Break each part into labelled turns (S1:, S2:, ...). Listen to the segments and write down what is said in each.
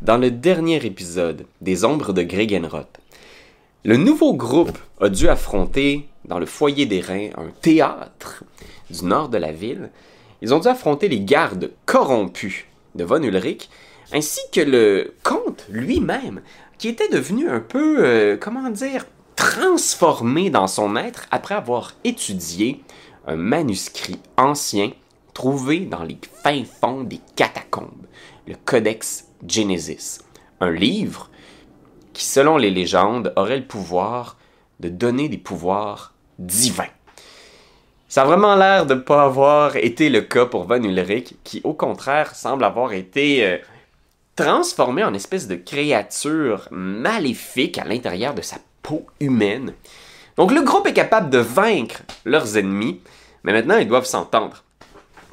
S1: dans le dernier épisode des Ombres de Gregenroth. Le nouveau groupe a dû affronter, dans le foyer des Reins, un théâtre du nord de la ville. Ils ont dû affronter les gardes corrompus de Von Ulrich, ainsi que le comte lui-même, qui était devenu un peu, euh, comment dire, transformé dans son être après avoir étudié un manuscrit ancien trouvé dans les fins fonds des catacombes, le Codex Genesis, un livre qui, selon les légendes, aurait le pouvoir de donner des pouvoirs divins. Ça a vraiment l'air de ne pas avoir été le cas pour Van Ulrich, qui au contraire semble avoir été euh, transformé en espèce de créature maléfique à l'intérieur de sa peau humaine. Donc le groupe est capable de vaincre leurs ennemis, mais maintenant ils doivent s'entendre.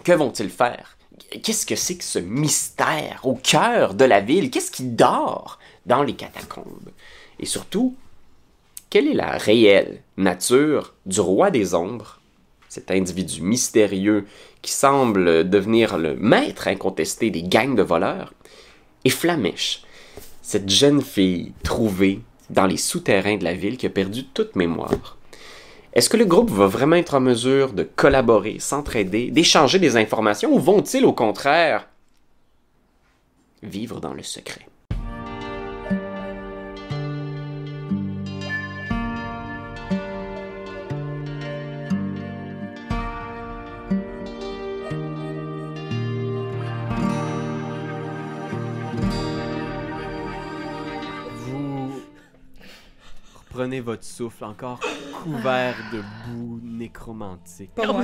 S1: Que vont-ils faire? Qu'est-ce que c'est que ce mystère au cœur de la ville? Qu'est-ce qui dort dans les catacombes? Et surtout, quelle est la réelle nature du roi des ombres, cet individu mystérieux qui semble devenir le maître incontesté des gangs de voleurs, et Flamish, cette jeune fille trouvée dans les souterrains de la ville qui a perdu toute mémoire. Est-ce que le groupe va vraiment être en mesure de collaborer, s'entraider, d'échanger des informations ou vont-ils au contraire vivre dans le secret?
S2: Vous reprenez votre souffle encore couvert de boue nécromantique.
S3: Pas moi.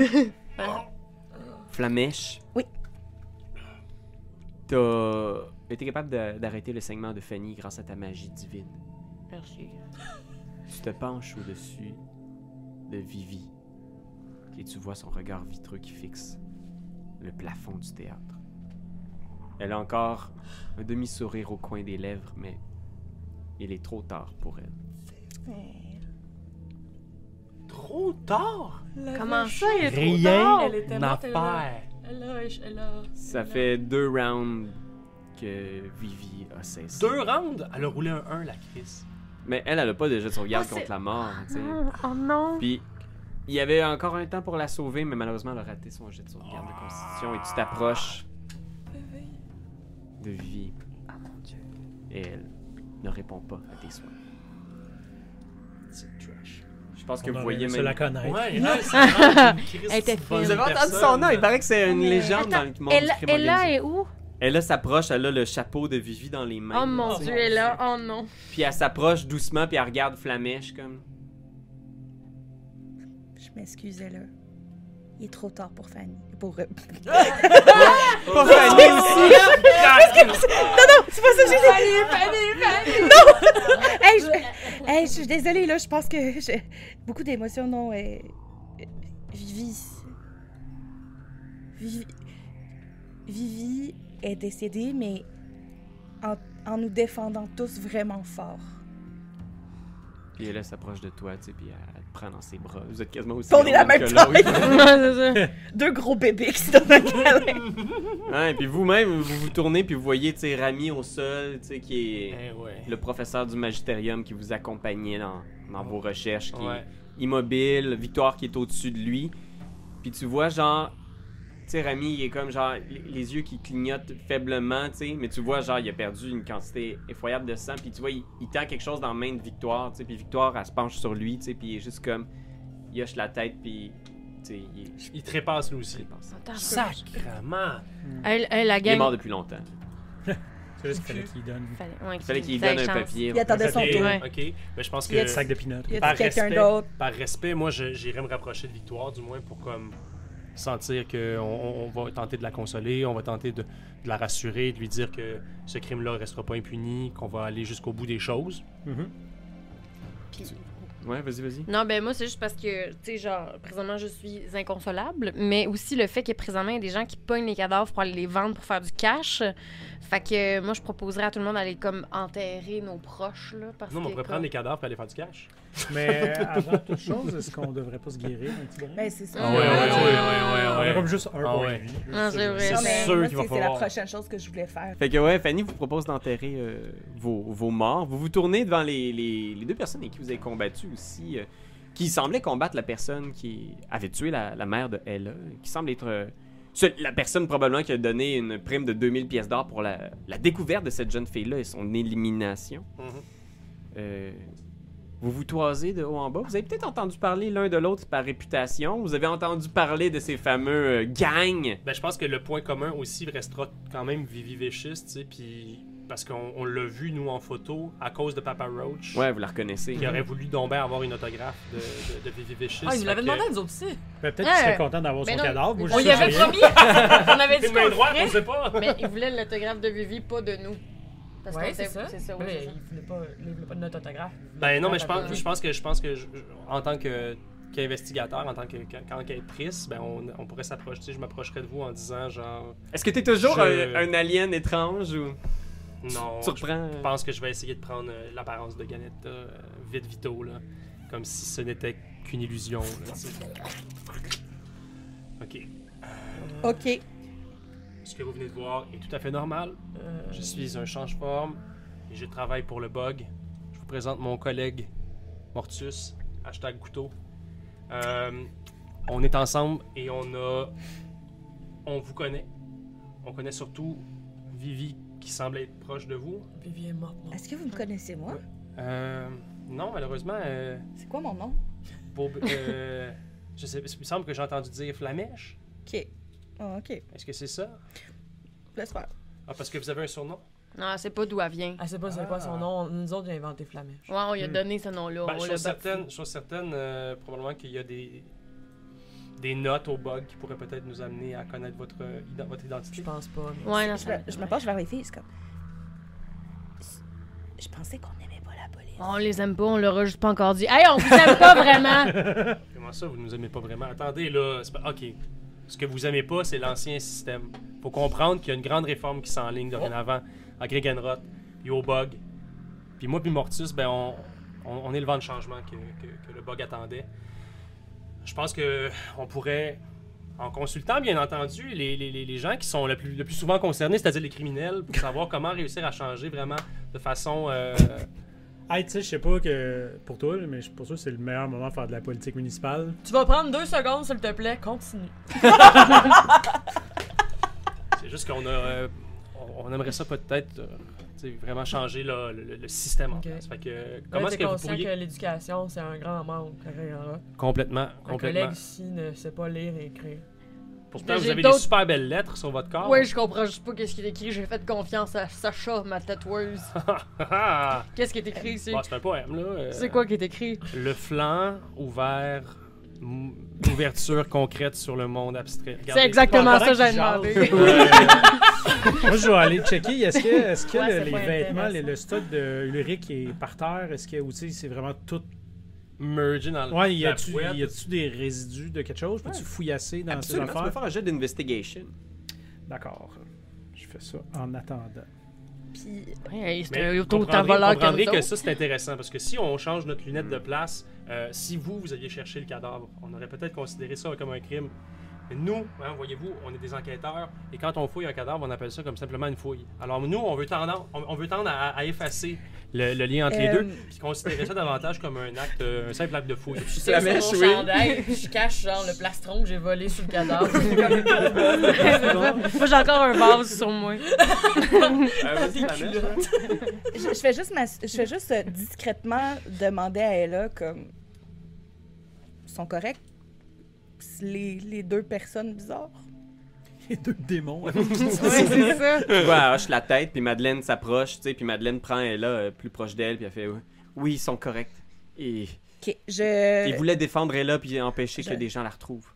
S2: Flamèche.
S3: Oui.
S2: T'as été capable de- d'arrêter le saignement de Fanny grâce à ta magie divine.
S3: Merci.
S2: Tu te penches au-dessus de Vivi et tu vois son regard vitreux qui fixe le plafond du théâtre. Elle a encore un demi-sourire au coin des lèvres, mais il est trop tard pour elle.
S4: Trop tard?
S3: Comment ça,
S5: il
S4: Rien
S5: Elle était
S4: n'a
S5: morte, elle l'a-
S4: faire.
S5: elle l'a- elle l'a-
S2: Ça
S5: elle l'a-
S2: fait deux rounds que Vivi a cessé.
S4: Deux rounds? Elle a roulé un 1, la crise.
S2: Mais elle, elle a pas déjà de sauvegarde
S5: Oh, c'est-
S2: contre la mort, tu sais.
S3: Oh non.
S2: Puis, il y avait encore un temps pour la sauver, mais malheureusement, elle a raté son jet de sauvegarde de constitution et tu t'approches de vie. Et elle ne répond pas à tes soins.
S4: C'est trash.
S2: Je pense que
S6: On
S2: vous
S6: aurait
S2: voyez
S6: aimé se
S2: même.
S6: la connaître.
S4: Ouais, elle, c'est vraiment une crise
S3: Elle était
S4: bonne
S3: fine.
S2: Vous avez entendu
S4: personne.
S2: son nom, il paraît que c'est une
S3: Mais-
S2: légende
S3: Attends,
S2: dans le monde du
S3: Ella,
S2: crime
S3: Ella
S2: organisé.
S3: est où?
S2: Elle s'approche, elle a le chapeau de Vivi dans les mains.
S5: Oh mon
S2: tu sais.
S5: dieu, elle a. Oh non.
S2: Puis elle s'approche doucement, puis elle regarde Flamèche comme.
S7: Je m'excuse, là. Il est trop tard pour Fanny.
S8: Ah,
S7: Pour... Non,
S2: Pas Fanny aussi!
S7: c'est pas ça que j'ai dit!
S5: Fanny, Fanny, Fanny!
S7: Hey, je... hey, je suis désolée, là. Je pense que j'ai beaucoup d'émotions, non. euh, euh, Vivi... Vivi... Vivi est décédée, mais en, en nous défendant tous vraiment fort.
S2: Puis elle elle s'approche de toi, tu sais, puis elle te prend dans ses bras. Vous êtes quasiment aussi.
S7: On est la
S2: longue
S1: euh,
S7: même
S2: que l'autre.
S5: Ouais,
S7: Deux gros bébés qui se donnent un câlin.
S2: Ouais, et puis vous-même, vous vous tournez, puis vous voyez, tu sais, Rami au sol, tu sais, qui est
S4: Eh ouais.
S2: le professeur du Magisterium qui vous accompagnait dans, dans vos recherches, qui
S4: Ouais.
S2: est immobile, Victoire qui est au-dessus de lui. Puis tu vois, genre, tu sais, Rami, il est comme, genre, les- les yeux qui clignotent faiblement, tu sais, mais tu vois, genre, il a perdu une quantité effroyable de sang, puis tu vois, il, il tend quelque chose dans la main de Victoire, tu sais, puis Victoire, elle se penche sur lui, tu sais, puis il est juste comme, il hoche la tête, puis, tu sais, il est...
S4: Il trépasse lui
S2: il est
S4: aussi.
S2: passé.
S5: ça.
S4: Sacrement!
S5: Elle, elle, la
S2: Il est mort
S5: gang.
S2: depuis longtemps.
S6: C'est juste qu'il fallait qu'il donne.
S5: Fallait, ouais,
S2: Il fallait qu'il
S5: fallait
S2: donne un
S5: chance.
S2: papier.
S7: Il attendait son
S4: Ok,
S7: tour.
S5: Ouais.
S4: Ok, mais je pense
S7: Il y a
S4: que
S7: du
S6: Sac de peanuts.
S7: Il y a
S4: Par
S7: dit quelqu'un
S4: respect.
S7: d'autre.
S4: par respect, moi je- j'irais me rapprocher de Victoire, du moins pour comme sentir qu'on on on va tenter de la consoler, on va tenter de, de la rassurer, de lui dire que ce crime-là restera pas impuni, qu'on va aller jusqu'au bout des choses.
S6: Mhm.
S2: Ouais, vas-y, vas-y.
S5: Non, ben moi, c'est juste parce que, tu sais, genre, présentement, je suis inconsolable, mais aussi le fait que présentement, il y a des gens qui pognent les cadavres pour aller les vendre pour faire du cash. Fait que moi, je proposerais à tout le monde d'aller comme enterrer nos proches, là. Parce
S4: Non, mais on
S5: que,
S4: pourrait
S5: comme-
S4: prendre les cadavres et aller faire du cash.
S6: Mais euh, avant toute chose, est-ce qu'on devrait pas se guérir un petit bonhomme?
S7: Ben, c'est ça.
S5: Ah
S4: ouais, ouais, ouais,
S6: On a
S4: ouais, ouais,
S6: comme juste un
S4: Ah
S6: point
S4: ouais.
S6: de vie.
S5: Non, c'est vrai.
S7: Non, mais
S4: sûr
S7: moi,
S4: qu'il va
S7: c'est- C'est
S4: falloir.
S7: la prochaine chose que je voulais faire.
S2: Fait que ouais, Fanny vous propose d'enterrer euh, vos, vos morts. Vous vous tournez devant les, les- les deux personnes avec qui vous avez combattu aussi, euh, qui semblaient combattre la personne qui avait tué la, la mère de Ella, qui semble être euh, seule- la personne probablement qui a donné une prime de 2000 pièces d'or pour la, la découverte de cette jeune fille-là et son élimination.
S4: Mhm.
S2: Euh, vous vous toisez de haut en bas. Vous avez peut-être entendu parler l'un de l'autre par réputation. Vous avez entendu parler de ces fameux euh, gangs.
S4: Ben, je pense que le point commun aussi restera quand même Vivi Vicious, tu sais, puis parce qu'on on l'a vu, nous, en photo, à cause de Papa Roach,
S2: Ouais, vous la reconnaissez.
S4: qui aurait voulu tomber avoir une autographe de, de, de Vivi Vicious.
S8: Ah, il nous
S4: Fait
S8: l'avait
S4: que-
S8: demandé à nous autres aussi.
S6: Ben, peut-être qu'il serait
S5: Ouais.
S6: content d'avoir
S5: Mais
S6: son
S5: non.
S6: cadavre. Moi, je
S5: On
S6: suis
S5: y avait
S6: rien.
S5: promis. on avait dit
S4: C'est
S5: qu'on
S4: main
S5: le
S4: droite, on
S5: ferait.
S4: sait pas!
S5: Mais il voulait l'autographe de Vivi, pas de nous. Parce
S8: Ouais,
S5: qu'on
S8: c'est
S5: sait-
S8: ça. Ben,
S5: C'est ça,
S8: Mais
S5: ouais, c'est ça.
S8: il voulait pas, il voulait pas de notre autographe.
S4: Ben non, mais je
S8: Papa
S4: pense,
S8: Roach.
S4: je pense que, je pense que je- je- en tant que qu'investigateur, en tant que- qu'enquêtrice, ben on, on pourrait s'approcher, tu sais, je m'approcherais de vous en disant genre
S2: Est-ce que t'es toujours
S4: Je-
S2: un, un alien étrange ou
S4: non,
S2: tu reprends
S6: euh,
S4: je pense que je vais essayer de prendre euh, l'apparence de Ganetta euh, vite vito là, comme si ce n'était qu'une illusion. là, tu sais. ok, Euh,
S7: OK.
S4: ce que vous venez de voir est tout à fait normal.
S8: Euh,
S4: Je suis un change-forme et je travaille pour le bug. Je vous présente mon collègue Mortus, hashtag couteau. Euh, on est ensemble et on a. On vous connaît. On connaît surtout Vivi qui semble être proche de vous.
S8: Vivi est morte. non.
S7: Est-ce que vous me connaissez, moi?
S4: Euh, non, malheureusement, euh,
S7: C'est quoi mon nom?
S4: Bob- euh, je sais, il me semble que j'ai entendu dire Flamèche.
S7: OK. Ah, OK.
S4: Est-ce que c'est ça?
S7: Laisse faire.
S4: Ah, parce que vous avez un surnom?
S5: Non, c'est pas d'où elle vient.
S8: Elle sait pas c'est quoi son
S4: Ah.
S8: nom. Nous autres, on a inventé Flamèche.
S5: Ouais, on lui a
S4: Hmm.
S5: donné ce nom-là.
S4: Ben,
S5: on
S4: je
S5: l'a
S4: suis
S5: baptisé.
S4: certaine, chose certaine euh, probablement qu'il y a des, des notes au bug qui pourraient peut-être nous amener à connaître votre, euh, iden- votre
S8: Je
S4: identité.
S8: pense pas. mais-
S5: Ouais, non,
S7: Je
S5: ça-
S7: me- Je m'approche vers les filles, c'est comme... Je pensais qu'on n'aimait pas la police.
S4: Ah.
S5: On les aime pas, on leur a juste pas encore dit. Hey, on vous aime pas vraiment!
S4: Comment ça, vous nous aimez pas vraiment? Attendez, là, c'est pas... OK. Ce que vous aimez pas, c'est l'ancien système. Faut comprendre qu'il y a une grande réforme qui s'enligne dorénavant à Gregenrod, puis au bug. Puis moi puis Mortus, ben on, on, on est le vent de changement que, que- que le bug attendait. Je pense que on pourrait, en consultant bien entendu les, les- les- les gens qui sont le plus, le plus souvent concernés, c'est-à-dire les criminels, pour savoir comment réussir à changer vraiment de façon... euh,
S6: Hey, tu sais, je sais pas que pour toi, mais je suis pas sûr que c'est le meilleur moment de faire de la politique municipale.
S8: Tu vas prendre deux secondes, s'il te plaît. Continue.
S4: C'est juste qu'on a, euh, on, on aimerait ça peut-être euh, tu sais, vraiment changer le, le- le système en
S8: Ok.
S4: place. Fait que, euh,
S8: Comment
S4: comment est-ce que vous
S8: conscient
S4: pourriez...
S8: que l'éducation, c'est un grand manque à Grégoire.
S4: Complètement,
S8: Un
S4: complètement.
S8: collègue ici ne sait pas lire et écrire.
S4: Pourtant,
S5: Mais
S4: vous
S5: j'ai
S4: avez des
S5: d'autres-
S4: super belles lettres sur votre corps.
S5: Ah, Ouais, je comprends juste pas qu'est-ce qui est écrit. J'ai fait confiance à Sacha, ma tatoueuse.
S4: Ah,
S5: Qu'est-ce qui est écrit ici?
S4: bon, c'est un poème, là. euh,
S5: C'est quoi qui est écrit?
S4: Le flanc ouvert, mou- ouverture concrète sur le monde abstrait. Regardez.
S5: C'est exactement
S6: pendant
S5: ça que j'ai
S6: qu'il
S5: demandé.
S4: Ouais.
S6: Moi, je vais aller checker. Est-ce que, est-ce que
S8: Ouais,
S6: le-
S8: c'est
S6: les
S8: pas
S6: vêtements, le,
S8: intéressant.
S6: le stock de Ulrich est par terre? Est-ce que, ou tu sais, c'est vraiment tout.
S4: Mergé dans le
S6: Ouais, y
S4: la
S6: a-tu,
S4: fouette.
S6: y a-tu des résidus de quelque chose? Peux-tu fouillasser dans
S2: Absolument,
S6: ces
S2: tu peux
S6: affaires?
S2: faire un jet d'investigation.
S6: D'accord. Je fais ça en attendant.
S7: Puis,
S5: Hey,
S4: Mais
S5: c'est
S4: vous
S5: Euh, autant
S4: comprendrez,
S5: voleur
S4: comprendrez
S5: qu'un
S4: que
S5: autre.
S4: ça, c'est intéressant, parce que si on change notre lunette de place, euh, si vous, vous aviez cherché le cadavre, on aurait peut-être considéré ça comme un crime. Mais nous, hein, voyez-vous, on est des enquêteurs, et quand on fouille un cadavre, on appelle ça comme simplement une fouille. Alors nous, on veut tendre, on, on veut tendre à, à effacer le, le lien entre les
S7: Euh,
S4: deux, puis considérer ça davantage comme un acte, euh, un simple acte de fouille.
S8: C'est
S2: la
S8: sur
S2: mèche,
S8: mon
S2: oui.
S8: chandail, puis je cache genre le plastron que j'ai volé sur le cadavre.
S5: Moi, j'ai encore un vase sur moi.
S7: je, je fais juste, m'ass- je fais juste euh, discrètement demander à Ella comme... Ils sont corrects? Les, les deux personnes bizarres?
S6: Les deux démons.
S5: c'est ça.
S2: Tu vois, elle hoche la tête, puis Madeleine s'approche, tu sais, puis Madeleine prend Ella euh, plus proche d'elle, puis elle fait Oui, ils sont corrects. Et
S7: OK, je...
S2: ils voulaient défendre Ella, puis empêcher
S7: je-
S2: que des gens la retrouvent.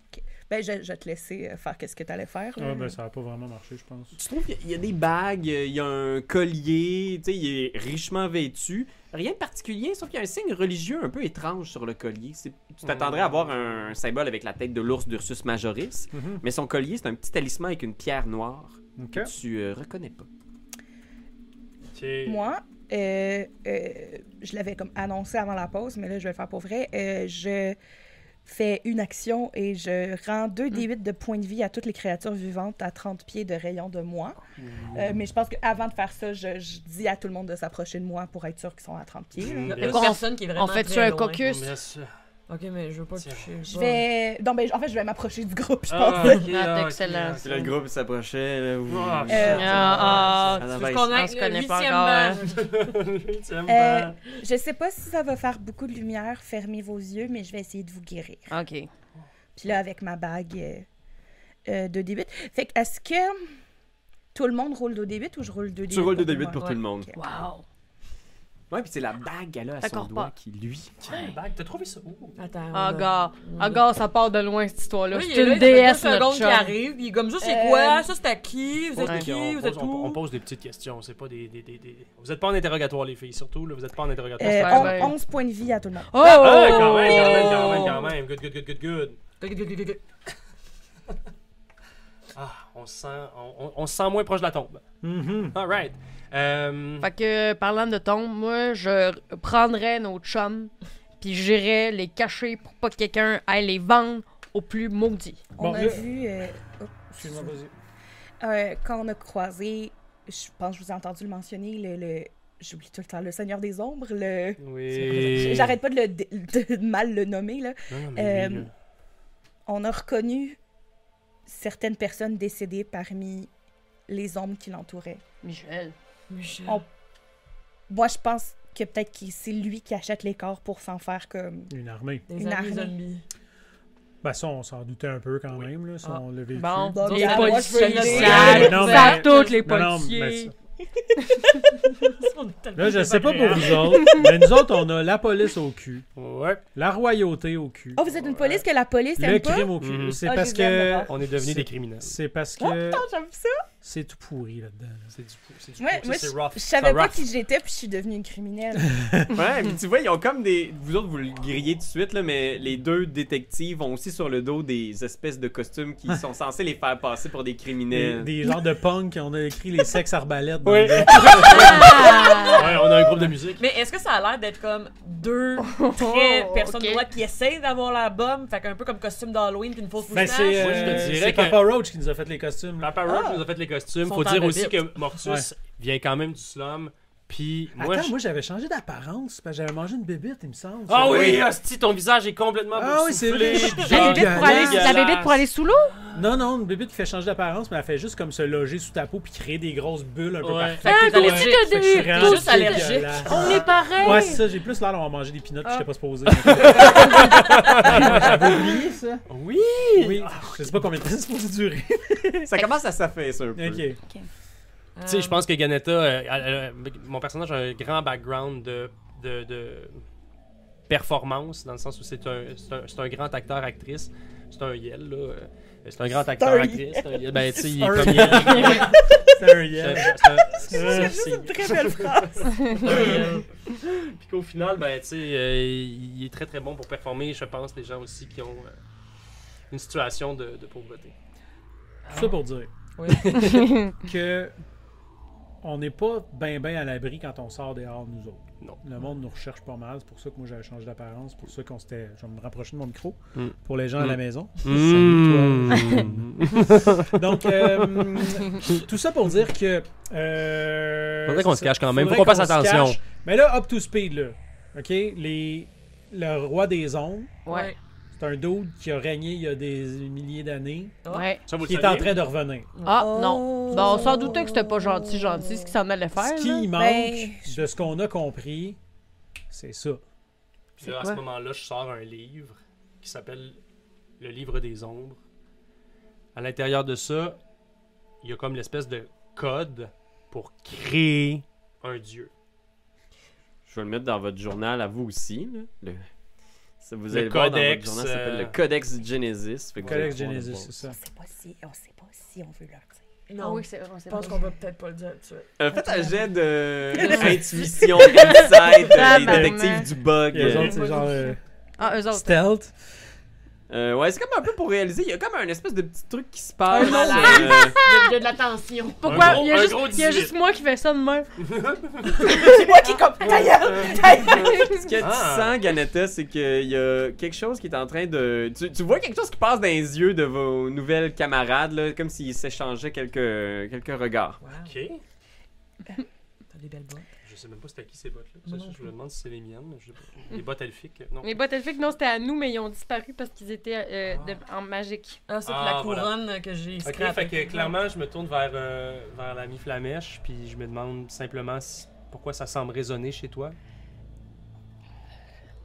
S7: Ben, je, je vais te laisser euh, faire qu'est-ce que t'allais faire. là.
S6: Ah, ben, ça va pas vraiment marché, je pense.
S2: Tu trouves qu'il y a- il y, a des bagues, euh, il y a un collier, tu sais, il est richement vêtu. Rien de particulier, sauf qu'il y a un signe religieux un peu étrange sur le collier. C'est- Tu t'attendrais à voir un, un symbole avec la tête de l'ours d'Ursus Majoris,
S6: Mhm.
S2: mais son collier, c'est un petit talisman avec une pierre noire
S6: OK.
S2: que tu euh, reconnais pas.
S4: Ok.
S7: Moi, euh, euh, je l'avais comme annoncé avant la pause, mais là, je vais le faire pour vrai. Euh, je fais une action et je rends 2 D8 de points de vie à toutes les créatures vivantes à 30 pieds de rayon de moi. Euh, mais je pense qu'avant de faire ça, je, je dis à tout le monde de s'approcher de moi pour être sûr qu'ils sont à 30 pieds. là.
S8: Il y a
S4: Bien
S5: sûr.
S8: personne qui est vraiment
S5: On fait
S8: très
S5: tu un
S8: loin.
S5: caucus?
S4: Bien sûr.
S8: Ok, mais je veux pas le toucher.
S7: Je vais. Non, ben, en fait, je vais m'approcher du groupe, je pense.
S4: Ah, ok,
S5: Ah,
S4: ok,
S5: excellent.
S4: ok.
S5: C'est
S2: Là, le groupe s'approchait. là, vous-
S4: Ah,
S7: Euh,
S5: Ah,
S2: Ah,
S5: ah,
S2: non,
S8: Tu
S2: ben,
S8: veux qu'on
S5: on
S8: aille
S5: se
S8: le
S5: connaît pas
S8: huitième
S5: encore, hein?
S8: match?
S4: J'aime
S7: Euh,
S4: bien.
S7: je sais pas si ça va faire beaucoup de lumière, fermez vos yeux, mais je vais essayer de vous guérir.
S5: ok.
S7: Puis là, avec ma bague euh, euh, de début. Fait que, est-ce que tout le monde roule de début ou je roule de début?
S2: Tu roules de début pour tout le monde.
S5: Wow.
S2: Ouais, puis c'est la bague, elle a à son
S5: D'accord,
S2: doigt
S5: pas.
S2: qui, lui.
S4: Tiens, bague, T'as trouvé ça où?
S8: Attends.
S5: Ah,
S8: on a-
S5: gars. Ah, gars, ça part de loin, cette histoire-là.
S8: Oui, il
S5: C'est
S8: est là,
S5: une
S8: il y a deux
S5: déesse,
S8: secondes
S5: notre
S8: qui
S5: chum.
S8: arrive, puis il est comme ça, c'est
S7: Euh,
S8: quoi? Ça, c'est à qui? Vous
S5: Ouais.
S8: êtes
S4: Ok, on
S8: qui? Vous
S4: pose-
S8: êtes
S4: on, on
S8: où?
S4: pose des petites questions, c'est pas des, des, des, des- Vous êtes pas en interrogatoire, les filles, surtout, là, vous êtes pas en interrogatoire.
S7: Euh,
S5: Ah,
S7: on-
S5: ben.
S7: 11 points de vie à tout le monde.
S5: Oh!
S4: Ah, quand même, quand même, quand même, quand même. Good, good, good, good, good. Ah, on se sent, on, on- on se sent moins proche de la tombe.
S6: Mhm.
S4: All right. Euh,
S5: Fait que, parlant de tombe, moi, je prendrais nos chums, puis j'irais les cacher pour pas que quelqu'un aille les vendre au plus maudit.
S7: On
S6: Bon,
S7: a
S6: là-
S7: vu. euh, oh,
S6: Excuse-moi, vas-y.
S7: euh, quand on a croisé, je pense que je vous ai entendu le mentionner, le. le- J'oublie tout le temps, le Seigneur des Ombres, le.
S4: oui.
S7: J'arrête pas de, le, de mal le nommer, là.
S4: Non, non, mais lui,
S7: Euh,
S4: là.
S7: on a reconnu certaines personnes décédées parmi les hommes qui l'entouraient.
S5: Michel.
S8: Michel.
S7: On- Moi, je pense que peut-être que c'est lui qui achète les corps pour s'en faire comme...
S6: Une armée.
S8: Des
S7: une
S8: amis
S7: armée.
S8: zombies.
S6: Ben ça, on s'en doutait un peu quand même, là, si
S8: Ah.
S6: on l'a vécu.
S5: Bon,
S7: Bon,
S5: les
S7: ben, moi, je peux
S5: policiers,
S7: l'aider.
S5: sales,
S6: Non, mais-
S5: sales, toutes les
S6: Non, non, mais
S5: policiers.
S6: ça- Là, je sais pas pour vous autres, mais nous autres, on a la police au cul,
S4: Ouais,
S6: la royauté au cul,
S7: Oh, vous êtes une police que la police
S6: le
S7: aime pas?
S6: crime au cul.
S4: Mhm.
S6: C'est
S7: Ah,
S6: parce
S7: je les aime
S6: que...
S7: d'abord.
S4: on est devenus
S6: C'est-
S4: des criminels.
S6: C'est parce que
S7: J'aime ça!
S6: c'est tout pourri là-dedans.
S4: C'est du pou- c'est du
S7: Ouais,
S4: pou-
S7: moi,
S4: c'est
S7: je,
S4: rough.
S7: je savais
S4: C'est
S7: pas
S4: rough.
S7: qui j'étais, puis je suis devenue une criminelle.
S2: Ouais, puis tu vois, ils ont comme des. Vous autres, vous le grillez tout de suite, là, mais les deux détectives ont aussi sur le dos des espèces de costumes qui sont censés les faire passer pour des
S6: Des,
S2: criminels.
S6: des genres de punk, on a écrit les sexes arbalètes. dans
S4: Oui.
S6: le-
S4: Ouais, on a un groupe de musique.
S8: Mais est-ce que ça a l'air d'être comme deux très
S5: Oh,
S8: personnes
S5: ok.
S8: droites qui essayent d'avoir la bombe, fait qu'un peu comme costume d'Halloween puis une fausse
S6: Ben,
S8: moustache?
S6: c'est
S4: Moi, je te
S6: euh,
S4: dirais
S6: c'est
S4: que-
S6: Papa Roach qui nous a fait les costumes. là.
S4: Papa Roach nous a fait les costumes.
S8: Son
S4: Faut
S8: temps
S4: dire
S8: de
S4: aussi
S8: bite.
S4: que Mortus
S6: Ouais.
S4: vient quand même du slum. Puis moi,
S6: Attends,
S4: je-
S6: moi j'avais changé d'apparence, parce que j'avais mangé une bébite, il me semble.
S4: Ah
S6: Ça.
S4: oui, hostie, ton visage est complètement
S6: Ah oui, c'est
S4: boursouflé,
S6: vrai.
S4: puis
S6: La
S4: genre-
S6: bébête pour aller- la
S5: La
S4: dégueulasse.
S5: bébête pour aller sous l'eau?
S6: Non, non, une bébite qui fait changer d'apparence, mais elle fait juste comme se loger sous ta peau puis créer des grosses bulles un peu
S4: Ouais.
S6: partout.
S8: Fait que t'es
S5: Ah,
S8: allergique.
S5: t'as
S6: Fait que je suis
S5: des-
S6: vraiment
S8: juste allergique.
S6: dégueulasse.
S5: On est Ah. pareil!
S6: Ouais, c'est ça, j'ai plus l'air d'avoir mangé des pinottes que j'étais pas supposé. J'avais oublié ça.
S4: Oui.
S6: Oui, je sais pas combien de temps c'est supposé durer.
S2: Ça commence à s'affaisser un peu.
S6: Ok.
S8: Euh,
S4: Tu sais, je pense que Ganetta, euh, elle- elle- mon personnage a un grand background de, de, de performance, dans le sens où c'est un, c'est un, c'est un grand acteur-actrice. C'est un Yel, là. euh, C'est un grand acteur-actrice. c'est un Yel. Ben, tu sais, il est
S6: C'est
S4: comme Yel.
S6: C'est un
S4: C'est un-
S6: yes.
S4: c'est un-
S6: Euh,
S4: c'est-
S7: Très belle phrase!
S4: Puis qu'au final, ben, tu sais, euh, il est très très bon pour performer. Je pense les gens aussi qui ont euh, une situation de, de pauvreté.
S6: Tout ça pour dire
S8: Oui.
S6: que on n'est pas ben ben à l'abri quand on sort dehors nous autres.
S4: Non.
S6: Le monde nous recherche pas mal, c'est pour ça que moi j'avais changé d'apparence, pour ça qu'on s'était je vais me rapprocher de mon micro
S4: Mm.
S6: pour les gens à
S4: Mm.
S6: la maison. Hmm.
S4: Salut, toi.
S6: Donc euh, tout ça pour dire que euh,
S4: Faudrait qu'on se cache quand même, faut
S6: faudrait
S4: qu'on fasse
S6: se cache.
S4: attention.
S6: Mais là up to speed là. OK, les le roi des ondes,
S5: Ouais.
S6: c'est un dude qui a régné il y a des milliers d'années
S5: Ouais.
S4: Ça, vous le
S6: qui est en
S4: saviez?
S6: train de revenir.
S5: Ah, non. Bon, on s'en doutait que c'était pas gentil, gentil, ce qu'il s'en allait faire.
S6: ce qui
S5: là.
S6: manque
S7: Ben,
S6: de ce qu'on a compris, c'est ça.
S4: Puis là, à ce moment-là, je sors un livre qui s'appelle Le Livre des Ombres. À l'intérieur de ça, il y a comme l'espèce de code pour créer un dieu.
S2: Je vais le mettre dans votre journal à vous aussi. là. Le... Ça, vous
S4: Le
S2: allez le voir dans votre
S4: codex,
S2: journal, ça s'appelle
S4: euh,
S2: le Codex Genesis. Fait que vous allez
S6: Codex
S2: pouvoir le
S6: Genesis,
S2: voir.
S6: c'est ça.
S7: on sait pas si, on sait pas si on veut leur dire.
S5: Ah
S8: Non,
S5: oui, c'est on
S8: je
S5: sait
S8: pense
S5: pas.
S8: qu'on va peut-être pas le dire tout de suite.
S2: Euh, faites un jet de intuition, insight, euh, les
S5: Tabarnak.
S2: détectives du bug.
S6: Les
S2: euh,
S6: autres, c'est genre euh,
S5: Ah, eux autres.
S6: stealth.
S2: Euh, ouais, c'est comme un peu pour réaliser, il y a comme un espèce de petit truc qui se passe.
S8: Un malaise.
S2: euh,
S8: Il y a de la tension.
S5: Pourquoi?
S4: Un gros-
S5: il, y a
S4: un
S5: juste,
S4: gros
S5: il y a
S4: 18.
S5: juste moi qui fais ça de même.
S7: C'est moi qui est comme. Ta gueule, ta gueule.
S2: ce que
S4: Ah.
S2: tu sens, Ganetta, c'est qu'il y a quelque chose qui est en train de. Tu, tu vois quelque chose qui passe dans les yeux de vos nouvelles camarades, là, comme s'ils s'échangeaient quelques, quelques regards.
S8: Wow,
S4: Ok.
S8: t'as des belles bottes.
S4: Je sais même pas c'était à qui ces bottes-là.
S8: Moi
S4: Ça,
S8: non
S4: Je me demande si c'est les miennes, mais je sais pas. Les bottes elfiques. Non.
S5: Les bottes elfiques, non, c'était à nous, mais ils ont disparu parce qu'ils étaient euh, de- en magique.
S8: Ah, c'est pour
S4: Ah,
S8: la
S4: voilà.
S8: couronne que j'ai
S4: Ok,
S8: scrappée.
S4: fait que clairement, je me tourne vers, euh, vers l'ami Flamèche, puis je me demande simplement si- pourquoi ça semble résonner chez toi.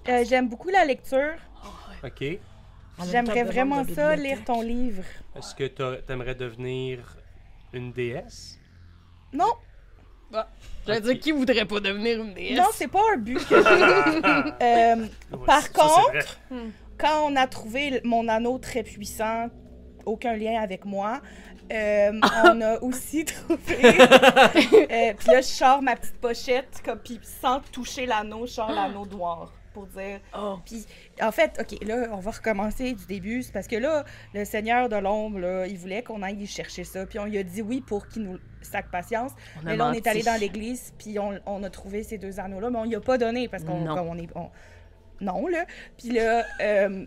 S7: Euh, J'aime beaucoup la lecture.
S4: Ok. Est-ce
S8: On a une
S7: J'aimerais
S8: table de
S7: vraiment
S8: ronde de
S7: ça,
S8: bibliothèque.
S7: lire ton livre.
S4: que t'a- t'aimerais devenir une déesse?
S7: Non,
S5: J'allais dire, qui voudrait pas devenir une déesse?
S7: non, c'est pas un but. que j'ai. Euh,
S4: Ah Ouais,
S7: Par
S4: ça, c'est
S7: contre-
S4: vrai.
S7: quand on a trouvé l- mon anneau très puissant, aucun lien avec moi, euh, on a aussi trouvé. Euh, puis là, je sors ma petite pochette, comme, puis sans toucher l'anneau, je sors l'anneau noir pour dire.
S8: Oh.
S7: Puis, en fait, OK, là, on va recommencer du début. C'est parce que là, le Seigneur de l'Ombre, là, il voulait qu'on aille chercher ça. Puis on lui a dit oui pour qu'il nous sac patience.
S8: On a
S7: Mais là, on est
S8: menti.
S7: allé dans l'église, puis on, on a trouvé ces deux anneaux-là, mais on n'y a pas donné parce qu'on
S8: Non.
S7: comme on est. on- Non, là. Puis là, euh,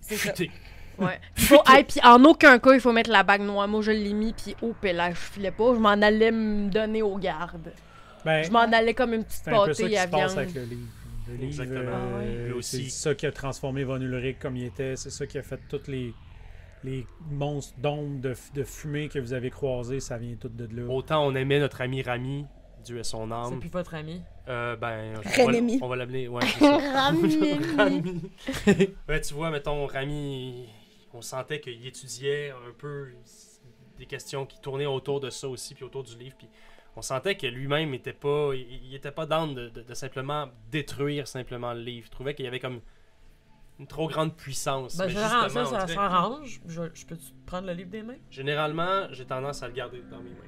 S7: c'est ça.
S4: Futé.
S5: Ouais. Faut, hey, puis en aucun cas, il faut mettre la bague noire. Moi, je l'ai mis, puis au là, je filais pas. Je m'en allais me donner aux gardes.
S6: Ben,
S5: Je m'en allais comme une petite
S6: c'est un peu ça
S5: pâtée
S6: qui
S5: à
S6: se passe
S5: viande.
S6: avec le livre. Le livre,
S4: Exactement.
S6: euh,
S5: Ah ouais.
S4: Lui aussi.
S6: c'est ça qui a transformé Von Ulrich comme il était. C'est ça qui a fait toutes les, les monstres d'ombre de, f- de fumée que vous avez croisés. Ça vient tout de là.
S4: Autant on aimait notre ami Rami, Dieu est son
S8: C'est
S4: âme.
S8: plus votre ami.
S4: Euh, ben, je- on va-
S7: Rennemi.
S4: on va l'appeler. Ouais, c'est ça.
S5: Rami.
S4: Rami. ouais, tu vois, mettons, Rami, on sentait qu'il étudiait un peu des questions qui tournaient autour de ça aussi, puis autour du livre, puis on sentait que lui-même était pas, il il était pas down de, de- de simplement détruire simplement le livre. Il trouvait qu'il y avait comme une trop grande puissance.
S8: Ben,
S4: Mais
S8: généralement,
S4: justement,
S8: ça,
S4: on
S8: ça
S4: dirait-
S8: s'arrange. Je, je peux prendre le livre des mains?
S4: Généralement, j'ai tendance à le garder dans mes mains.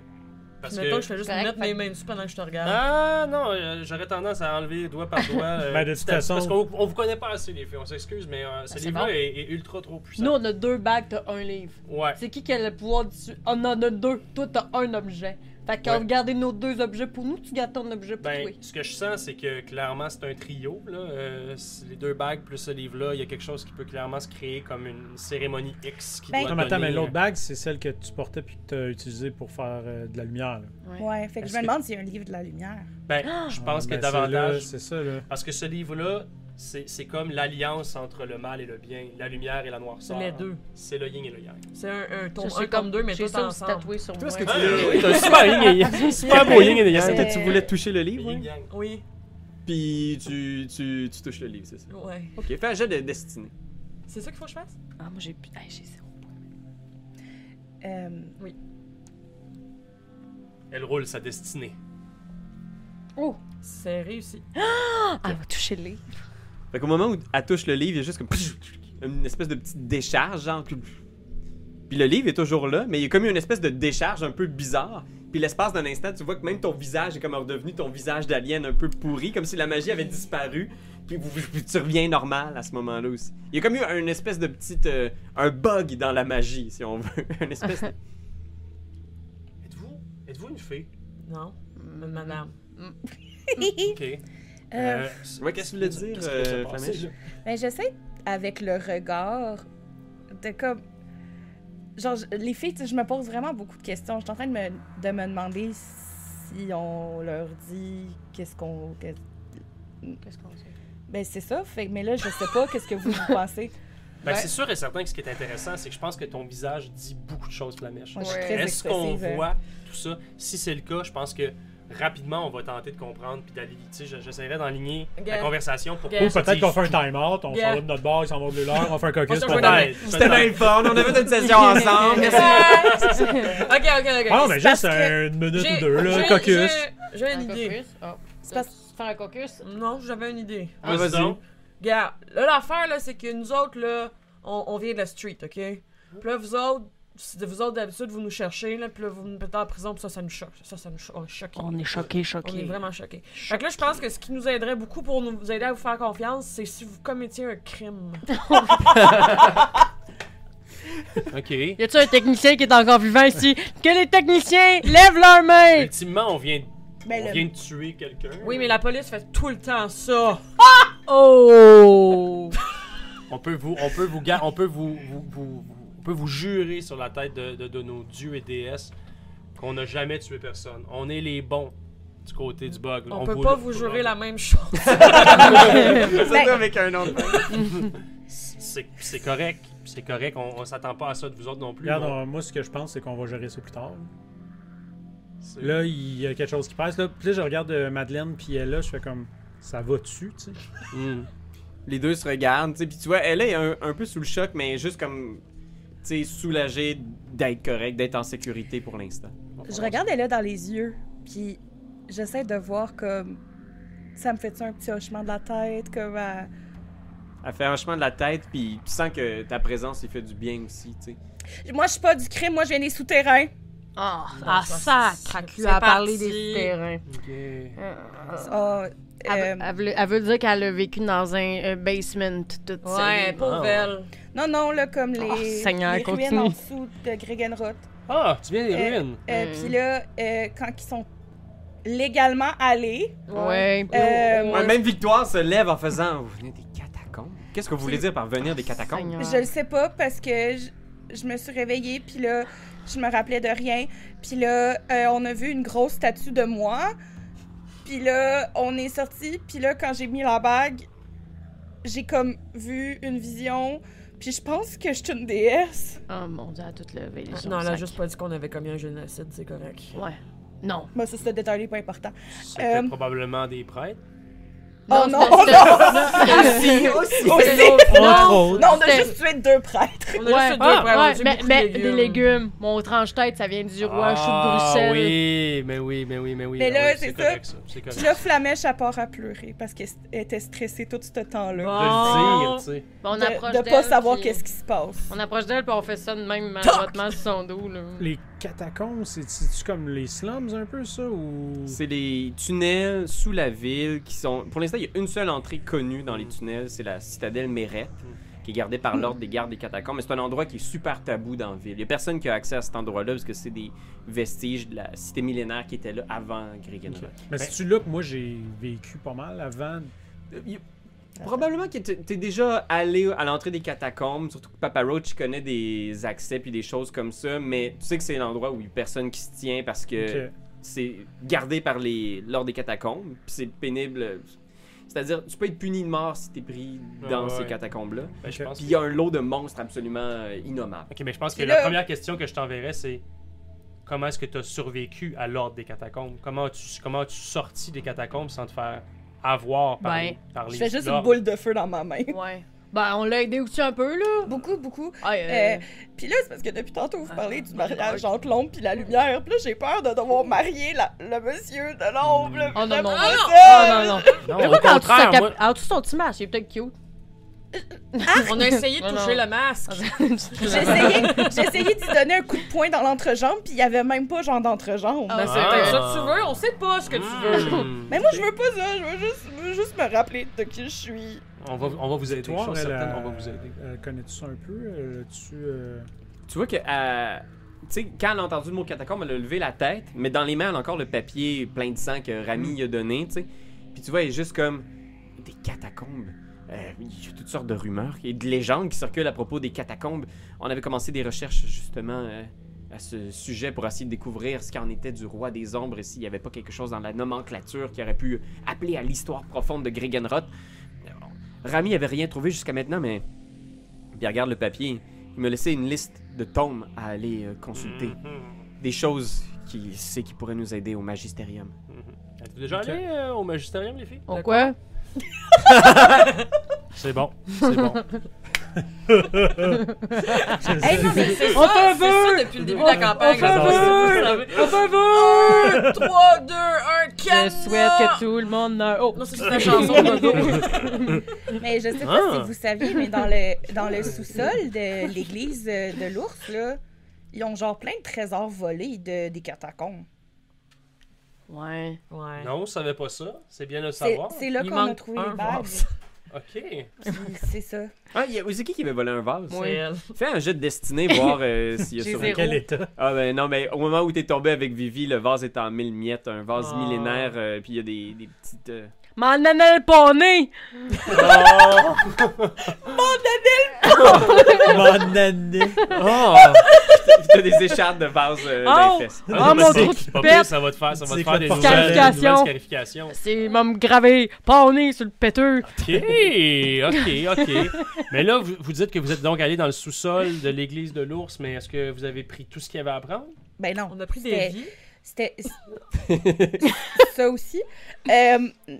S4: Parce
S8: Mettons que je
S4: que...
S8: fais juste
S5: Correct,
S8: mettre
S5: fait-
S8: mes mains dessus pendant que je te regarde.
S4: Ah non, euh, j'aurais tendance à enlever doigt par doigt. euh,
S6: Ben, de toute
S4: petit à petit,
S6: façon-
S4: Parce qu'on on vous connaît pas assez, les filles, on s'excuse, mais euh, ce
S8: Ben, c'est
S4: livre-là
S8: bon.
S4: est, est ultra trop puissant.
S5: Nous, on a deux bagues, t'as un livre.
S4: Ouais.
S5: C'est qui qui a le pouvoir dessus? On en a deux. Toi, t'as un objet. Fait qu'on va
S4: Ouais.
S5: nos deux objets pour nous, tu gardes ton objet pour
S4: Ben,
S5: toi.
S4: ce que je sens, c'est que clairement, c'est un trio. Là. Euh, c'est les deux bagues plus ce livre-là, il y a quelque chose qui peut clairement se créer comme une cérémonie X qui
S7: Ben,
S4: doit
S6: Non, mais attends,
S4: donner- euh,
S6: mais l'autre bague, c'est celle que tu portais puis que tu as utilisée pour faire euh, de la lumière. là.
S7: Ouais, fait que je
S4: Est-ce
S7: me
S4: que-
S7: demande s'il y a un livre de la lumière.
S4: Ben, je pense
S6: Ah,
S4: que
S6: ben,
S4: davantage...
S6: celle-là, C'est ça, là.
S4: Parce que ce livre-là, c'est c'est comme l'alliance entre le mal et le bien, la lumière et la noirceur.
S8: C'est les deux.
S4: C'est le yin et le yang.
S8: C'est un, un
S5: Je
S8: tome
S5: sais
S8: 1 comme 2, mais
S5: j'ai
S8: tout
S5: ça aussi
S8: ensemble.
S5: tatoué sur moi.
S2: Qu'est-ce que
S4: Ah,
S2: tu
S4: oui,
S2: veux?
S4: t'as un super yin et yang. Super beau yin et
S2: Est-ce
S4: yang.
S2: que tu voulais toucher le livre?
S4: Yin
S2: ouais?
S4: yang.
S8: Oui,
S2: Puis tu, tu, tu touches le livre, c'est ça?
S8: ouais.
S2: Ok, fais un jet de destinée.
S8: C'est ça qu'il faut que je fasse?
S5: Ah, moi, j'ai pu. Hey, j'ai zéro.
S7: Euh,
S4: Elle roule sa destinée.
S8: C'est réussi.
S5: Ah, elle va toucher le livre.
S2: Fait qu'au moment où elle touche le livre, il y a juste comme une espèce de petite décharge, genre. Puis puis le livre est toujours là, mais il y a comme une espèce de décharge un peu bizarre. Puis l'espace d'un instant, tu vois que même ton visage est comme redevenu ton visage d'alien un peu pourri, comme si la magie avait disparu. Puis vous- vous- tu reviens normal à ce moment-là aussi. Il y a comme eu une espèce de petite. euh, un bug dans la magie, si on veut. Une espèce. de-
S4: Êtes-vous êtes une fée?
S8: Non, mais madame.
S4: Ok.
S7: euh,
S2: Ouais, qu'est-ce que tu voulais dire,
S4: Qu'est-ce que ça
S2: euh,
S4: passait,
S2: Flamèche?
S4: là?
S7: ben, j'essaie, avec le regard, de comme. Genre, je- les filles, tu sais, je me pose vraiment beaucoup de questions. Je suis en train de me, de me demander si on leur dit qu'est-ce qu'on. que-
S5: Qu'est-ce qu'on fait?
S7: Ben, c'est ça. Fait, mais là, je sais pas qu'est-ce que vous, vous pensez.
S4: Ben,
S5: Ouais.
S4: C'est sûr et certain que ce qui est intéressant, c'est que je pense que ton visage dit beaucoup de choses, Flamèche.
S7: Moi, je suis
S5: Ouais.
S7: très hein.
S4: Est-ce qu'on
S7: expressive.
S4: voit tout ça? Si c'est le cas, je pense que rapidement, on va tenter de comprendre puis d'aller. Tu sais, je- j'essaierai d'enligner la
S8: Gars.
S4: conversation pour
S8: Gars.
S6: Ou
S4: qu'on se
S6: peut-être
S4: dise-
S6: qu'on fait un time-out, on
S8: Yeah.
S6: s'en va de notre bar, ils s'en vont de leur, on fait un caucus.
S8: On se
S6: pour-
S8: rejoint dans-
S4: Peut-être,
S2: C'était bien
S4: peut-être.
S2: le fun, on avait fait une session ensemble.
S8: ok, ok, ok.
S6: Ah,
S8: C'est
S6: mais juste
S8: parce que
S6: une minute
S8: j'ai-
S6: ou deux, là,
S8: j'ai-
S6: caucus.
S8: j'ai- J'ai une idée.
S5: C'est
S7: parce-
S5: Oh. Faire un caucus?
S8: Non, j'avais une idée.
S4: Vas-y
S2: Vas-y.
S4: donc.
S8: Gars, là, l'affaire, là, c'est que nous autres, là, on, on vient de la street, OK? Puis là, vous autres, c'est de vous autres, d'habitude, vous nous cherchez, là, puis là, vous nous mettez en prison, puis ça, ça nous choque. Ça, ça nous choque. On est choqués.
S9: On est choqué,
S8: On
S9: choqué.
S8: est vraiment choqués. Fait que là, je pense que ce qui nous aiderait beaucoup pour nous vous aider à vous faire confiance, c'est si vous commettiez un crime.
S4: OK.
S5: Y a-tu un technicien qui est encore vivant ici? Que les techniciens lèvent leurs mains!
S4: Ultimement, on vient,
S7: Mais
S4: on
S7: Ben, le-
S4: vient de tuer quelqu'un.
S8: Oui, mais la police fait tout le temps ça.
S5: Oh!
S4: On peut vous, on peut vous, gar- on peut vous, vous- vous- vous- on peut vous jurer sur la tête de, de- de nos dieux et déesses qu'on n'a jamais tué personne. On est les bons du côté du bug.
S8: On, peut pas vous jurer la même chose.
S7: Ben,
S2: C'est ça avec un autre.
S4: C'est c'est correct. C'est correct. On, on s'attend pas à ça de vous autres non plus.
S6: Regarde,
S4: On-
S6: euh, moi, ce que je pense, c'est qu'on va gérer ça plus tard.
S4: c'est-
S6: Là, il y a quelque chose qui passe. Là, puis là, je regarde euh, Madeleine, puis elle, là, je fais comme, ça va-tu, tu sais?
S4: Hmm.
S2: Les deux se regardent, tu sais, puis tu vois, elle est un, un peu sous le choc, mais juste comme, tu sais, soulagée d'être correcte, d'être en sécurité pour l'instant.
S7: Je regarde elle là dans les yeux, puis j'essaie de voir comme ça me fait un petit hochement de la tête, comme à-
S2: Elle fait un hochement de la tête, puis tu sens que ta présence lui fait du bien aussi, tu sais.
S7: Moi, je suis pas du crime, moi, je viens des souterrains.
S5: Ah,
S8: ah,
S5: ça,
S8: sacre,
S5: craque
S8: c'est
S5: à
S8: parti.
S5: parler des souterrains.
S7: Ah, euh,
S5: Elle, elle veut, elle veut dire qu'elle a vécu dans un euh, basement toute
S8: Ouais,
S5: seule.
S8: pauvre elle.
S7: Non, non, là, comme les,
S5: ah. Oh, Seigneur,
S7: les ruines
S5: continue.
S7: en dessous de Gregenroth.
S4: Ah, tu viens des
S7: Euh,
S4: ruines.
S7: Euh,
S5: Mm.
S7: Puis là, euh, quand ils sont légalement allés,
S5: Ouais.
S7: euh,
S5: Oh,
S2: Ouais, même Victoire se lève en faisant Vous venez des catacombes Qu'est-ce que vous voulez dire par venir des catacombes
S5: Seigneur.
S7: je le sais pas parce que je, je me suis réveillée, puis là, je me rappelais de rien. Puis là, euh, on a vu une grosse statue de moi. Puis là, on est sorti, puis là, quand j'ai mis la bague, j'ai comme vu une vision. Puis je pense que je suis une déesse.
S5: Oh mon dieu, elle a tout levé les
S8: Non, elle a
S5: sacs.
S8: juste pas dit qu'on avait commis un génocide, c'est correct.
S5: Ouais. Non.
S7: Mais Bah, ça, c'est le détail il est pas important.
S4: C'était
S7: euh,
S4: probablement des prêtres.
S7: Oh
S5: c'est
S7: non,
S5: parce
S7: oh
S5: que-
S2: Aussi,
S7: Aussi.
S2: aussi
S6: Entre
S5: Non.
S6: autres.
S7: Non, on a
S5: C'était-
S7: juste tué deux prêtres.
S8: On a
S5: Ouais,
S8: juste deux
S5: ah,
S8: frères, on a
S5: ouais,
S8: tué
S5: mais,
S8: beaucoup de
S5: mais des légumes. Mon tranche-tête, ça vient du roi chou
S4: Ah,
S5: de Bruxelles.
S4: oui, mais oui, mais oui, mais oui.
S7: Mais
S4: ah
S7: là,
S4: oui,
S7: c'est
S4: correct, ça. C'est correct.
S7: Puis là, Flamèche, elle part à pleurer parce qu'elle était stressée tout ce temps-là.
S4: De le
S8: Bon.
S4: dire, tu sais.
S5: Bon, Ben, on
S7: de
S5: approche
S7: de pas
S5: d'elle,
S7: savoir
S5: puis-
S7: qu'est-ce qui se passe.
S5: On approche d'elle, puis on fait ça de même malheureusement sur son dos. Là.
S6: Les catacombes, c'est- c'est-tu comme les slums, un peu, ça, ou...
S2: C'est les tunnels sous la ville qui sont. Pour l'instant, il y a une seule entrée connue dans les tunnels, c'est la citadelle Mérette, qui est gardée par l'ordre des gardes des catacombes. Mais c'est un endroit qui est super tabou dans la ville. Il n'y a personne qui a accès à cet endroit-là parce que c'est des vestiges de la cité millénaire qui était là avant Gregenroth.
S6: Mais c'est-tu là que moi, j'ai vécu pas mal avant?
S2: Euh, y- Probablement que t'es t'es déjà allé à l'entrée des catacombes, surtout que Papa Roach connaît des accès puis des choses comme ça, mais tu sais que c'est l'endroit où il y a personne qui se tient parce que
S6: que-
S2: c'est gardé par les lors des catacombes, puis c'est pénible. C'est-à-dire, tu peux être puni de mort si t'es pris dans
S4: Ouais, ouais.
S2: ces catacombes-là.
S4: Ben, je
S6: Ok.
S4: pense
S2: Puis il y a un lot de monstres absolument euh, innommables.
S4: Ok, mais je pense que
S7: Puis
S4: la
S7: là-
S4: première question que je t'enverrai, c'est comment est-ce que tu as survécu à l'ordre des catacombes? Comment as-tu comment as-tu sorti des catacombes sans te faire avoir par,
S5: Ben,
S4: les- par les
S7: Je fais juste une
S4: lords?
S7: boule de feu dans ma main.
S5: Ouais. Ben, on l'a aidé aussi un peu, là.
S7: Beaucoup, beaucoup.
S5: Ah,
S7: Euh, Ah, puis là, c'est parce que depuis tantôt, vous parlez du mariage entre l'ombre puis la lumière. Puis là, j'ai peur de devoir marier la- le monsieur de l'ombre. là,
S5: Oh non,
S7: puis
S5: non, non.
S7: j'aime pas
S5: Oh
S7: ça.
S5: non, non.
S4: Non,
S5: Mais
S4: au
S5: pourquoi en dessous de sa
S4: contraire,
S5: cap-
S4: moi,
S5: en dessous de son petit masque, il est peut-être cute.
S7: Ah!
S8: On a essayé de
S5: Non,
S8: toucher
S5: non.
S8: le masque.
S7: J'ai essayé, j'ai essayé d'y donner un coup de poing dans l'entrejambe, puis il y avait même pas genre d'entrejambe.
S5: Ah,
S8: Ben, c'est
S4: Ah.
S8: peut-être ça que tu veux, on sait pas ce que tu veux.
S4: Hmm.
S7: Mais moi, je veux pas ça. Je veux juste, je veux juste me rappeler de qui je suis.
S4: on, va, on va vous aider.
S6: Toi,
S4: je suis
S6: elle,
S4: certaine,
S6: euh,
S4: on va vous aider.
S6: euh, Connais-tu ça un peu? Euh, tu... euh,
S2: Tu vois que, euh, tu sais, quand elle a entendu le mot catacombe, elle a levé la tête, mais dans les mains, elle a encore le papier plein de sang que Rami lui a donné, tu sais. Puis tu vois, elle est juste comme des catacombes. Euh, Il y a toutes sortes de rumeurs et de légendes qui circulent à propos des catacombes. On avait commencé des recherches justement euh, à ce sujet pour essayer de découvrir ce qu'en était du roi des ombres et s'il n'y avait pas quelque chose dans la nomenclature qui aurait pu appeler à l'histoire profonde de Gregenroth. Euh, Rami avait rien trouvé jusqu'à maintenant, mais puis regarde le papier. Il me laissait une liste de tomes à aller euh, consulter.
S4: Hmm.
S2: Des choses qu'il sait qui pourraient nous aider au magisterium.
S4: Êtes-vous déjà allé euh, au magistérium, les filles?
S5: Pourquoi?
S4: C'est bon, c'est bon.
S7: Hey, Eh, non, mais-
S8: C'est ça, Ah, c'est ça depuis le début de la campagne.
S6: fait
S8: là,
S6: un
S8: c'est- vous savez. Un, 3, 2, 1, 4.
S5: Je souhaite que tout le monde meure. Oh!
S8: Non, ça, c'est ta chanson, Dodo.
S7: Mais je sais pas
S4: Ah.
S7: si vous saviez, mais dans le, dans le sous-sol de l'église euh, de l'ours, là, il Ils ont genre plein de trésors volés de, des catacombes.
S5: Ouais.
S8: Ouais.
S4: Non, je savais pas ça. C'est bien de le
S7: C'est
S4: savoir.
S7: c'est là
S8: Il
S7: qu'on a
S8: manque
S7: trouvé
S8: un
S7: les bagues.
S8: vase.
S4: OK.
S7: puis C'est ça.
S2: Ah, il y a- c'est qui qui avait volé un vase?
S8: C'est elle.
S2: Fais un jet de destinée, voir euh, s'il y a
S5: J'ai
S2: sur
S5: zéro.
S6: Quel état?
S2: Ah ben non, mais au moment où t'es tombé avec Vivi, le vase est en mille miettes, un vase
S5: Ah.
S8: Oh.
S2: millénaire, euh, puis il y a des, des petites... euh,
S5: M'en annale pas nez!
S6: Mon année!
S2: Oh! T'as des écharpes de vase euh, dans
S5: Oh!
S2: les fesses.
S5: Ah, mon
S4: C'est-
S5: trou de
S4: c'est pas
S5: pète.
S4: pire, Ça va te faire, ça va
S6: C'est
S4: te
S6: quoi
S4: faire des
S6: de
S4: nouvelles,
S5: Scarification.
S4: nouvelles scarifications.
S5: C'est m'a me gravé pas au nez sur le péteux.
S4: OK, OK, OK. mais là, vous, vous dites que vous êtes donc allé dans le sous-sol de l'église de l'ours, mais est-ce que vous avez pris tout ce qu'il y avait à prendre?
S7: Ben non.
S8: On a pris des
S7: C'était-
S8: vies.
S7: C'était. ça aussi. Euh,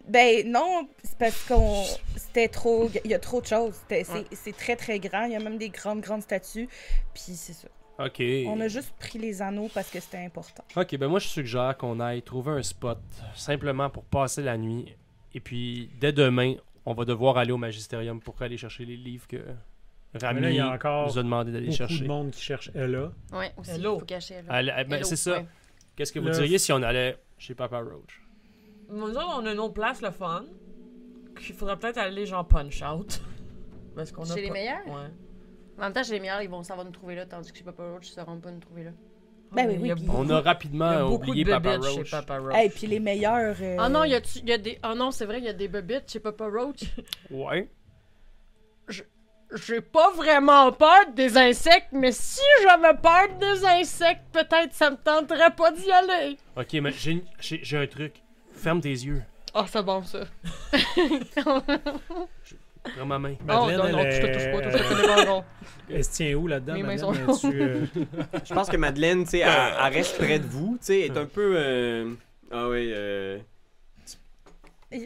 S7: ben non, c'est parce qu'on. C'était trop. Il y a trop de choses. C'était- C'est c'est très, très grand. Il y a même des grandes, grandes statues. Puis c'est ça.
S4: OK.
S7: On a juste pris les anneaux parce que c'était important.
S4: Ok, ben moi je suggère qu'on aille trouver un spot simplement pour passer la nuit. Et puis dès demain, on va devoir aller au magisterium pour aller chercher les livres que Rami
S6: là, il y a encore
S4: nous a demandé d'aller
S6: Beaucoup
S4: chercher.
S6: de monde qui cherche Ella.
S5: Ouais, aussi.
S8: Hello.
S5: Faut cacher. là.
S4: Allez, eh ben,
S5: Hello,
S4: c'est ça.
S5: ouais.
S4: Qu'est-ce que vous
S6: Le-
S4: diriez si on allait chez Papa Roach
S8: Nous autres, on a une autre place, le fun. Qu'il faudrait peut-être aller, genre, punch out. Parce qu'on a.
S5: Chez les
S8: pas-
S5: meilleurs?
S8: Ouais.
S5: En même temps, chez les meilleurs, ils vont savoir nous trouver là, tandis que chez Papa Roach, ils sauront pas nous trouver là.
S7: Ben
S8: Oh,
S7: oui,
S8: il y a
S7: oui,
S8: beaucoup-
S4: On a rapidement
S8: il y a beaucoup
S4: oublié
S8: de
S4: Papa
S8: babettes
S4: Roach.
S8: chez Papa Roach.
S7: Et puis les meilleurs. euh,
S5: Ah non, y a-tu- y a des. Ah non, c'est vrai, il y a des bobites chez Papa Roach.
S4: Ouais.
S5: J'ai pas vraiment peur des insectes, mais si j'avais peur des insectes, peut-être ça me tenterait pas d'y aller.
S4: Ok, mais j'ai une- j'ai j'ai un truc. Ferme tes yeux.
S5: Ah, c'est bon ça.
S4: Prends ma main.
S5: Oh
S6: Madeleine,
S5: non, non, tu
S6: elle
S5: te touches pas,
S6: est-
S5: tu te connais pas encore.
S6: Elle se tient où là-dedans,
S5: Mes mains
S6: Madeleine?
S5: sont
S6: Es-tu, euh,
S2: Je pense que Madeleine, tu sais, elle, elle reste près de vous, tu sais, est un peu... euh, Ah oui, euh...
S7: euh,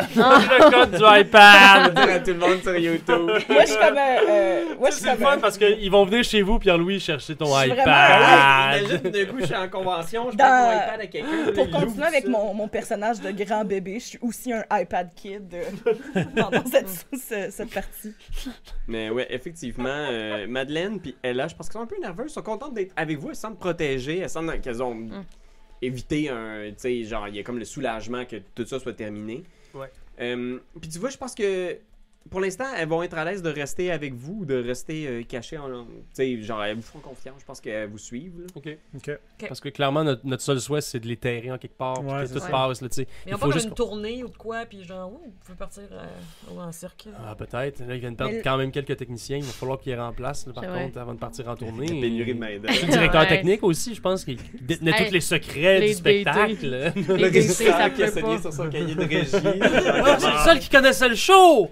S7: euh,
S4: le code du iPad.
S2: on va dire à tout le monde sur YouTube.
S7: Moi, je suis comme. euh, euh, moi, je suis
S4: C'est le
S7: comme.
S4: fun
S7: euh,
S4: parce qu'ils vont venir chez vous, Pierre-Louis, chercher ton
S7: Je suis vraiment
S5: Ah,
S4: iPad.
S2: Ah Imagine, d'un coup, je suis en convention, je
S7: Dans-
S2: prends mon iPad à quelqu'un. là,
S7: euh, Pour
S2: il ouvre
S7: continuer avec
S2: ça.
S7: mon, mon personnage de grand bébé, je suis aussi un iPad kid euh, pendant cette, ce- cette partie.
S2: Mais ouais, effectivement, euh, Madeleine puis Ella, je pense qu'elles sont un peu nerveuses, elles sont contentes d'être avec vous, elles se sentent protégées, elles sentent qu'elles ont
S5: Mm.
S2: évité un, tu sais, genre il y a comme le soulagement que tout ça soit terminé.
S4: Ouais.
S2: Euh, puis tu vois, je pense que pour l'instant, elles vont être à l'aise de rester avec vous, de rester euh, cachées, en, tu sais, genre elles vous font confiance, je pense qu'elles vous suivent. là.
S4: Ok.
S6: OK.
S4: Parce que clairement, notre, notre seul souhait, c'est de les terrer en quelque part, puis
S6: Ouais,
S4: que
S6: c'est
S4: tout
S6: ça.
S4: se passe, là, tu sais.
S8: Mais on
S4: Il
S8: pas
S4: faut
S8: comme
S4: juste...
S8: une tournée ou de quoi, puis genre, ouh, vous pouvez partir euh, en circuit.
S4: Ah, peut-être. Là, ils viennent perdre
S7: Mais le-
S4: quand même quelques techniciens. Il va falloir qu'ils remplacent, là, par
S5: C'est vrai.
S4: contre, avant de partir en tournée.
S2: La pénurie de main
S4: Le directeur
S5: Ouais.
S4: technique aussi, je pense, qu'il détenait
S5: Hey,
S4: tous les secrets
S5: les
S4: du spectacle.
S5: Les DC, ça
S2: qui a
S5: peut
S2: sonné
S5: pas.
S2: sur son cahier de régie.
S4: Ah, c'est le seul qui connaissait le show!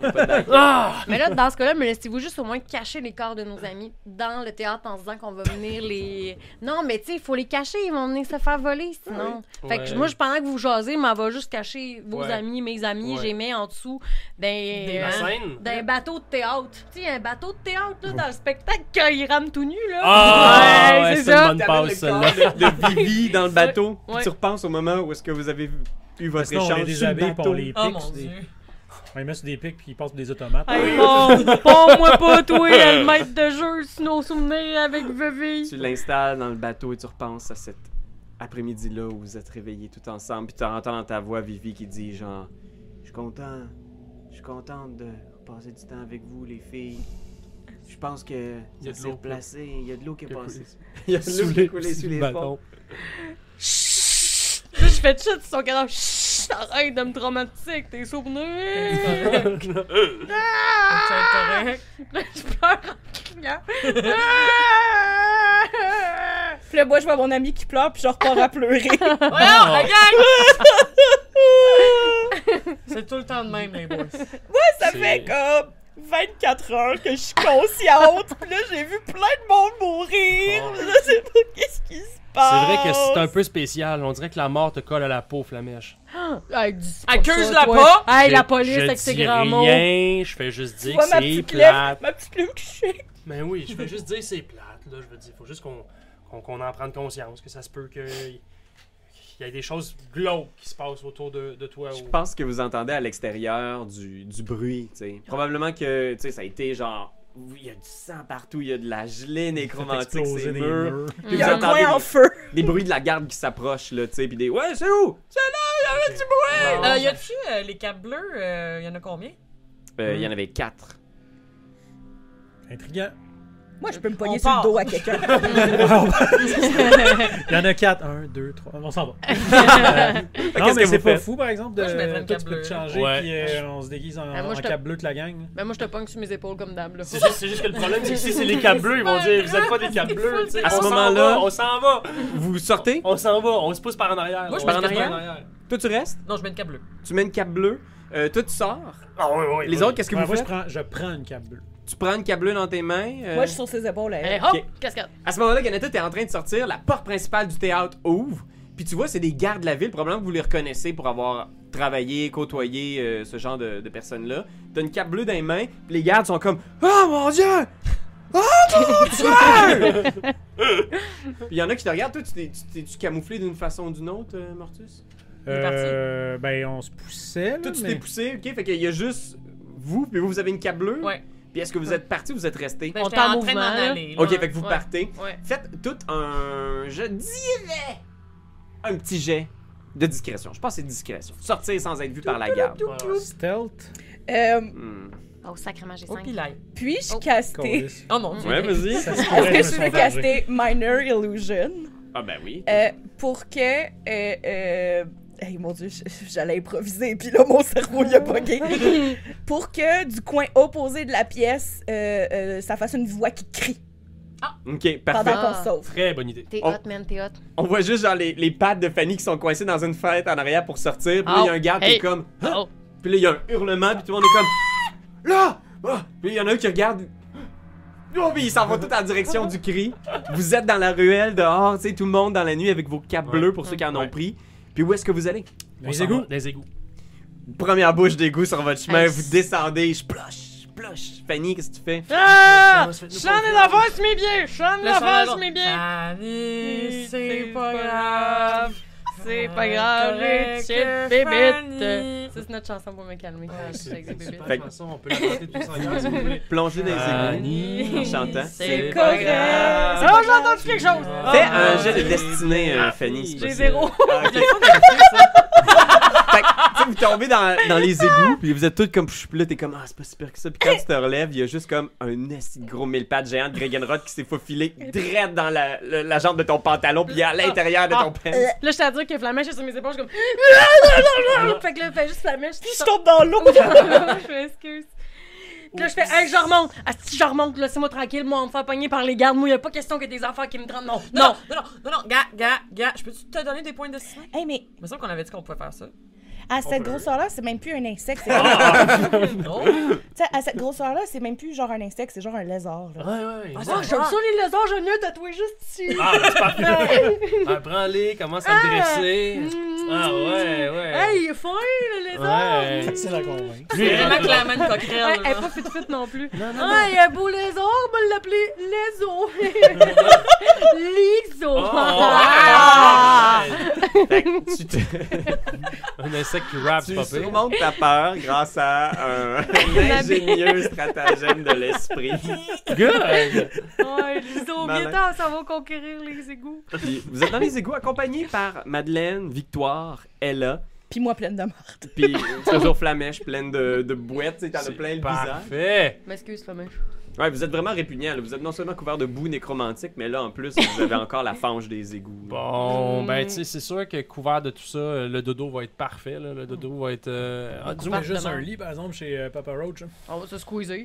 S4: Ah!
S5: Mais là, dans ce cas-là, me laissez-vous juste au moins cacher les corps de nos amis dans le théâtre en se disant qu'on va venir les. Non, mais tu sais, il faut les cacher, ils vont venir se faire voler sinon. Fait que
S4: Ouais.
S5: moi, je- pendant que vous jasez, m'en va juste cacher vos
S4: Ouais.
S5: amis, mes amis,
S4: Ouais.
S5: j'ai mis en dessous
S4: La
S5: d'un.
S4: scène?
S5: D'un bateau de théâtre. Tu sais, un bateau de théâtre, là, dans le spectacle, quand ils rament tout nu, là.
S4: Ah! Ouais, c'est une bonne
S2: T'amènes
S4: passe,
S2: le
S4: celle-là.
S2: corps de, de Vivi dans le bateau. puis
S5: Ouais.
S2: Tu repenses au moment où est-ce que vous avez eu votre
S6: Sinon, on les
S2: échange sur le
S6: déshabille puis on
S2: bateau.
S6: les
S4: Ah,
S8: Oh
S6: pique.
S8: mon
S6: sur des-
S8: dieu.
S6: On les met sur des pics puis ils passent pour des automates.
S5: Hey, bon, bon, moi pas, toi, le maître de jeu, sinon souvenez avec Vivi.
S2: Tu l'installes dans le bateau et tu repenses à cet après-midi-là où vous êtes réveillés tout ensemble. Puis tu entends dans ta voix Vivi qui dit genre, je suis content, je suis contente de passer du temps avec vous les filles. Je pense que
S4: Il y a
S2: ça
S4: de
S2: s'est
S4: l'eau.
S2: replacé, il y a de l'eau qui est
S4: Qui a
S2: passée.
S4: coulé.
S2: Il y a de l'eau qui a coulé
S4: sous
S2: sous
S4: le
S2: les
S4: bâton.
S2: ponts.
S5: Chut! Là, je fais de shit sur son cadavre. Chut! Arrête de me traumatiser avec tes souvenirs!
S8: C'est correct.
S5: je pleure en criant.
S7: Puis là, moi, je vois mon ami qui pleure, puis je repars à pleurer.
S8: Voyons, la gang! C'est tout le temps de même, les boys.
S7: Ça
S4: C'est-
S7: fait comme 24 heures que je suis consciente. Puis là, j'ai vu plein de monde mourir.
S4: Oh.
S7: Là, c'est pas qu'est-ce qui se
S4: C'est
S7: passe.
S4: vrai que c'est un peu spécial. On dirait que la mort te colle à la peau, Flamèche.
S8: Accuse-la
S5: pas! Hey,
S4: Je-
S5: la police
S4: je
S5: avec ses
S4: dis
S5: grands mots!
S4: rien, je fais juste
S7: Tu
S4: dire que
S7: vois ma
S4: c'est
S7: petite lèvre,
S4: plate.
S7: ma petite lèvre touchée.
S4: Mais oui, je fais juste dire c'est plate. Là, je veux dire, faut juste qu'on qu'on- qu'on en prenne conscience, que ça se peut que qu'il y ait des choses glauques qui se passent autour de, de toi.
S2: Je
S4: ou-
S2: pense que vous entendez à l'extérieur du, du bruit, tu sais. Probablement que, tu sais, ça a été genre il y a du sang partout, il y a de la gelée nécromantique,
S6: exploser
S2: c'est
S6: des
S2: murs.
S6: murs.
S2: Puis
S7: Il y
S2: vous
S7: a un
S2: entendez
S7: coin en
S2: des,
S7: feu.
S2: des bruits de la garde qui s'approche, là, tu sais, puis des Ouais, c'est où C'est là, il y avait du bruit
S8: Euh, y a-tu euh, les capes bleues euh, Y en a combien
S2: Euh,
S6: Mm.
S2: Il y en avait quatre.
S6: Intriguant.
S7: Moi, je peux me
S8: On
S7: pogner sur le
S8: part.
S7: dos à quelqu'un.
S6: Il y en a quatre. Un, deux, trois. On s'en va. Euh,
S2: Fait
S6: non,
S2: qu'est-ce
S6: mais
S2: que
S6: c'est
S2: vous
S6: pas
S2: faites
S6: fou, par exemple,
S8: Moi, je mettrais
S6: de.
S8: le
S6: Toi,
S8: cap
S6: tu peux
S8: bleu.
S6: te changer,
S4: Ouais.
S6: puis euh, on se déguise en,
S5: Ben, moi,
S6: en
S5: je te-
S6: cap bleu toute la gang.
S5: Ben moi, je te pogne sur mes épaules comme d'hab, là.
S4: C'est juste, c'est juste que le problème, c'est que si c'est les câbles bleus, ils vont dire Vous êtes pas des câbles bleus. tu sais.
S2: À ce
S4: On s'en
S2: moment-là-
S4: va, on s'en va.
S2: Vous sortez
S4: On s'en va, on se pousse par en arrière.
S8: Moi, je
S4: On
S8: mets
S4: se
S8: une
S4: pousse
S8: cape
S4: par en
S8: bleue.
S4: arrière.
S2: Toi, tu restes
S8: Non, je mets une cape bleue.
S2: Tu mets une cape bleue euh, Toi, tu sors
S4: Ah, oui, oui,
S2: Les
S4: oui.
S2: autres, qu'est-ce que
S6: Ouais,
S2: vous
S6: moi, je
S2: faites
S6: prends, je prends une cape bleue.
S2: Tu prends une cape bleue dans tes mains euh,
S7: Moi, je suis sur ses épaules. à elle.
S5: Hey, hop,
S2: Ok.
S5: cascade.
S2: À ce moment-là, Ganeta, t'es en train de sortir, la porte principale du théâtre ouvre, puis tu vois, c'est des gardes de la ville, probablement que vous les reconnaissez pour avoir travaillé, côtoyé euh, ce genre de, de personnes-là. T'as une cape bleue dans les mains, puis les gardes sont comme « Oh mon Dieu! Oh mon Dieu! » Puis il y en a qui te regardent. Toi, tu t'es- tu t'es-tu camouflé d'une façon ou d'une autre, euh, Mortus?
S8: Il est parti.
S6: Euh, ben, on se poussait. Là,
S2: Toi, tu
S6: mais-
S2: t'es poussé, OK? Fait qu'il y a juste vous, puis vous, vous avez une cape bleue.
S8: Ouais.
S2: Puis est-ce que vous êtes parti ou vous êtes resté?
S8: Ben,
S5: On
S8: j'étais
S5: t'a en
S8: en train d'en
S5: mouvement, là.
S8: aller. là.
S2: OK, fait que vous
S5: ouais.
S2: partez.
S5: Ouais.
S2: Faites tout un, je dirais, un petit jet de discrétion. Je pense que c'est discrétion. Sortir sans être vu par la garde.
S4: Voilà.
S6: Ah. Stealth.
S4: Eh.
S7: Euh,
S2: Hmm.
S5: Oh, sacrément, j'ai
S8: Oh,
S5: 5.
S8: puis là.
S7: Puis-je
S5: Oh,
S7: caster?
S6: Câlisse.
S8: Oh mon dieu.
S2: vas-y.
S6: Ça se
S7: Est-ce
S6: pourrait,
S7: que
S6: je
S7: je
S6: me
S7: peux
S6: sens danger.
S7: caster Minor Illusion
S2: Ah ben oui.
S7: euh, pour que... euh, euh, hey, mon Dieu, je- j'allais improviser, puis là, mon cerveau, il a bugué. pour que du coin opposé de la pièce, euh, euh, ça fasse une voix qui crie
S2: OK, parfait.
S7: pendant qu'on
S5: Ah.
S7: se sauve.
S4: Très bonne idée.
S5: T'es
S2: On-
S5: hot, man, t'es hot.
S2: On voit juste genre les, les pattes de Fanny qui sont coincées dans une fête en arrière pour sortir. Puis là, il y a un garde qui est
S5: Oh, Hey.
S2: comme... Ah!
S5: Oh.
S2: Puis là, il y a un hurlement, puis tout le monde est comme... Là! Ah! Puis il y en a un qui regarde... Oh, puis ils s'en vont tous en direction du cri. Vous êtes dans la ruelle dehors, tu sais, tout le monde dans la nuit avec vos capes
S4: Ouais.
S2: bleues pour ceux qui en ont
S4: Ouais.
S2: pris. Puis où est-ce que vous allez?
S4: On
S6: Les
S4: s'en
S6: égouts.
S4: va, Les égouts.
S2: Première bouche d'égout sur votre chemin,
S5: Hey,
S2: vous
S5: c'est-
S2: descendez, je ploche, je ploche. Fanny, qu'est-ce que tu fais?
S5: Ah!
S4: Faites-nous
S5: Chante
S4: confiance.
S5: la face, mes biens! Chante
S8: Le
S5: la face,
S8: chandail.
S5: mes biens!
S8: Fanny, c'est
S5: C'est
S8: pas
S5: pas
S8: grave.
S5: C'est pas grave, les
S8: Correct, Fanny.
S5: petites bébites. Ça, c'est notre chanson pour me calmer quand je suis avec des
S4: Ah, C'est
S5: bébites.
S4: super
S2: Fait que-
S4: chanson, on peut la chanter tous ensemble si vous voulez.
S2: Plongez dans les égouts.
S4: Euh, Fanny,
S2: en chantant.
S5: C'est
S7: pas
S5: pas
S7: grave.
S5: grave.
S7: C'est pas
S5: Oh, j'ai entendu quelque chose!
S4: Ah.
S2: Fais
S5: Oh,
S2: un
S5: mon
S2: jet de
S5: Dieu.
S2: destinée, euh, Fanny, si
S5: J'ai
S2: possible.
S5: zéro.
S2: Ah, ok. Fait que, tu sais, vous tombez dans, dans les égouts, puis vous êtes toutes comme, puis là, t'es comme, ah, c'est pas super que ça. Puis quand tu te relèves, il y a juste comme un esti de gros mille pattes géant de Gregenrod qui s'est faufilé direct dans la, la- la jambe de ton pantalon, puis il est à l'intérieur de
S4: Ah.
S2: ton pants.
S5: Là, je t'ai dit que Flamèche est sur mes épaules, je suis comme. fait que là, fait juste Flamèche.
S7: Puis je tombe dans l'eau!
S5: je m'excuse. Puis Là, je fais, hey, je remonte. Ah, si je remonte, laissez-moi tranquille, moi, on me fait pogner par les gardes. Moi, y a pas question que des affaires qui me trempent. Non,
S8: Non,
S4: Ah,
S5: non.
S8: non, non, non, gars, gars, gars, je peux-tu te donner des points de destin?
S7: Hey, mais
S8: Il me semble qu'on avait dit qu'on pouvait faire ça.
S7: à cette
S4: peut.
S7: grosseur-là, c'est même plus un insecte. c'est-
S8: Non?
S7: Tu sais, à cette grosseur-là, c'est même plus genre un insecte, c'est genre un lézard. là.
S4: Ouais, ouais.
S8: Ah,
S5: Oh, j'aime ça, les lézards, j'aime mieux tatouer juste ici.
S4: Ah, c'est parfait. Ah, Prends-les, commence à me dresser. Ah, ouais, ouais.
S5: Hey, il est fin, le lézard.
S4: Ouais.
S6: Facile à convaincre.
S4: Lui,
S8: C'est
S4: il
S8: vraiment
S4: rentre là.
S8: clairement une coquerelle.
S5: Ouais, elle est
S8: là.
S5: pas fit fit non plus.
S4: Non, non, non.
S5: Ah, il y a un beau lézard, on va l'appeler Lézo. Lizo.
S4: Oh,
S8: Ah.
S5: Ah.
S4: ouais.
S2: Fait que tu te-
S4: Un insecte qui rappe, c'est
S2: Tu
S4: pas pire.
S2: surmontes ta peur grâce à un ingénieux stratagème de l'esprit.
S4: Good.
S5: Ouais, Lizo,
S2: Malin.
S5: bientôt, ça va conquérir les égouts.
S2: Puis vous êtes dans les égouts accompagnés par Madeleine, Victoire, Ella,
S7: Puis moi, pleine de marde.
S2: puis toujours Flamèche pleine de, de bouettes, tu sais, t'en as
S4: C'est
S2: plein le visage.
S4: Parfait.
S5: M'excuse, Flamèche.
S2: Ouais, vous êtes vraiment répugnant, là. vous êtes non seulement couvert de boue nécromantique, mais là en plus vous avez encore la fange des égouts.
S4: Bon, ben,
S5: Mm.
S4: tu sais, c'est sûr que couvert de tout ça, euh, le dodo va être parfait. Là. Le dodo va être. euh, ah,
S6: Du
S4: du
S6: moins,
S4: moins,
S6: juste
S5: Appartement.
S6: un lit, par exemple, chez euh, Papa Roach. hein.
S5: On va se squeezer.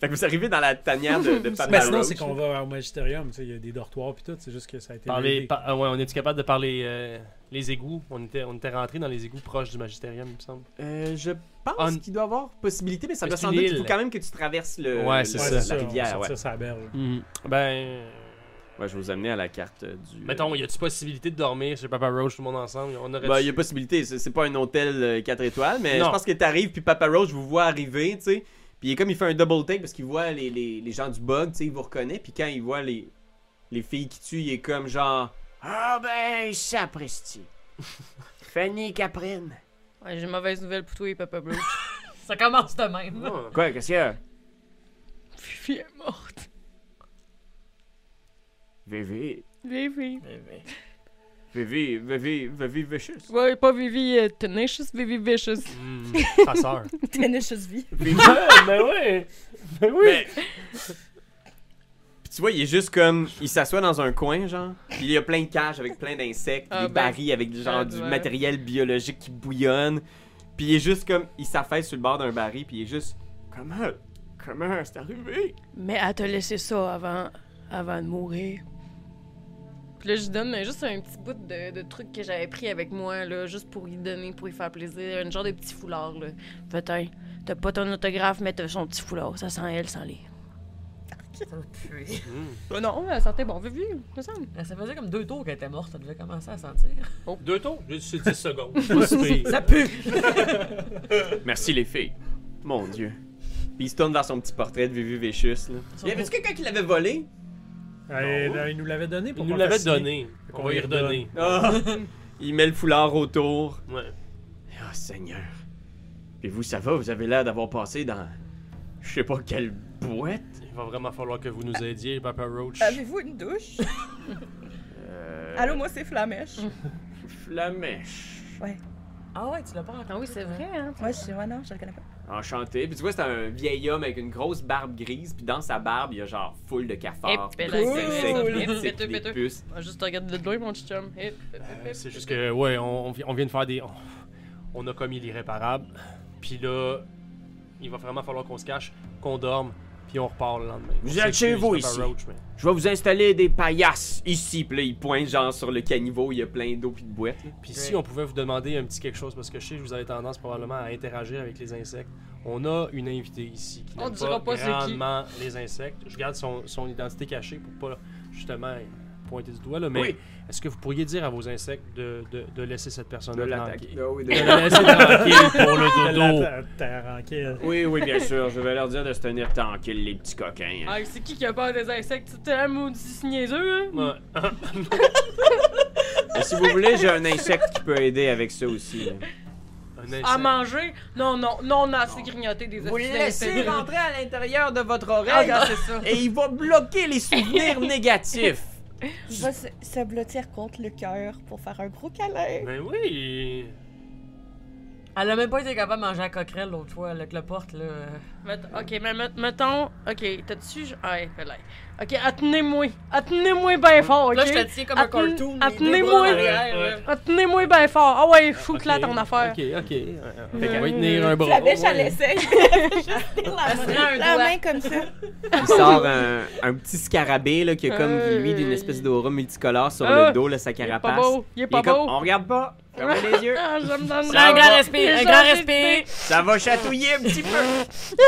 S2: Fait que vous arrivez dans la tanière de, de Papa
S6: Ben, sinon,
S2: Roach.
S6: c'est qu'on va au magisterium. tu sais, Il y a des dortoirs, puis tout. C'est juste que ça a été.
S4: parler,
S6: réglé.
S4: par- ah ouais, on est-tu capable de parler euh, les égouts On était, on était rentré dans les égouts proches du magistérium, il me semble.
S2: Euh, je pense
S4: On-
S2: qu'il doit y avoir possibilité, mais ça
S4: Mais
S2: doit
S4: c'est
S2: sans
S4: une
S2: doute il
S4: île.
S2: faut quand même que tu traverses le,
S4: Ouais,
S2: le-
S4: c'est
S6: Ouais,
S4: ça.
S6: c'est
S2: la
S6: ça, on va
S2: rivière. Ouais.
S6: sortir sa berge.
S4: Ben.
S2: Ouais, je vais vous amener à la carte euh, du.
S4: Mettons, y a-tu possibilité de dormir chez Papa Roach, tout le monde ensemble On aurait.
S2: Bah, il y a possibilité, c'est c'est pas un hôtel 4 étoiles, mais
S4: Non.
S2: je pense que t'arrives, puis Papa Roach vous voit arriver, tu sais. Puis il est comme il fait un double take parce qu'il voit les, les, les gens du bug, tu sais, il vous reconnaît, puis quand il voit les, les filles qui tuent, il est comme genre Ah ben, sapristi. Fanny Caprine.
S5: Ouais, j'ai une mauvaise nouvelle pour toi et Papa Blue.
S8: Ça commence de même.
S2: Quoi, qu'est-ce qu'il y a
S5: Fifi est morte.
S2: VV,
S5: Vivi.
S4: Eh ben,
S8: Bébé.
S2: VV, VV, VV Vicious.
S5: Ouais, pas Vivi euh, Tenacious, Vivi Vicious.
S4: Hmm, sa sœur.
S7: Tenacious vie.
S4: ben oui! Ben oui!
S2: Mais- Puis tu vois, il est juste comme. Il s'assoit dans un coin, genre. Puis il y a plein de cages avec plein d'insectes,
S5: Ah
S2: des
S5: ben,
S2: barils avec du genre du
S5: ouais.
S2: matériel biologique qui bouillonne. Puis il est juste comme. Il s'affaisse sur le bord d'un baril, puis il est juste. Comment Comment c'est arrivé
S5: Mais elle t'a laissé ça avant, avant de mourir. Puis là, je lui donne euh, juste un petit bout de, de truc que j'avais pris avec moi, là, juste pour lui donner, pour lui faire plaisir. Un genre de petit foulard, là. Peut-être. T'as pas ton autographe, mais t'as son petit foulard. Ça sent elle, sans les.
S8: Ça me puer.
S5: Oh non, elle sentait bon, vu, me semble.
S8: Ça faisait comme deux tours qu'elle était morte, ça devait commencer à sentir.
S4: Deux tours? C'est 10 secondes. Pas si pire.
S8: Ça pue!
S2: Merci les filles. Mon Dieu. Puis il se tourne vers son petit portrait de Vivi Vicious, là.
S8: Son
S2: Y avait-tu quelqu'un qui l'avait volé
S6: Euh, là, il nous l'avait donné pour
S4: Il nous
S6: qu'on
S4: l'avait
S6: fasse signer.
S4: donné. On va y redonner.
S2: Ah! Il met le foulard autour.
S4: Ouais.
S2: Oh Seigneur. Puis vous, ça va, vous avez l'air d'avoir passé dans. Je sais pas quelle boîte.
S4: Il va vraiment falloir que vous nous aidiez, Papa Roach.
S7: Avez-vous une douche?
S2: Euh.
S7: Allô, moi, c'est Flamèche.
S2: Flamèche.
S8: Ah ouais, tu l'as pas rencontré.
S5: Ah oui, c'est
S8: toi.
S5: vrai, hein.
S7: Ouais, je, ouais, non, je la connais pas.
S2: Enchanté. Puis tu vois, c'est un vieil homme avec une grosse barbe grise. Puis dans sa barbe, il y a genre full de cafards.
S5: Et
S2: puis
S5: puis là,
S2: des
S5: c'est-
S2: insectes,
S5: c'est-
S2: des
S5: c'est-
S2: tiques,
S5: c'est-
S2: des puces.
S5: Ah, Juste regarde de loin, mon petit chum. Eh.
S4: Euh, C'est juste que, ouais, on, on vi- on vient de faire des. On, on a commis l'irréparable. Puis là, il va vraiment falloir qu'on se cache, qu'on dorme, puis on repart le lendemain.
S2: Vous
S4: On sait
S2: êtes chez
S4: plus,
S2: vous
S4: c'est Papa
S2: ici.
S4: Roach, mais-
S2: Je vais vous installer des paillasses ici. Puis là, il pointe genre sur le caniveau. Il y a plein d'eau puis de boîtes. là.
S4: Puis si on pouvait vous demander un petit quelque chose, parce que je sais que vous avez tendance probablement à interagir avec les insectes. On a une invitée ici qui
S5: On
S4: n'aime
S5: dira pas c'est qui.
S4: grandement les insectes. Je garde son, son identité cachée pour pas justement pointer du doigt là, mais
S2: Oui.
S4: est-ce que vous pourriez dire à vos insectes de, de- de laisser cette personne
S2: De l'attaquer.
S4: tranquille?
S2: Ah oui, de-
S4: De la laisser tranquille pour le dodo.
S6: La terre tranquille.
S2: Oui, oui, bien sûr. Je vais leur dire de se tenir tranquille, les petits coquins. hein.
S5: Ah, c'est qui qui a peur des insectes? C'est un maudit niaiseux, hein?
S4: Ouais. Ah,
S5: Ah.
S2: Mais si vous voulez, j'ai un insecte qui peut aider avec ça aussi. là.
S4: Un insecte.
S5: À manger? Non, non, non, on a assez grignoté des
S2: Vous le laissez rentrer à l'intérieur de votre
S5: Ah,
S2: oreille
S5: non, c'est ça.
S2: et il va bloquer les souvenirs négatifs.
S7: Il va se, se blottir contre le cœur pour faire un gros câlin.
S4: Ben oui.
S8: Elle a même pas été capable de manger la coquerelle l'autre fois, avec le porte, là. euh,
S5: Mett- Ok, mais mett- mettons, ok, t'as-tu. ah, ju- Ouais, peut-être. Ok, attenez-moi. Attenez-moi bien fort, ok?
S8: Là, je te tiens comme un
S5: Atten-
S8: cartoon. les deux
S5: attenez-moi.
S8: bras en arrière,
S4: Ouais,
S8: là.
S5: Attenez-moi bien fort. Ah ouais, fou que là
S4: Ok,
S5: ton affaire.
S4: Ok, ok.
S5: Euh,
S4: Fait qu'elle va y tenir un bras.
S7: Flamèche, elle
S4: Ouais.
S7: essaye.
S8: se
S7: la
S8: prend un
S7: main, la
S8: doigt.
S7: main comme ça.
S5: Ah
S2: Il sort un, un petit scarabée là, qui a comme
S5: Euh,
S2: lui d'une espèce d'aura multicolore sur
S5: Ah,
S2: le dos, là, sa
S5: Il est
S2: carapace.
S5: pas beau. Il est
S2: Il
S5: pas
S2: est comme,
S5: beau.
S2: on regarde pas. Fermez les yeux.
S5: Ah, j'aime dans le-
S8: Un
S2: Ça
S8: grand
S2: va.
S8: respect, un
S5: J'ai
S8: grand
S5: changé
S8: respect.
S2: Ça va chatouiller un petit peu.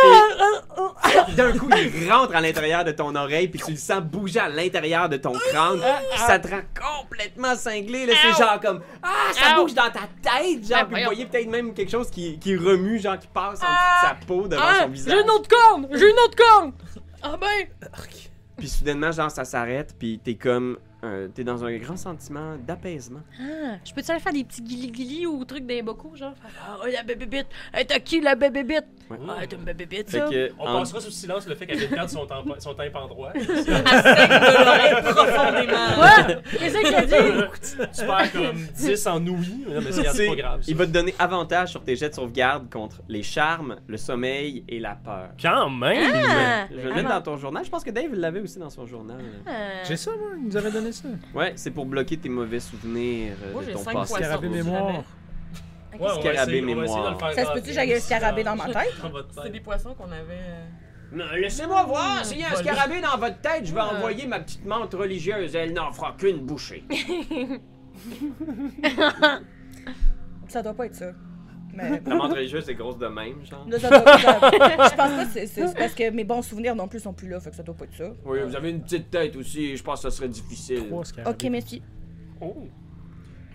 S2: Et D'un coup, il rentre à l'intérieur de ton oreille puis tu le sens bouger à l'intérieur de ton crâne. puis ça te rend complètement cinglé. là. C'est
S5: Ow.
S2: genre comme ah ça
S5: Ow.
S2: bouge dans ta tête,
S5: Ben,
S2: genre. Puis vous
S5: voyons.
S2: voyez peut-être même quelque chose qui, qui remue, genre qui passe en dessous de sa peau devant
S5: Ah,
S2: son visage.
S5: j'ai une autre corne. J'ai une autre corne. Ah ben.
S2: Puis soudainement, genre, ça s'arrête, puis t'es comme. euh, t'es dans un grand sentiment d'apaisement.
S5: Ah, je peux-tu aller faire des petits guili-guili ou trucs des bocaux, genre? Ah, oh, la bébé bite! Hey, t'as qui, la bébé bite?
S2: Ouais.
S5: Ah, t'as une bébé bite,
S2: Fait
S5: ça?
S2: que,
S4: On
S2: en-
S4: passera sous silence le fait qu'elle perde son, temp- son tympan droit.
S8: profondément.
S5: Quoi? Qu'est-ce que t'as dit?
S4: Tu perds comme 10 en ouïe, mais c'est c'est pas grave. ça.
S2: il va te donner avantage sur tes jets de sauvegarde contre les charmes, le sommeil et la peur.
S4: Quand même!
S5: Ah,
S2: Je le mets dans ton journal. Je pense que Dave l'avait aussi dans son journal.
S5: ah.
S6: J'ai ça, moi. Il nous avait donné ça.
S2: Ouais, c'est pour bloquer tes mauvais souvenirs euh,
S8: Moi,
S2: de
S8: j'ai
S2: ton
S8: cinq
S2: passé.
S8: poissons.
S6: Scarabée
S8: on
S6: mémoire.
S4: Ouais, on va
S2: Scarabée
S4: essayer- on va essayer de
S2: mémoire.
S4: le faire
S7: Ça se peut-tu que j'aille un scarabée dans ma tête?
S4: Dans votre
S8: C'est
S4: tête.
S8: des poissons qu'on avait. euh,
S2: Non, Laissez-moi voir, s'il y a un
S8: Voilà.
S2: scarabée dans votre tête, je vais envoyer ma petite menthe religieuse. Elle n'en fera qu'une bouchée.
S7: Ça doit pas être ça. Mais...
S2: La menthe religieuse, c'est grosse de même, genre.
S7: Non, ça doit pas- ça- Je pense pas que c'est- c'est c'est parce que mes bons souvenirs non plus sont plus là, fait que ça doit pas être ça.
S2: Oui, vous avez une petite tête aussi, je pense que ce serait difficile.
S6: Trois
S7: Ok,
S6: scarabées.
S7: merci.
S4: Oh.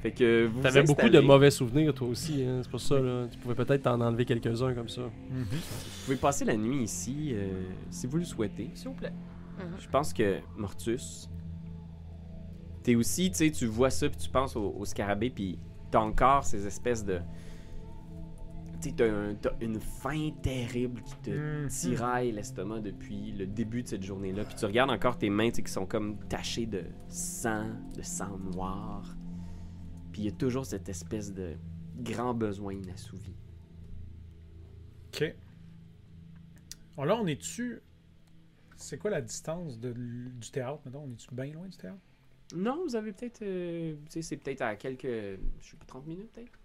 S2: Fait que vous
S4: T'avais
S2: vous
S4: beaucoup de
S2: installez.
S4: mauvais souvenirs, toi aussi. hein, C'est pour ça, là. Tu pouvais peut-être t'en enlever quelques-uns comme ça.
S2: Vous pouvez passer la nuit ici, euh, si vous le souhaitez.
S8: S'il vous plaît.
S2: Je pense que Mortus, t'es aussi, tu sais, tu vois ça puis tu penses au, au scarabée puis t'as encore ces espèces de, tu tu sais, t'as un- t'as une faim terrible qui te
S6: Mhm.
S8: Mm-hmm.
S2: tiraille l'estomac depuis le début de cette journée-là. Puis tu regardes encore tes mains tu sais, qui sont comme tachées de sang, de sang noir. Puis il y a toujours cette espèce de grand besoin inassouvi.
S6: OK. Alors là, on est-tu. C'est quoi la distance de l- du théâtre, maintenant On est-tu bien loin du théâtre
S2: Non, vous avez peut-être. euh, tu sais, c'est peut-être à quelques. Je sais pas, 30 minutes peut-être.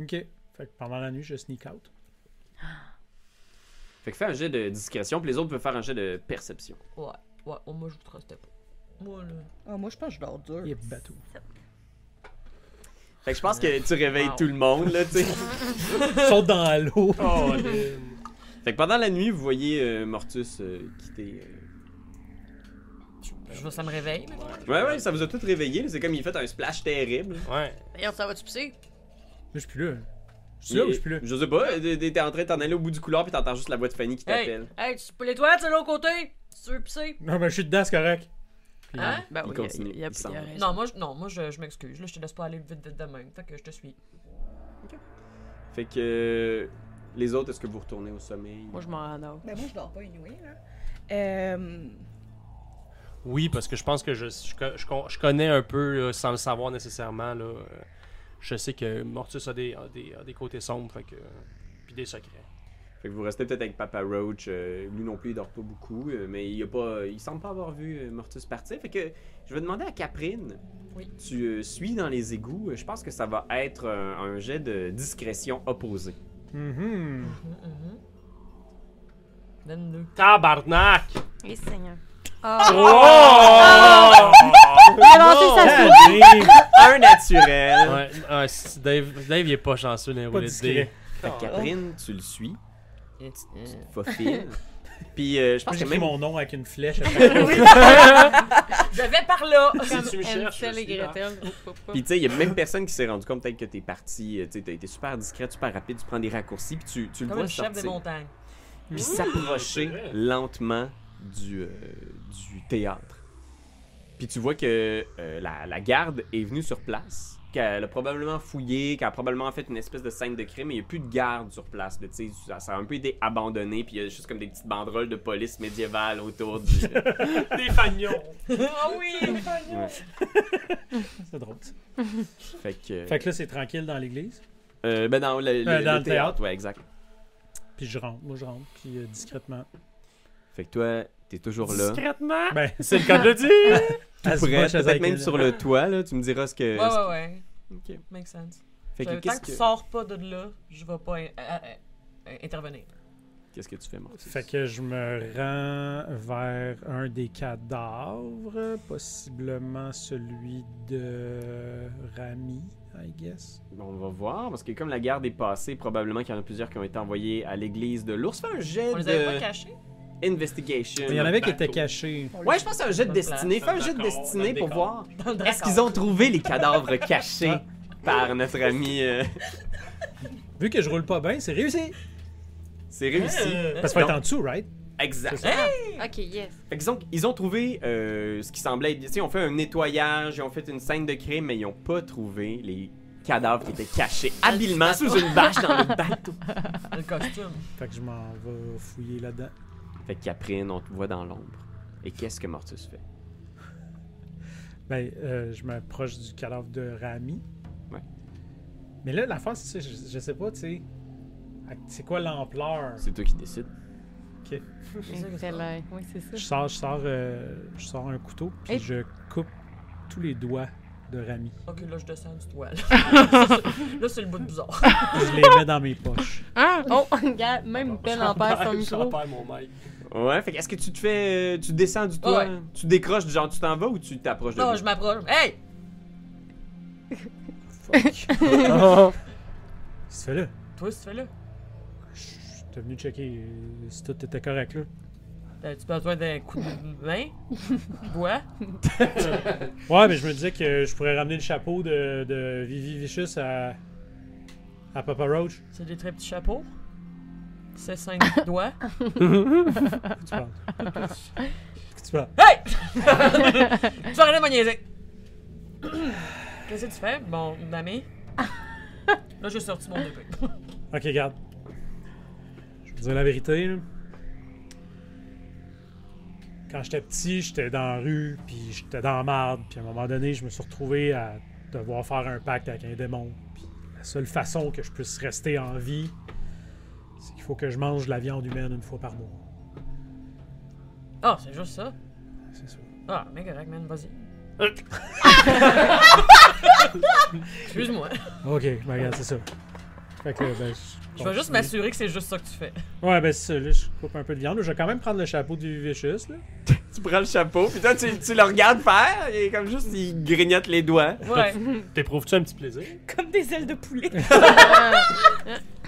S6: OK. Fait que pendant la nuit, je sneak out.
S2: Fait que fais un jet de discrétion, puis les autres peuvent faire un jet de perception.
S8: Ouais, ouais, oh, moi je vous trustais pas. Moi là.
S7: Ah, moi, je pense que je dors dur.
S6: Et bateau.
S2: Fait que je pense que tu réveilles
S8: Wow.
S2: tout le monde, là, tu sais.
S6: Saute dans
S4: Oh,
S6: l'eau.
S2: fait que pendant la nuit, vous voyez euh, Mortus euh, quitter. euh,
S8: Je vois, ça me réveille. mais-
S2: Ouais, ouais, ça vous a tout réveillé. là. C'est comme il fait un splash terrible.
S4: Ouais.
S5: D'ailleurs, ça va-tu pisser?
S6: Je suis plus là. Je suis là ou je suis plus là
S2: Je sais pas, euh, t'es t'es en train de t'en aller au bout du couloir puis t'entends juste la voix de Fanny qui t'appelle.
S8: Hey, hey, tu peux les toilettes, c'est l'autre côté. Tu veux pisser?
S6: Non, mais je suis dedans, c'est correct. Puis,
S8: Hein?
S5: Ben
S2: Il
S5: oui,
S2: continue,
S5: il y a,
S2: il s'en va.
S8: Non, moi, je, non, moi je, je m'excuse. Là, je te laisse pas aller vite, vite de même. Fait que je te suis.
S2: Fait que. euh, Les autres, est-ce que vous retournez au sommeil
S5: Moi, je m'en rends dehors.
S7: Mais Ben, moi, je dors pas une nuit, là. Euh,
S4: Oui, parce que je pense que je, je, co- je con- je connais un peu, là, sans le savoir nécessairement, là, euh, je sais que Mortus a des, a des, a des côtés sombres, fait que, puis des secrets.
S2: Fait que vous restez peut-être avec Papa Roach. euh, lui non plus, il dort pas beaucoup, euh, mais il a pas, il semble pas avoir vu euh, Mortus partir. Fait que je vais demander à Caprine.
S8: Oui.
S2: Tu euh, suis dans les égouts. euh, Je pense que ça va être un, un jet de discrétion opposé. Ah,
S6: mhm.
S8: Mhm, mhm. Donne-le.
S4: Tabarnak!
S5: ah,
S3: Oui, Seigneur.
S4: Oh!
S3: avancé sa souris.
S6: Allez,
S2: un naturel.
S4: Ouais, ouais, c'est- Dave, Dave, il est pas chanceux dans les
S6: Pas
S4: roulés de dés.
S6: discret.
S2: Fait que Caprine, tu le suis.
S8: Et tu- euh,
S2: Fophile. Puis euh, je pense que
S6: J'écris
S2: même
S6: mon nom avec une flèche. après.
S8: Je vais par là!
S4: Si tu me
S5: Hansel
S4: cherches, je
S5: et
S4: suis là.
S5: Gretel. Oup, oup, oup.
S2: Puis tu sais, il y a même personne qui s'est rendu compte peut-être que t'es parti, euh, tu sais, t'as été super discret, super rapide, tu prends des raccourcis, puis tu, tu le
S8: Comme
S2: vois
S8: une chef des
S2: sortir,
S8: montagnes.
S2: puis s'approcher
S4: Mmh, c'est vrai.
S2: lentement du, euh, du théâtre. Puis tu vois que euh, la, la garde est venue sur place, qu'elle a probablement fouillé, qu'elle a probablement fait une espèce de scène de crime, et il n'y a plus de garde sur place, là, tu sais, ça, ça a un peu été abandonné, puis il y a juste comme des petites banderoles de police médiévale autour du...
S4: Des fagnons!
S8: Ah oui!
S6: c'est drôle. ça.
S2: fait que...
S6: Fait que là, c'est tranquille dans l'église.
S2: euh, ben dans le, le-
S6: Euh,
S2: le
S6: dans le théâtre.
S2: ouais, exact.
S6: Puis je rentre. Moi, je rentre. Puis euh, discrètement.
S2: Fait que toi, t'es toujours là.
S4: Discrètement!
S6: Ben,
S4: C'est le cas de le dire!
S6: à ce
S2: pourrais,
S6: proche, à
S2: peut-être
S6: laquelle-
S2: même sur le toit, là, tu me diras ce que.
S8: Ouais, ouais, ouais.
S2: Ok.
S8: Make sense.
S2: Fait que
S8: Je-
S2: qu'est-ce
S8: tant que tu
S2: que-
S8: sors pas de là, je vais pas in- euh, euh, euh, intervenir.
S2: Qu'est-ce que tu fais, Mortis?
S6: Fait que je me rends vers un des cadavres, possiblement celui de Rami, I guess.
S2: Bon, on va voir, parce que comme la garde est passée, probablement qu'il y en a plusieurs qui ont été envoyés à l'église de l'ours. Fais un jet
S8: On les avait pas
S2: de
S8: cachés?
S2: investigation.
S6: Mais il y en avait qui
S4: bateau.
S6: étaient cachés.
S7: on le-
S2: Ouais, je pense que c'est un jet de
S8: Dans le
S2: destinée. Fais
S4: plan.
S2: un jet de
S4: Dans le
S2: destinée
S4: décor.
S2: pour voir.
S8: Dans le
S2: Est-ce
S8: dracard.
S2: qu'ils ont trouvé les cadavres cachés
S8: Ah.
S2: par notre ami. euh,
S6: Vu que je roule pas bien, c'est réussi.
S2: C'est
S8: Euh,
S2: réussi.
S6: Parce qu'il faut être
S2: Non.
S6: en dessous, right?
S8: Ah.
S2: Exact.
S3: Ok, yes.
S2: Fait qu'ils ont, ils ont trouvé euh, ce qui semblait être. Tu sais, on fait un nettoyage, ils ont fait une scène de crime, mais ils n'ont pas trouvé les cadavres qui étaient cachés
S8: Ah,
S2: habilement sous une bâche dans le bateau.
S8: euh, Le costume.
S6: Fait que je m'en vais fouiller là-dedans.
S2: Fait que Caprine, on te voit dans l'ombre. Et qu'est-ce que Mortus fait
S6: Ben, euh, je m'approche du cadavre de Rami.
S2: Ouais.
S6: Mais là, la face, je, je sais pas, tu sais, à- c'est quoi l'ampleur?
S2: C'est toi qui décides.
S5: Gretel, ouais. Oui, c'est ça.
S6: Je sors, je sors, euh, je sors un couteau, puis
S5: Et-
S6: je coupe tous les doigts de Rami.
S8: Ok, là, je descends du toit. Là, Ça, c'est- là, c'est le bout de bizarre.
S6: je les mets dans mes poches.
S5: Ah! Oh, regarde, même
S6: Ah,
S5: Ben en perd son micro.
S4: mon mic.
S2: Ouais, fait que est-ce que tu te fais. euh, Tu descends du toit
S8: Ouais.
S2: hein? Tu décroches du genre, tu t'en vas ou tu t'approches de
S8: Non,
S2: lui?
S8: je m'approche. Hey!
S6: C'est fait là.
S8: Toi, si tu fais là,
S6: T'es venu checker euh, si tout était correct là.
S8: euh, tu as besoin d'un coup de main? Bois?
S6: Ouais, mais je me disais que je pourrais ramener le chapeau de, de Vivi Vicious à, à Papa Roach.
S8: C'est des très petits chapeaux. C'est cinq doigts.
S6: Qu'est-ce que tu parles? Qu'est-ce que tu parles?
S8: Hey! tu arrêtes de me niaiser! Qu'est-ce que tu fais, mon ami? Là, j'ai sorti mon épée.
S6: Ok, regarde. Je vais vous dire la vérité. là. Quand j'étais petit, j'étais dans la rue, puis j'étais dans la marde, puis à un moment donné, je me suis retrouvé à devoir faire un pacte avec un démon. Puis la seule façon que je puisse rester en vie, c'est qu'il faut que je mange de la viande humaine une fois par mois.
S8: Ah, c'est juste ça.
S6: C'est ça.
S8: Ah, mais correct, man, vas-y. Excuse-moi.
S6: Ok, ben regarde, c'est ça. Fait que, ben,
S8: Je vais juste
S6: continue.
S8: m'assurer que c'est juste ça que tu fais.
S6: Ouais, ben c'est ça, là, je coupe un peu de viande. Je vais quand même prendre le chapeau du Vicious, là.
S2: Tu prends le chapeau, puis toi, tu, tu le regardes faire, et comme juste, il grignote les doigts.
S8: Ouais.
S4: T'éprouves-tu un petit plaisir?
S7: Comme des ailes de poulet.
S8: Ah,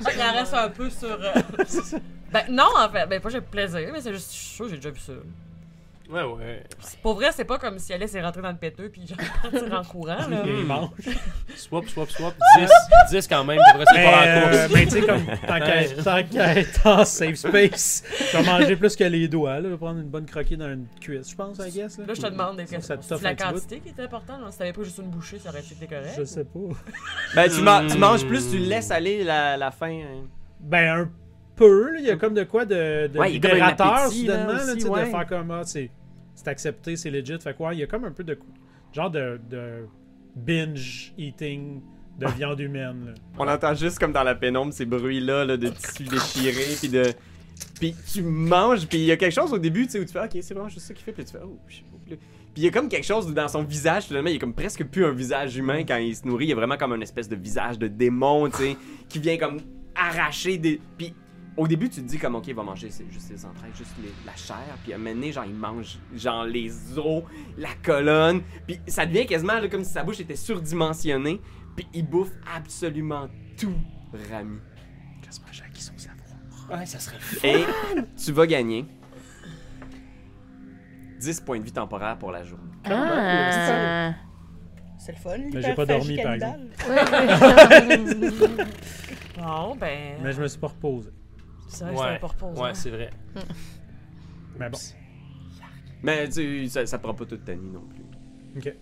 S8: Il en reste un peu sur. euh, ben non, en fait. Ben pas j'ai plaisir, mais c'est juste. Je suis sûr que j'ai déjà vu ça.
S4: Ouais, ouais.
S8: C'est- Pour vrai, c'est pas comme si elle s'est rentrée dans le péteux puis genre partir en courant, Ah, là.
S6: Et il mange.
S4: Swap, swap, swap. 10, 10 quand même, devrait se
S6: Mais,
S4: faire en
S6: euh,
S4: course.
S6: mais tu sais, comme tant qu'à être- tant qu'à être en safe space, je vais manger plus que les doigts, là. Je vais prendre une bonne croquée dans une cuisse, je pense, I guess, là.
S8: Là, je te demande des
S6: Ça,
S8: questions.
S6: ça te toffe
S8: C'est la
S6: un petit bout.
S8: quantité qui était importante. là. Si t'avais pas juste une bouchée, ça aurait été correct.
S6: Je sais pas.
S2: Ben, tu, man- tu
S4: Mm.
S2: manges plus, tu laisses aller la, la fin. hein.
S6: Ben, un peu, là. Il y a comme de quoi de, de
S2: Ouais, il y a comme un
S6: libérateur,
S2: appétit, là,
S6: soudainement, là,
S2: aussi,
S6: tu sais,
S2: ouais.
S6: de faire comme, ah, c'est c'est accepté, c'est legit. Fait quoi, il y a comme un peu de. Genre de, de binge eating de viande humaine, là.
S2: On entend juste comme dans la pénombre ces bruits-là là, de tissu déchiré, puis de. Puis tu manges, puis il y a quelque chose au début, tu sais, où tu fais, ok, c'est vraiment juste ça qu'il fait, puis tu fais, oh, je sais pas, puis là- Puis il y a comme quelque chose dans son visage, finalement, il est comme presque plus un visage humain quand il se nourrit, il y a vraiment comme une espèce de visage de démon, tu sais, qui vient comme arracher des. Puis au début, tu te dis, comme, ok, il va manger ses- juste ses entrailles, juste les- la chair, puis à un moment donné, genre, il mange, genre, les os, la colonne, puis ça devient quasiment là, comme si sa bouche était surdimensionnée. Puis il bouffe absolument tout, Rami. Et tu vas gagner 10 points de vie temporaire pour la journée.
S3: Ah.
S7: C'est le fun,
S6: Mais j'ai pas dormi, par
S7: l'hyperphagie canidale.
S8: Bon, ben.
S6: Mais je me suis pas reposé.
S8: C'est vrai que c'est un peu reposant.
S4: ouais, c'est vrai.
S6: Mais bon.
S2: Mais tu, ça, ça prend pas toute ta nuit non plus.
S6: Ok.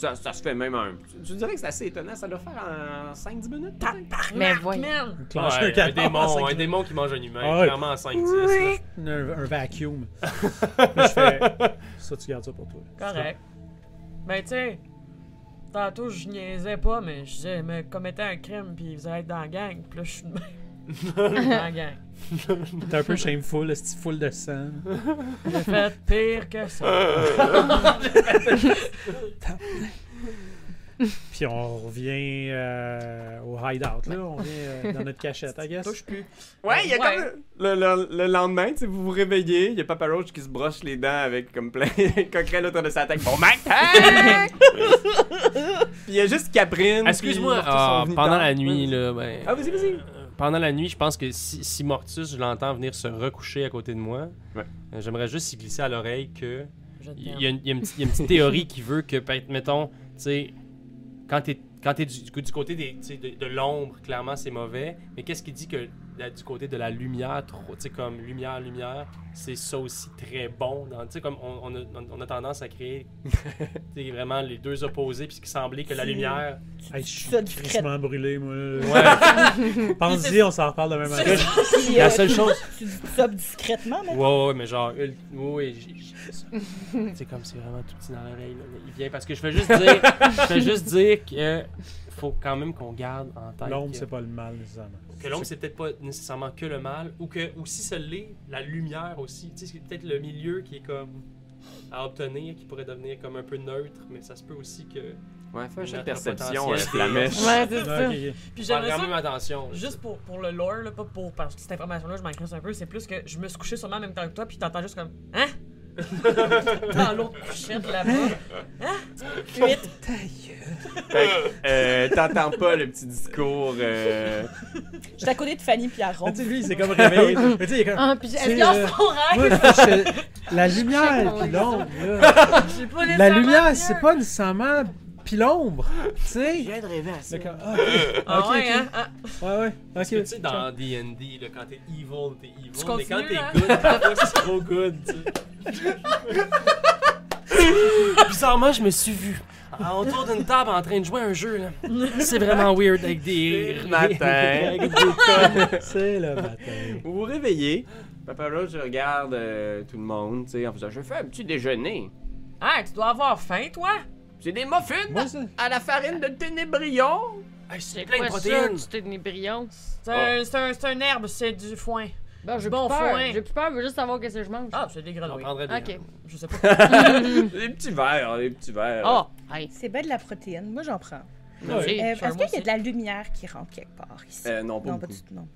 S2: Ça, ça se fait même un. Tu, tu dirais que c'est assez étonnant, ça doit faire en 5-10 minutes. peut-être?
S3: Mais voyons.
S8: Man!
S6: Clenche
S4: Ouais,
S6: cadavre
S4: un
S6: en cinq
S4: démon, un
S6: minutes.
S4: démon qui mange un humain,
S6: Ah ouais.
S4: clairement en 5-10. là.
S6: un, un vacuum. Là, je fais ça, tu gardes ça pour toi.
S8: Correct. Ben, tu sais, tantôt, je niaisais pas, mais je disais, mais commettez un crime, puis vous allez être dans la gang. Puis là, je suis de même. dans la gang.
S6: T'es un peu shameful, est full de sang.
S8: J'ai fait pire que ça.
S6: Puis on revient euh, au hideout, là. On revient euh, dans notre cachette, I guess.
S8: Touche plus.
S2: Ouais, il y a
S8: Ouais.
S2: comme. Le, le- le lendemain, tu sais, vous vous réveillez, il y a Papa Roach qui se broche les dents avec comme plein de coquerelles autour de sa tête. Bon, Mac! tac! Puis il y a juste Caprine. puis
S4: Excuse-moi,
S2: Mortus sont
S4: ah,
S2: venus
S4: pendant
S2: tard.
S4: la nuit, là, ben,
S2: Ah, vas-y, vas-y.
S4: euh, pendant la nuit, je pense que si, si Mortus, je l'entends venir se recoucher à côté de moi,
S2: Ouais.
S4: euh, j'aimerais juste y glisser à l'oreille que
S8: Je
S4: Il y a-
S8: t'aime.
S4: il y, a une- il y a une petite- il y a une petite théorie qui veut que, peut-être, mettons, tu sais, quand t'es quand t'es du, du côté des, tu sais, de, de l'ombre, clairement, c'est mauvais. Mais qu'est-ce qui dit que la- du côté de la lumière, trop, tu sais, comme lumière, lumière, c'est ça aussi très bon. dans- Tu sais, comme on, on a, on a tendance à créer tu sais, vraiment les deux opposés, puis ce qui semblait que la
S7: C'est-
S4: lumière.
S6: Hey, je suis
S7: Ça, du fret.
S6: crissement brûlé, moi. là.
S4: Ouais,
S6: Pense-y, on s'en reparle demain matin.
S7: Puis,
S4: la
S7: euh,
S4: seule
S7: tu-
S4: chose.
S7: Tu dis ça discrètement, mais.
S4: Ouais, ouais, mais genre, euh, ouais, j'ai- j'ai- c'est comme c'est vraiment tout petit dans l'oreille. là, mais Il vient parce que je veux juste dire, je veux juste dire que faut quand même qu'on garde en tête
S6: L'ombre,
S4: que,
S6: c'est pas le mal, nécessairement.
S4: que l'ombre c'est peut-être pas nécessairement que le mal ou que aussi se l'est la lumière aussi. Tu sais, c'est peut-être le milieu qui est comme à obtenir, qui pourrait devenir comme un peu neutre, mais ça se peut aussi que
S2: Ouais, fais un jet de
S4: Notre
S2: perception,
S4: potentiel.
S2: euh, Flamèche.
S3: Ouais, c'est ça.
S6: Ok, ok.
S8: Puis
S4: faire
S8: j'aimerais
S4: quand
S8: ça
S4: même attention. là.
S8: Juste pour, pour le lore, là, pas pour parce que cette information-là, je m'en crisse un peu, c'est plus que je me suis couché sûrement en même temps que toi, puis t'entends juste comme Hein? Dans l'autre couchette là-bas.
S2: Fait que, euh, t'entends pas le petit discours. euh,
S7: J'étais à côté de Fanny puis Aaron.
S6: Ah, tu sais, lui, il s'est comme réveillé. Mais tu sais, il est comme.
S3: Ah, puis
S6: C'est,
S3: j'ai-
S8: Dans
S6: euh,
S8: son rêve!
S6: Moi, je- la lumière, puis l'ombre, là.
S8: J'ai pas
S6: La
S8: nécessairement
S6: lumière,
S8: mieux.
S6: c'est pas nécessairement pis l'ombre, tu sais.
S2: viens de rêver à ça.
S6: D'accord. Ah, ok.
S8: Ah
S6: Ok,
S8: ouais,
S6: ok.
S8: hein? Ah,
S6: Ouais, ouais.
S4: Parce que
S6: Ok.
S4: tu sais, dans D&D, là, quand t'es evil, t'es evil, mais
S8: continues,
S4: quand t'es
S8: hein?
S4: good, parfois, c'est trop good, tu sais. Bizarrement, je me suis vu à- autour d'une table en train de jouer à un jeu. là. C'est vraiment weird avec des.
S2: matin.
S6: C'est le matin.
S2: Vous vous réveillez. Papa Roach regarde euh, tout le monde, tu sais, en faisant Je fais un petit déjeuner.
S8: Ah, tu dois avoir faim, toi?
S2: C'est des muffins
S6: Moi, ça.
S2: à la farine de ténébrion.
S4: Hey, C'est
S5: C'est
S4: plein de
S5: quoi ça,
S4: protéines.
S5: du ténébrion?
S8: C'est un, c'est un, c'est un herbe, c'est du foin.
S5: Ben, j'ai
S8: Bon
S5: plus peur.
S8: foin.
S5: J'ai plus peur, je veux juste savoir qu'est-ce que je mange.
S8: Ah, c'est des
S4: On
S8: grenouilles.
S4: prendrait des.
S5: ok.
S8: Je sais pas.
S2: des petits verres, des petits verres.
S5: Oh, hey.
S7: C'est bien de la protéine. Moi, j'en prends.
S5: Merci.
S7: Euh, Est-ce
S8: Charles,
S7: qu'il
S8: moi
S7: y a
S8: aussi.
S7: de la lumière qui rentre quelque part ici?
S2: Euh, non, pas
S7: non, pas
S2: beaucoup.
S7: du tout. Non.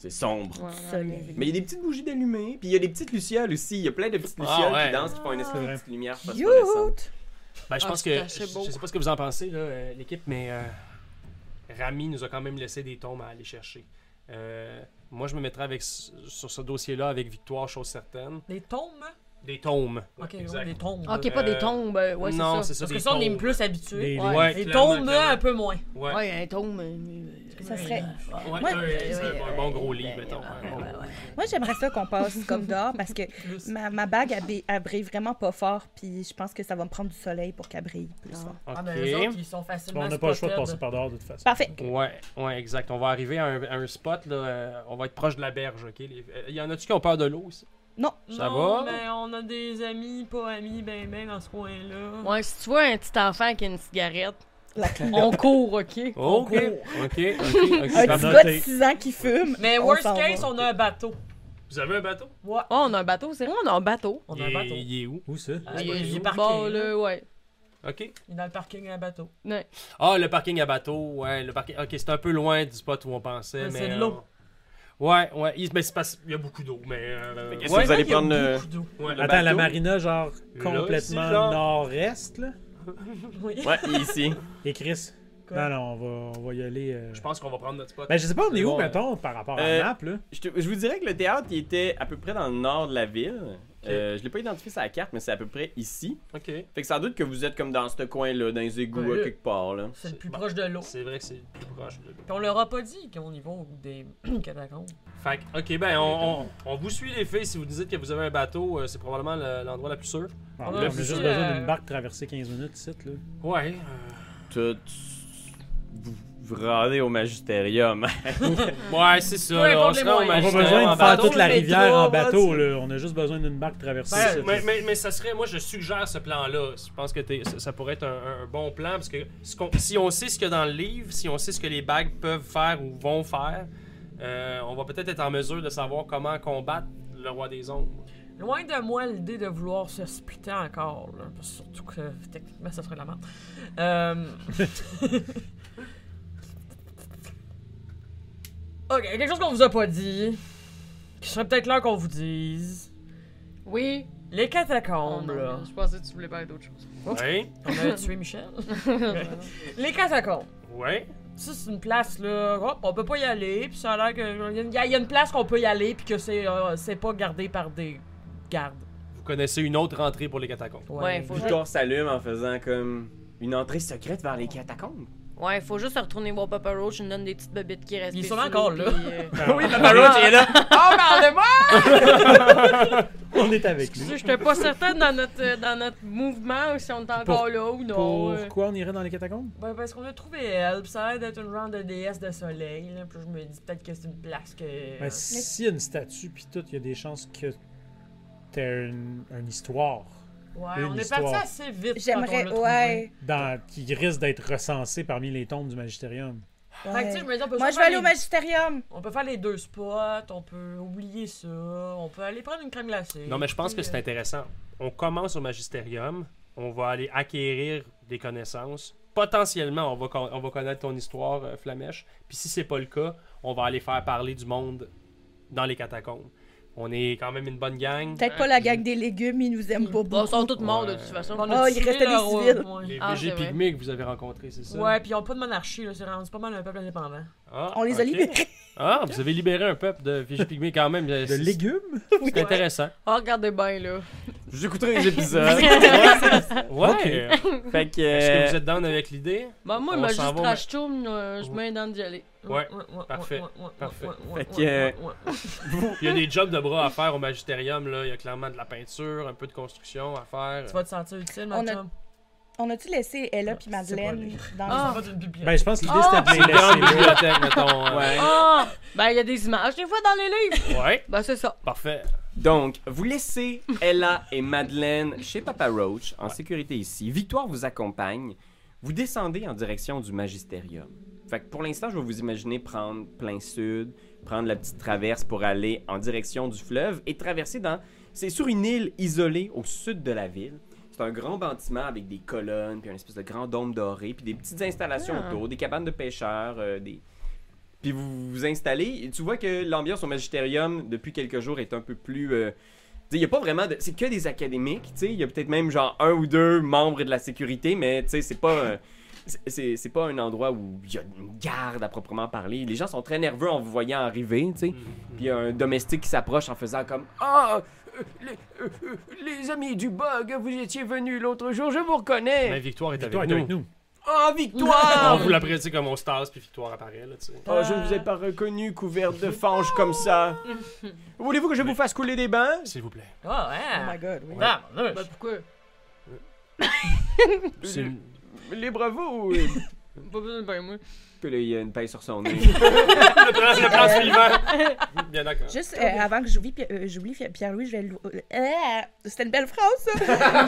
S2: C'est sombre.
S5: Ouais, ouais,
S7: Soleil.
S5: ouais.
S2: Mais il y a des petites bougies d'allumées, puis il y a des petites lucioles aussi. Il y a plein de petites
S4: Ah,
S2: lucioles
S4: ouais.
S2: qui dansent, qui font une espèce de
S6: Ouais.
S2: petite lumière phosphorescente.
S7: Cute!
S4: Ben, je
S5: Ah,
S4: pense que.
S5: c'est assez
S4: Je
S5: beau.
S4: je sais pas ce que vous en pensez, là, euh, l'équipe, mais euh, Rami nous a quand même laissé des tombes à aller chercher. Euh, moi, je me mettrais avec, sur ce dossier-là avec Victoire, chose certaine.
S8: Des tombes?
S4: Des tombes.
S8: Ok,
S4: Exact.
S8: des tombes.
S2: Ah,
S5: Ok, pas
S2: ben,
S5: des tombes. euh, Ouais, c'est ça.
S4: non, c'est ça.
S8: Parce
S4: des
S8: que ça, on est
S4: tombes.
S8: plus habitués.
S6: Des-
S5: Ouais.
S4: Ouais,
S8: Les
S4: clairement,
S8: tombes,
S4: clairement.
S8: un peu moins.
S4: Ouais.
S5: Ouais, un tombe. euh,
S7: Ça serait-
S4: Ouais,
S7: Ouais.
S4: un-
S7: Ouais,
S4: c'est
S7: ouais,
S4: un bon
S7: ouais,
S4: gros
S7: ouais,
S4: lit,
S7: ouais,
S4: mettons.
S7: ouais,
S4: Un bon gros lit.
S7: Moi, j'aimerais ça qu'on passe comme dehors parce que
S8: Plus.
S7: ma, ma bague, elle, brille- elle brille vraiment pas fort, puis je pense que ça va me prendre du soleil pour qu'elle brille plus fort.
S8: Ah, ben, eux autres,
S4: Ok.
S8: ils sont facilement
S6: On n'a pas le choix de passer
S8: spotables.
S6: par dehors de toute façon.
S7: Parfait.
S4: Ouais, ouais, exact. On va arriver à un, à un spot, là. euh, on va être proche de la berge, ok? Les- euh, y en a-tu qui ont peur de l'eau aussi?
S7: Non.
S4: Ça
S8: Non,
S4: va?
S8: mais on a des amis, pas amis, ben ben dans ce coin-là.
S5: Ouais, si tu vois un petit enfant qui a une cigarette,
S7: La clim-
S5: on court, ok?
S4: Ok, ok, ok, ok. ça
S7: Un
S4: va.
S7: petit gars de
S6: noté.
S7: 6 ans qui fume.
S8: Mais
S7: on
S8: worst
S7: s'en va.
S8: case, on a un bateau.
S4: Vous avez un bateau?
S8: Ouais,
S5: Oh, on a un bateau, c'est vrai, on a un bateau.
S8: on a un
S4: Il est-
S8: bateau.
S4: Il est où?
S6: Où ça?
S8: Ah, il est- il est parqué,
S5: Bon,
S8: là.
S5: là, ouais.
S4: Ok.
S8: Il est dans le parking un bateau.
S5: Ouais.
S4: Ah, le parking à bateau, ouais, le parking. Ok, c'est un peu loin du spot où on pensait,
S8: Mais
S4: mais.
S8: c'est de
S4: euh,
S8: l'eau.
S4: Ouais, ouais, il, mais c'est parce- il y a beaucoup d'eau, mais. euh,
S2: Fait que
S4: ouais,
S2: Est-ce que vous allez
S8: Il y a
S2: prendre le.
S8: beaucoup d'eau.
S4: ouais.
S6: Attends, la
S2: bateau.
S6: marina, genre,
S4: Là, c'est
S6: complètement
S4: genre-
S6: nord-est, là?
S8: Oui.
S2: Ouais, ici.
S6: Et Chris?
S8: Quoi?
S6: Non, non, on va, on va y aller. euh.
S4: Je pense qu'on va prendre notre spot.
S6: Ben, je sais pas, on est où,
S4: Ouais.
S6: mettons, par rapport à
S2: Euh,
S6: la map, là?
S2: Je, te- je vous dirais que le théâtre, il était à peu près dans le nord de la ville. Euh, je l'ai pas identifié sur la carte, mais c'est à peu près ici.
S4: Ok.
S2: Fait que sans doute que vous êtes comme dans ce coin-là, dans les égouts,
S8: Ouais.
S2: à quelque part, là.
S8: C'est le plus
S4: Bon.
S8: proche de l'eau.
S4: C'est vrai que c'est le plus proche de l'eau.
S8: Puis on leur a pas dit qu'on y va au- des catacombes.
S4: Fait que, ok, ben, on, on, on vous suit les filles. Si vous nous dites que vous avez un bateau, euh, c'est probablement le- l'endroit le plus sûr.
S6: Ah,
S8: on
S6: là,
S8: a
S6: on a
S8: aussi,
S6: juste
S8: euh,
S6: besoin d'une barque traversée 15 minutes, ici, là.
S4: Ouais.
S2: Tout. Vous vous rendez au magistérium.
S4: Ouais, c'est ça.
S8: Peu
S4: là, on
S8: importe
S4: se
S8: les
S4: rend au
S8: moyens.
S6: On a
S8: Pas
S4: magistère
S6: besoin
S4: en
S6: de faire
S4: bateau.
S6: toute la
S2: le métro,
S6: rivière en
S2: on va
S6: bateau,
S2: dessus.
S6: là. On a juste besoin d'une barque traversée.
S8: Ben,
S6: ici, là.
S4: Mais, mais, mais ça serait, moi je suggère ce plan-là. Je pense que t'es- ça, ça pourrait être un, un- un bon plan parce que ce qu'on- si on sait ce qu'il y a dans le livre, si on sait ce que les bagues peuvent faire ou vont faire, euh, on va peut-être être en mesure de savoir comment combattre le roi des ombres.
S8: Loin de moi l'idée de vouloir se splitter encore, là, parce que surtout que techniquement ça serait de la merde. Euh... ok, quelque chose qu'on vous a pas dit, qui serait peut-être l'heure qu'on vous dise.
S5: Oui.
S8: Les
S5: Oh,
S8: catacombes,
S5: non,
S8: là.
S5: Je pensais que tu voulais parler d'autre chose. Oh,
S4: Ouais,
S8: On a tué Michel. Les catacombes.
S4: ouais.
S8: Ça, c'est une place, là. hop, on peut pas y aller, puis ça a l'air que. Il y, a- y a une place qu'on peut y aller, puis que c'est euh, c'est pas gardé par des gardes.
S4: Vous connaissez une autre entrée pour les catacombes.
S5: Ouais, faut juste...
S2: Victor s'allume en faisant comme une entrée secrète vers les catacombes.
S5: Ouais, faut juste retourner voir Papa Roach, il nous donne des petites babites qui restent.
S8: Il est
S5: sous
S8: sûrement
S5: l'eau,
S8: encore là.
S5: puis, euh,
S2: oui, Papa Roach est là.
S8: Oh, moi
S6: on est avec
S5: tu
S6: lui.
S5: sais, J'étais pas certaine dans notre, euh, dans notre mouvement si on est encore
S6: Pour-
S5: là ou non. euh.
S6: Pourquoi on irait dans les catacombes?
S8: Ben, parce qu'on a trouvé elle, pis ça a l'air d'être une genre de déesse de soleil, là. Puis je me dis peut-être que c'est une place que.
S6: Ben, s'il y a une statue, puis tout, il y a des chances que t'aies une, une histoire
S8: ouais, on
S6: une
S8: est parti
S6: histoire.
S8: assez vite.
S7: J'aimerais,
S8: quand on l'a trouvé.
S7: ouais.
S6: dans, qui risque d'être recensée parmi les tombes du Magisterium.
S8: Fait que, tu sais, je
S7: Ouais.
S8: me dis, on peut soit
S7: Moi, je vais aller
S8: faire
S7: au
S8: les-
S7: magistérium.
S8: On peut faire les deux spots, on peut oublier ça, on peut aller prendre une crème glacée.
S4: Non, mais je pense que
S5: euh,
S4: c'est intéressant. On commence au magisterium, on va aller acquérir des connaissances. Potentiellement, on va, con- on va connaître ton histoire, euh, Flamèche. Puis si c'est pas le cas, on va aller faire parler du monde dans les catacombes. On est quand même une bonne gang.
S7: Peut-être pas la gang des légumes, ils nous aiment pas
S5: Bon, ils
S7: beaucoup.
S5: sont tous morts de
S4: Ouais.
S5: toute façon.
S8: On
S7: Ah,
S8: a
S7: il
S8: tué
S7: restait
S8: le
S7: des
S8: roi,
S7: civils.
S8: ouais.
S4: Les
S5: Ah,
S4: VG
S5: c'est vrai.
S4: pygmées que vous avez rencontrés, c'est ça?
S8: Ouais, puis ils ont pas de monarchie, là, c'est rendu pas mal un peuple indépendant.
S4: Ah,
S7: On les a
S4: ok.
S7: libérés.
S4: Ah, vous avez libéré un peuple de VG pygmées quand même.
S6: De légumes?
S4: C'est intéressant.
S5: Ah, regardez bien, là.
S2: J'écouterai les épisodes.
S5: Ah
S4: Ouais.
S2: Ok. fait
S4: Est-ce que
S2: que.
S4: vous
S2: euh,
S4: êtes down avec l'idée?
S5: Bah, moi,
S4: On
S5: il m'a
S4: s'en
S5: juste
S4: va, mais-
S5: trash tourne, euh, je mets dans d'y aller.
S4: Ouais, parfait, parfait.
S2: Fait que, euh,
S4: Puis Il y a des jobs de bras à faire au Magisterium, là. Il y a clairement de la peinture, un peu de construction à faire.
S8: Tu vas te sentir utile,
S7: On
S8: mon
S7: a-
S8: chum?
S7: On a-tu laissé Ella puis
S8: C'est pas
S7: Madeleine
S8: lui.
S7: dans
S8: On
S5: Ah.
S8: s'en va d'une bibliothèque.
S6: Ben, je pense que l'idée, c'était de
S4: C'est
S6: les
S4: une grande
S6: laisser là.
S4: bibliothèque, mettons. euh.
S2: ouais.
S5: Ah! Ben, il y a des images des fois dans les livres!
S4: Ouais,
S5: Ben, c'est ça.
S4: parfait.
S2: Donc, vous laissez Ella et Madeleine chez Papa Roach, en sécurité ici. Victoire vous accompagne. Vous descendez en direction du Magisterium. Fait que pour l'instant, je vais vous imaginer prendre plein sud, prendre la petite traverse pour aller en direction du fleuve et traverser dans. C'est sur une île isolée au sud de la ville. C'est un grand bâtiment avec des colonnes, puis un espèce de grand dôme doré, puis des petites installations
S5: Ah.
S2: autour, des cabanes de pêcheurs, euh, des. Puis vous vous installez, et tu vois que l'ambiance au Magisterium depuis quelques jours est un peu plus. euh, il n'y a pas vraiment de. C'est que des académiques, tu sais. Il y a peut-être même genre un ou deux membres de la sécurité, mais tu sais, c'est pas. euh, c'est- c'est c'est pas un endroit où il y a une garde à proprement parler. Les gens sont très nerveux en vous voyant arriver, tu sais.
S4: Mm-hmm.
S2: Puis il y a un domestique qui s'approche en faisant comme Ah euh, les, euh, euh, les amis du bug, vous étiez venus l'autre jour, je vous
S5: Eh.
S4: Mais
S2: reconnais.
S4: Victoire est
S6: Victoire
S4: avec
S6: est
S4: nous.
S6: avec nous.
S2: Ah,
S4: On
S2: victoire
S4: vous l'apprécie comme on se tasse, puis Victoire apparaît, là, tu sais.
S2: Ah, je ne vous ai pas reconnu, couverte de fange comme ça. Voulez-vous que je vous fasse couler des bains
S4: S'il vous plaît.
S8: Ah,
S7: Oh my
S8: ouais.
S7: god, oui.
S8: Ah, mon Dieu.
S5: Ben, pourquoi?
S4: C'est-
S2: Libre à vous. Et
S5: Pas besoin de ben, moi.
S2: Puis là, il y a une paille sur son nez.
S4: Le plan, le plan suivant. Bien d'accord.
S7: Juste euh, avant que j'oublie, Pi- euh, j'oublie Fi- Pierre-Louis, je vais. lou- euh, euh, C'était une belle phrase, ça!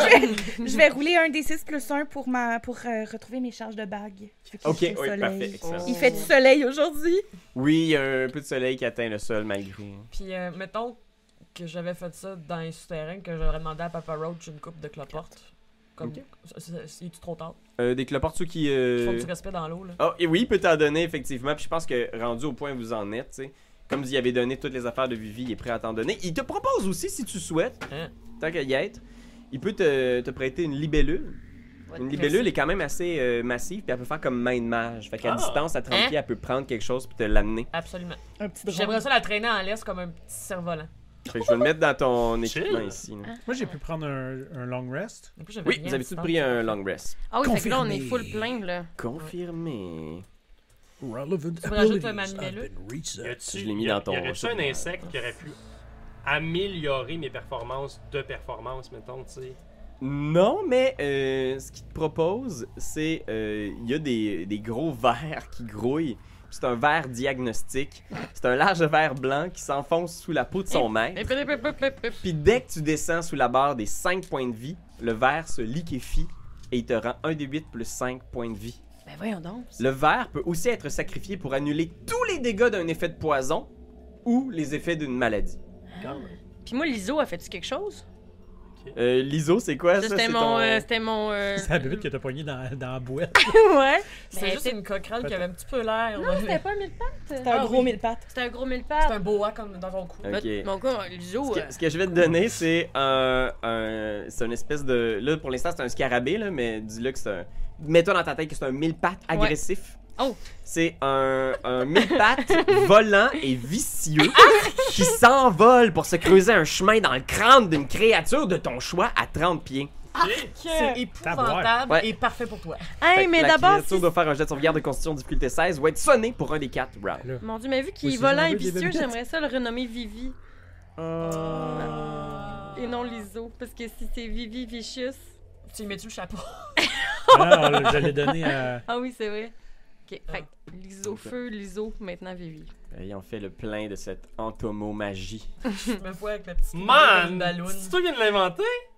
S7: je, vais, je vais rouler un des 6 plus 1 pour, ma, pour euh, retrouver mes charges de bague. Vu qu'il
S2: ok,
S7: fait
S2: oui,
S7: soleil.
S2: parfait, excellent.
S7: Il fait du soleil aujourd'hui!
S2: Oui, il y a un peu de soleil qui atteint le sol malgré.
S8: Puis, euh, mettons que j'avais fait ça dans les souterrains, que j'aurais demandé à Papa Roach une coupe de cloporte. Comme.
S2: Ok.
S8: c'est- c'est- c'est- Est-tu trop tard?
S2: Euh, des cloportes ceux qui.
S8: Ils
S2: euh,
S8: font du respect dans l'eau, là.
S2: Ah, et oui, il peut t'en donner, effectivement. Puis je pense que rendu au point où vous en êtes, tu sais, comme vous y avez donné toutes les affaires de Vivi, il est prêt à t'en donner. Il te propose aussi, si tu souhaites,
S8: Hein?
S2: tant qu'à y être, il peut te, te prêter une libellule. Une libellule est quand même assez euh, massive, puis elle peut faire comme main de mage. Fait qu'à
S4: Ah.
S2: distance, à 30
S8: Hein?
S2: pieds, elle peut prendre quelque chose puis te l'amener.
S8: Absolument.
S7: Un petit drone.
S8: J'aimerais ça la traîner en laisse comme un petit cerf-volant.
S2: Fait que je vais le mettre dans ton
S4: Chill.
S2: équipement ici.
S8: Ah,
S2: là.
S6: Moi, j'ai pu prendre un, un long rest.
S8: En plus, j'avais
S2: Oui,
S8: rien
S2: vous avez
S8: à
S2: tous
S8: distance.
S2: pris un long rest.
S5: Ah oui, fait que là, on est
S9: Confirmé.
S5: full plein, là.
S2: Confirmé.
S9: Relevant
S8: Tu me rajoutes le
S9: abilities
S8: manuel,
S9: have
S8: là?
S9: been
S4: Y
S9: researched.
S4: a-tu-
S2: Je l'ai mis
S4: y a-
S2: dans ton-
S4: Y aurait-tu
S2: sur-
S4: un insecte qui aurait pu améliorer mes performances de performance, mettons, tu sais?
S2: Non, mais euh, ce qu'il te propose, c'est euh, il y a des, des gros verres qui grouillent. C'est un verre diagnostic. C'est un large verre blanc qui s'enfonce sous la peau de son
S5: Hip,
S2: maître.
S5: hip, hip, hip, hip, hip.
S2: Puis dès que tu descends sous la barre des 5 points de vie, le verre se liquéfie et il te rend 1 des 8 plus 5 points de vie.
S5: Ben, voyons donc.
S2: Le verre peut aussi être sacrifié pour annuler tous les dégâts d'un effet de poison ou les effets d'une maladie.
S5: Puis moi, l'ISO, a fait-tu quelque chose?
S2: Euh, L'ISO, c'est quoi
S5: Ça,
S2: ça?
S5: c'était
S2: C'est
S5: mon.
S2: ton-
S5: euh, c'était mon. euh,
S6: C'est la bébête qui t'a poigné dans, dans la boîte.
S5: ouais.
S8: C'était
S5: Mais
S8: juste
S5: c'est-
S8: une coquerelle qui avait un petit peu l'air. euh, là.
S5: C'était pas un mille pattes?
S7: C'est un
S5: Ah
S7: gros
S5: oui.
S7: mille pattes.
S5: C'était un gros mille
S8: C'est
S5: pattes.
S8: un boa comme dans ton cou.
S2: Ok.
S5: Mon gars, l'ISO.
S2: Ce
S5: euh,
S2: que, ce que je vais te donner, c'est un, un- c'est une espèce de. Là, pour l'instant, c'est un scarabée, là, mais dis-le que c'est un. Mets-toi dans ta tête que c'est un mille pattes agressif.
S5: Oh.
S2: C'est un, un mille pattes volant et vicieux qui s'envole pour se creuser un chemin dans le crâne d'une créature de ton choix à 30 pieds.
S8: C'est épouvantable
S2: Ouais.
S8: et parfait pour toi.
S5: Hey,
S2: Fait que
S5: mais
S2: la
S5: d'abord,
S2: créature doit faire un jet de sauvegarde de constitution difficulté 16 ou être sonné pour un des quatre rounds.
S5: si- Mon dieu, mais vu qu'il
S6: Oui,
S5: est
S6: c'est
S5: volant
S6: genre
S5: et
S6: des
S5: vicieux,
S6: bébêtes.
S5: j'aimerais ça le renommer Vivi
S6: Ah,
S8: Ah.
S5: et non l'ISO. Parce que si c'est Vivi Vicious.
S8: Tu y mets-tu le chapeau?
S6: Ah, on- je l'ai donné à.
S5: Ah oui, c'est vrai. Ok, fait que l'ISO feu, l'Iso, maintenant Vivi.
S2: Ayant fait le plein de cette entomomagie.
S8: Je me vois avec le petit
S4: Man!
S8: ballon.
S4: C'est toi qui viens de l'inventer? Ah,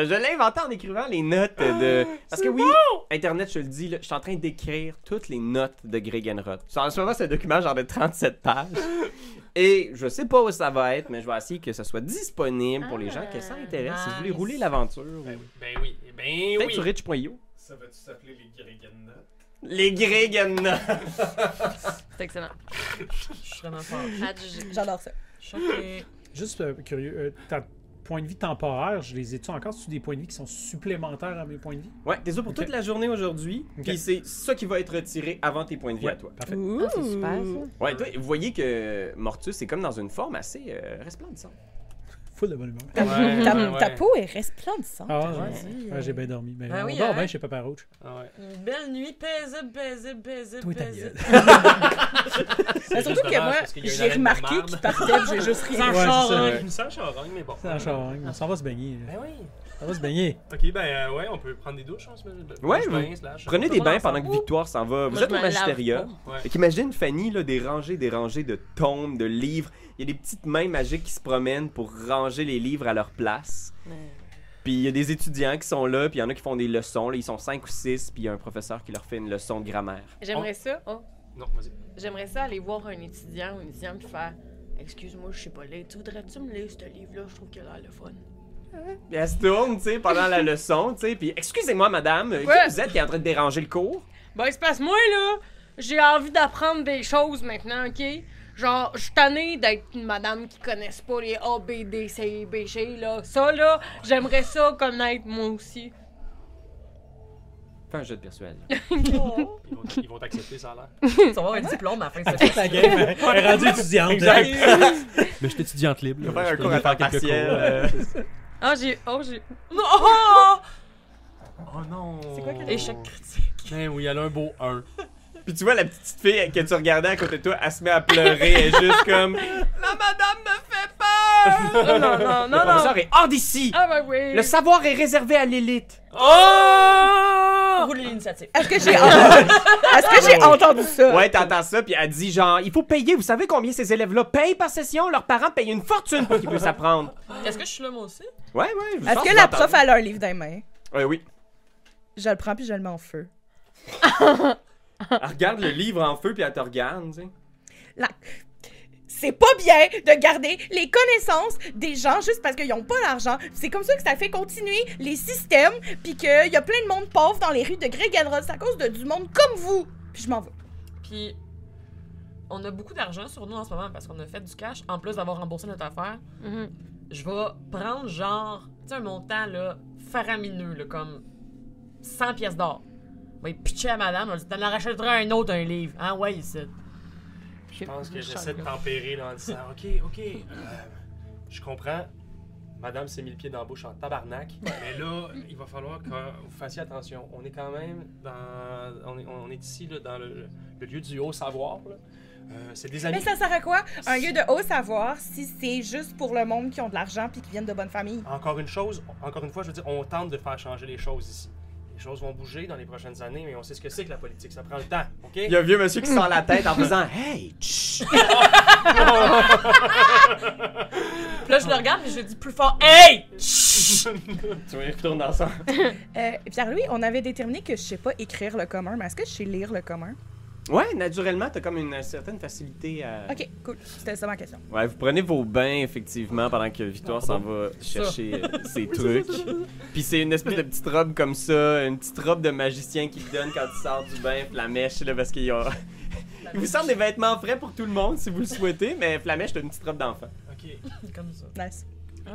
S2: Euh, Je l'ai inventé en écrivant les notes de. Parce que oui, Internet, je te le dis, là, je suis en train d'écrire toutes les notes de Greg Enroth. En ce moment, c'est un document genre de 37 pages. Et je sais pas où ça va être, mais je vais essayer que ça soit disponible pour les gens que ça intéresse. Si vous voulez
S8: nice.
S2: rouler l'aventure, ou-
S4: Ah, Ben oui, ben
S2: peut-être
S4: oui.
S2: sur rich.io.
S10: Ça va-tu s'appeler les Grigan
S2: Les Greg Enroth.
S5: C'est excellent.
S8: Je suis vraiment fort.
S5: Adjugé.
S7: J'adore ça.
S8: Choqué.
S6: Juste euh, curieux, euh, ta point de vie temporaire, je les ai-tu encore sur des points de vie qui sont supplémentaires à mes points de vie
S2: Ouais, t'es ça pour
S6: Ok.
S2: toute la journée aujourd'hui.
S6: Ok.
S2: Puis c'est ça qui va être retiré avant tes points de vie à toi.
S6: Parfait.
S5: Ah, c'est super ça.
S2: Ouais, toi, vous voyez que Mortus est comme dans une forme assez euh, resplendissante.
S6: full de bonne humeur.
S7: Ta,
S4: Ouais,
S7: ta-
S4: ouais, ouais.
S7: ta peau est resplendissante.
S6: Ah, ouais,
S7: aujourd'hui.
S6: ouais, j'ai bien dormi. Mais
S8: Ah
S6: on
S8: oui,
S6: dort
S8: hein?
S6: bien chez Papa Roach.
S4: Ah ouais.
S8: Une belle nuit, paisible, paisible, paisible,
S6: Toi, ta
S8: paisible.
S7: Mais surtout que moi, j'ai remarqué qu'il partait, j'ai juste
S8: C'est
S7: rien.
S8: un
S6: Ouais,
S8: char,
S6: c'est ça,
S8: hein.
S4: Il me semble charogne, mais bon.
S6: C'est en charogne. On s'en va se baigner. là.
S4: Ben oui.
S6: On va se baigner.
S4: Ok, ben euh, ouais, on peut prendre des douches, on se met.
S2: Ouais,
S4: douche,
S2: vous-
S4: bain, slash,
S2: Prenez
S4: on
S2: des
S4: peut
S2: bains
S4: prendre
S2: pendant
S4: ensemble.
S2: que Victoire s'en va. Vous
S5: Moi,
S2: êtes
S5: je
S2: au
S5: me lave
S2: Magisteria.
S4: Ouais.
S2: Fait qu'imagine, Fanny, là, des rangées, des rangées de tomes, de livres. Il y a des petites mains magiques qui se promènent pour ranger les livres à leur place. Puis il y a des étudiants qui sont là, puis il y en a qui font des leçons. Là, ils sont cinq ou six, puis il y a un professeur qui leur fait une leçon de grammaire.
S5: J'aimerais ça. oh,
S4: Non, vas-y.
S5: J'aimerais ça aller voir un étudiant ou une étudiante puis faire Excuse-moi, je sais pas lire. Tu voudrais-tu me lire ce livre-là Je trouve qu'il a l'air le fun.
S2: Puis elle se tourne, tu sais, pendant la leçon, tu sais, puis excusez-moi, madame, qui
S5: Ouais.
S2: vous êtes qui est en train de déranger le cours?
S5: Ben, c'est parce que moi, là, j'ai envie d'apprendre des choses maintenant, OK? Genre, je suis tannée d'être une madame qui connaisse pas les A, B, D, C, B, G, là. Ça, là, j'aimerais ça connaître moi aussi.
S2: Fais un jeu de persuasion.
S4: Ils vont- Ils vont t'accepter, ça a l'air.
S8: Tu vas avoir un diplôme à la fin de cette
S6: La game elle est rendue étudiante.
S4: Mais je suis étudiante libre.
S2: Fais un cours à temps partiel. euh,
S5: Ah, j'ai. Oh, j'ai.
S8: Non!
S4: Oh non.
S7: C'est quoi qu'elle a?
S8: Échec critique.
S4: Ben oui, elle a un beau 1.
S2: Puis tu vois la petite fille que tu regardais à côté de toi, elle se met à pleurer, elle est juste comme La madame me fait peur!
S5: Oh, non, non, non,
S2: Le
S5: non.
S2: professeur est hors d'ici!
S5: Ah, ben oui.
S2: Le savoir est réservé à l'élite!
S8: Roule l'initiative.
S7: Est-ce que j'ai entendu, est-ce que j'ai entendu ça?
S2: Ouais, t'entends ça, puis elle dit genre, il faut payer, vous savez combien ces élèves-là payent par session? Leurs parents payent une fortune pour qu'ils puissent apprendre.
S8: Est-ce que je suis là, moi aussi?
S2: Ouais, ouais, je
S7: Est-ce que la prof, elle a un livre dans les mains?
S2: Ouais, Euh, oui.
S7: Je le prends puis je le mets en feu.
S2: Elle regarde le livre en feu, puis elle te regarde, tu sais.
S7: C'est pas bien de garder les connaissances des gens juste parce qu'ils ont pas l'argent. C'est comme ça que ça fait continuer les systèmes puis qu'il y a plein de monde pauvre dans les rues de Gregenrod. C'est à cause de, du monde comme vous. Puis je m'en vais.
S8: Puis, on a beaucoup d'argent sur nous en ce moment parce qu'on a fait du cash, en plus d'avoir remboursé notre affaire.
S5: Mhm.
S8: Je vais prendre genre, tu sais, un montant là, faramineux, là, comme 100 pièces d'or. Je vais pitcher à madame, je vais lui dire, t'en rachèteras un autre, un livre. Ah ouais, ici.
S4: Je pense que j'essaie de tempérer là, en disant Ok, ok, euh, je comprends. Madame s'est mis le pied dans la bouche en tabarnak. mais là, il va falloir que vous fassiez attention. On est quand même dans. On est, on est ici, là, dans le, le lieu du haut savoir. là. Euh, c'est des amis.
S7: Mais ça sert à quoi? Un lieu de haut savoir si c'est juste pour le monde qui ont de l'argent puis qui viennent de bonnes familles.
S4: Encore une chose, encore une fois, je veux dire, on tente de faire changer les choses ici. Les choses vont bouger dans les prochaines années, mais on sait ce que c'est que la politique. Ça prend le temps, ok?
S2: Il y a un vieux monsieur qui sort la tête en faisant Hey, tch!
S8: Puis là, je le regarde, mais je lui dis plus fort, hey!
S2: Tu vas y retourner dans ça.
S7: Euh, Pierre-Louis, on avait déterminé que je sais pas écrire le commun, mais est-ce que je sais lire le commun?
S2: Ouais, naturellement, t'as comme une certaine facilité à.
S7: Ok, cool. C'était ça ma question.
S2: Ouais, vous prenez vos bains, effectivement, pendant que Victoire s'en va chercher euh, ses trucs. Puis c'est une espèce de petite robe comme ça, une petite robe de magicien qu'il te donne quand tu sors du bain, Flamèche, là, parce qu'il y a... Il vous semble des vêtements frais pour tout le monde, si vous le souhaitez, mais Flamèche, t'as une petite robe d'enfant.
S4: Ok.
S8: Comme ça.
S7: Nice.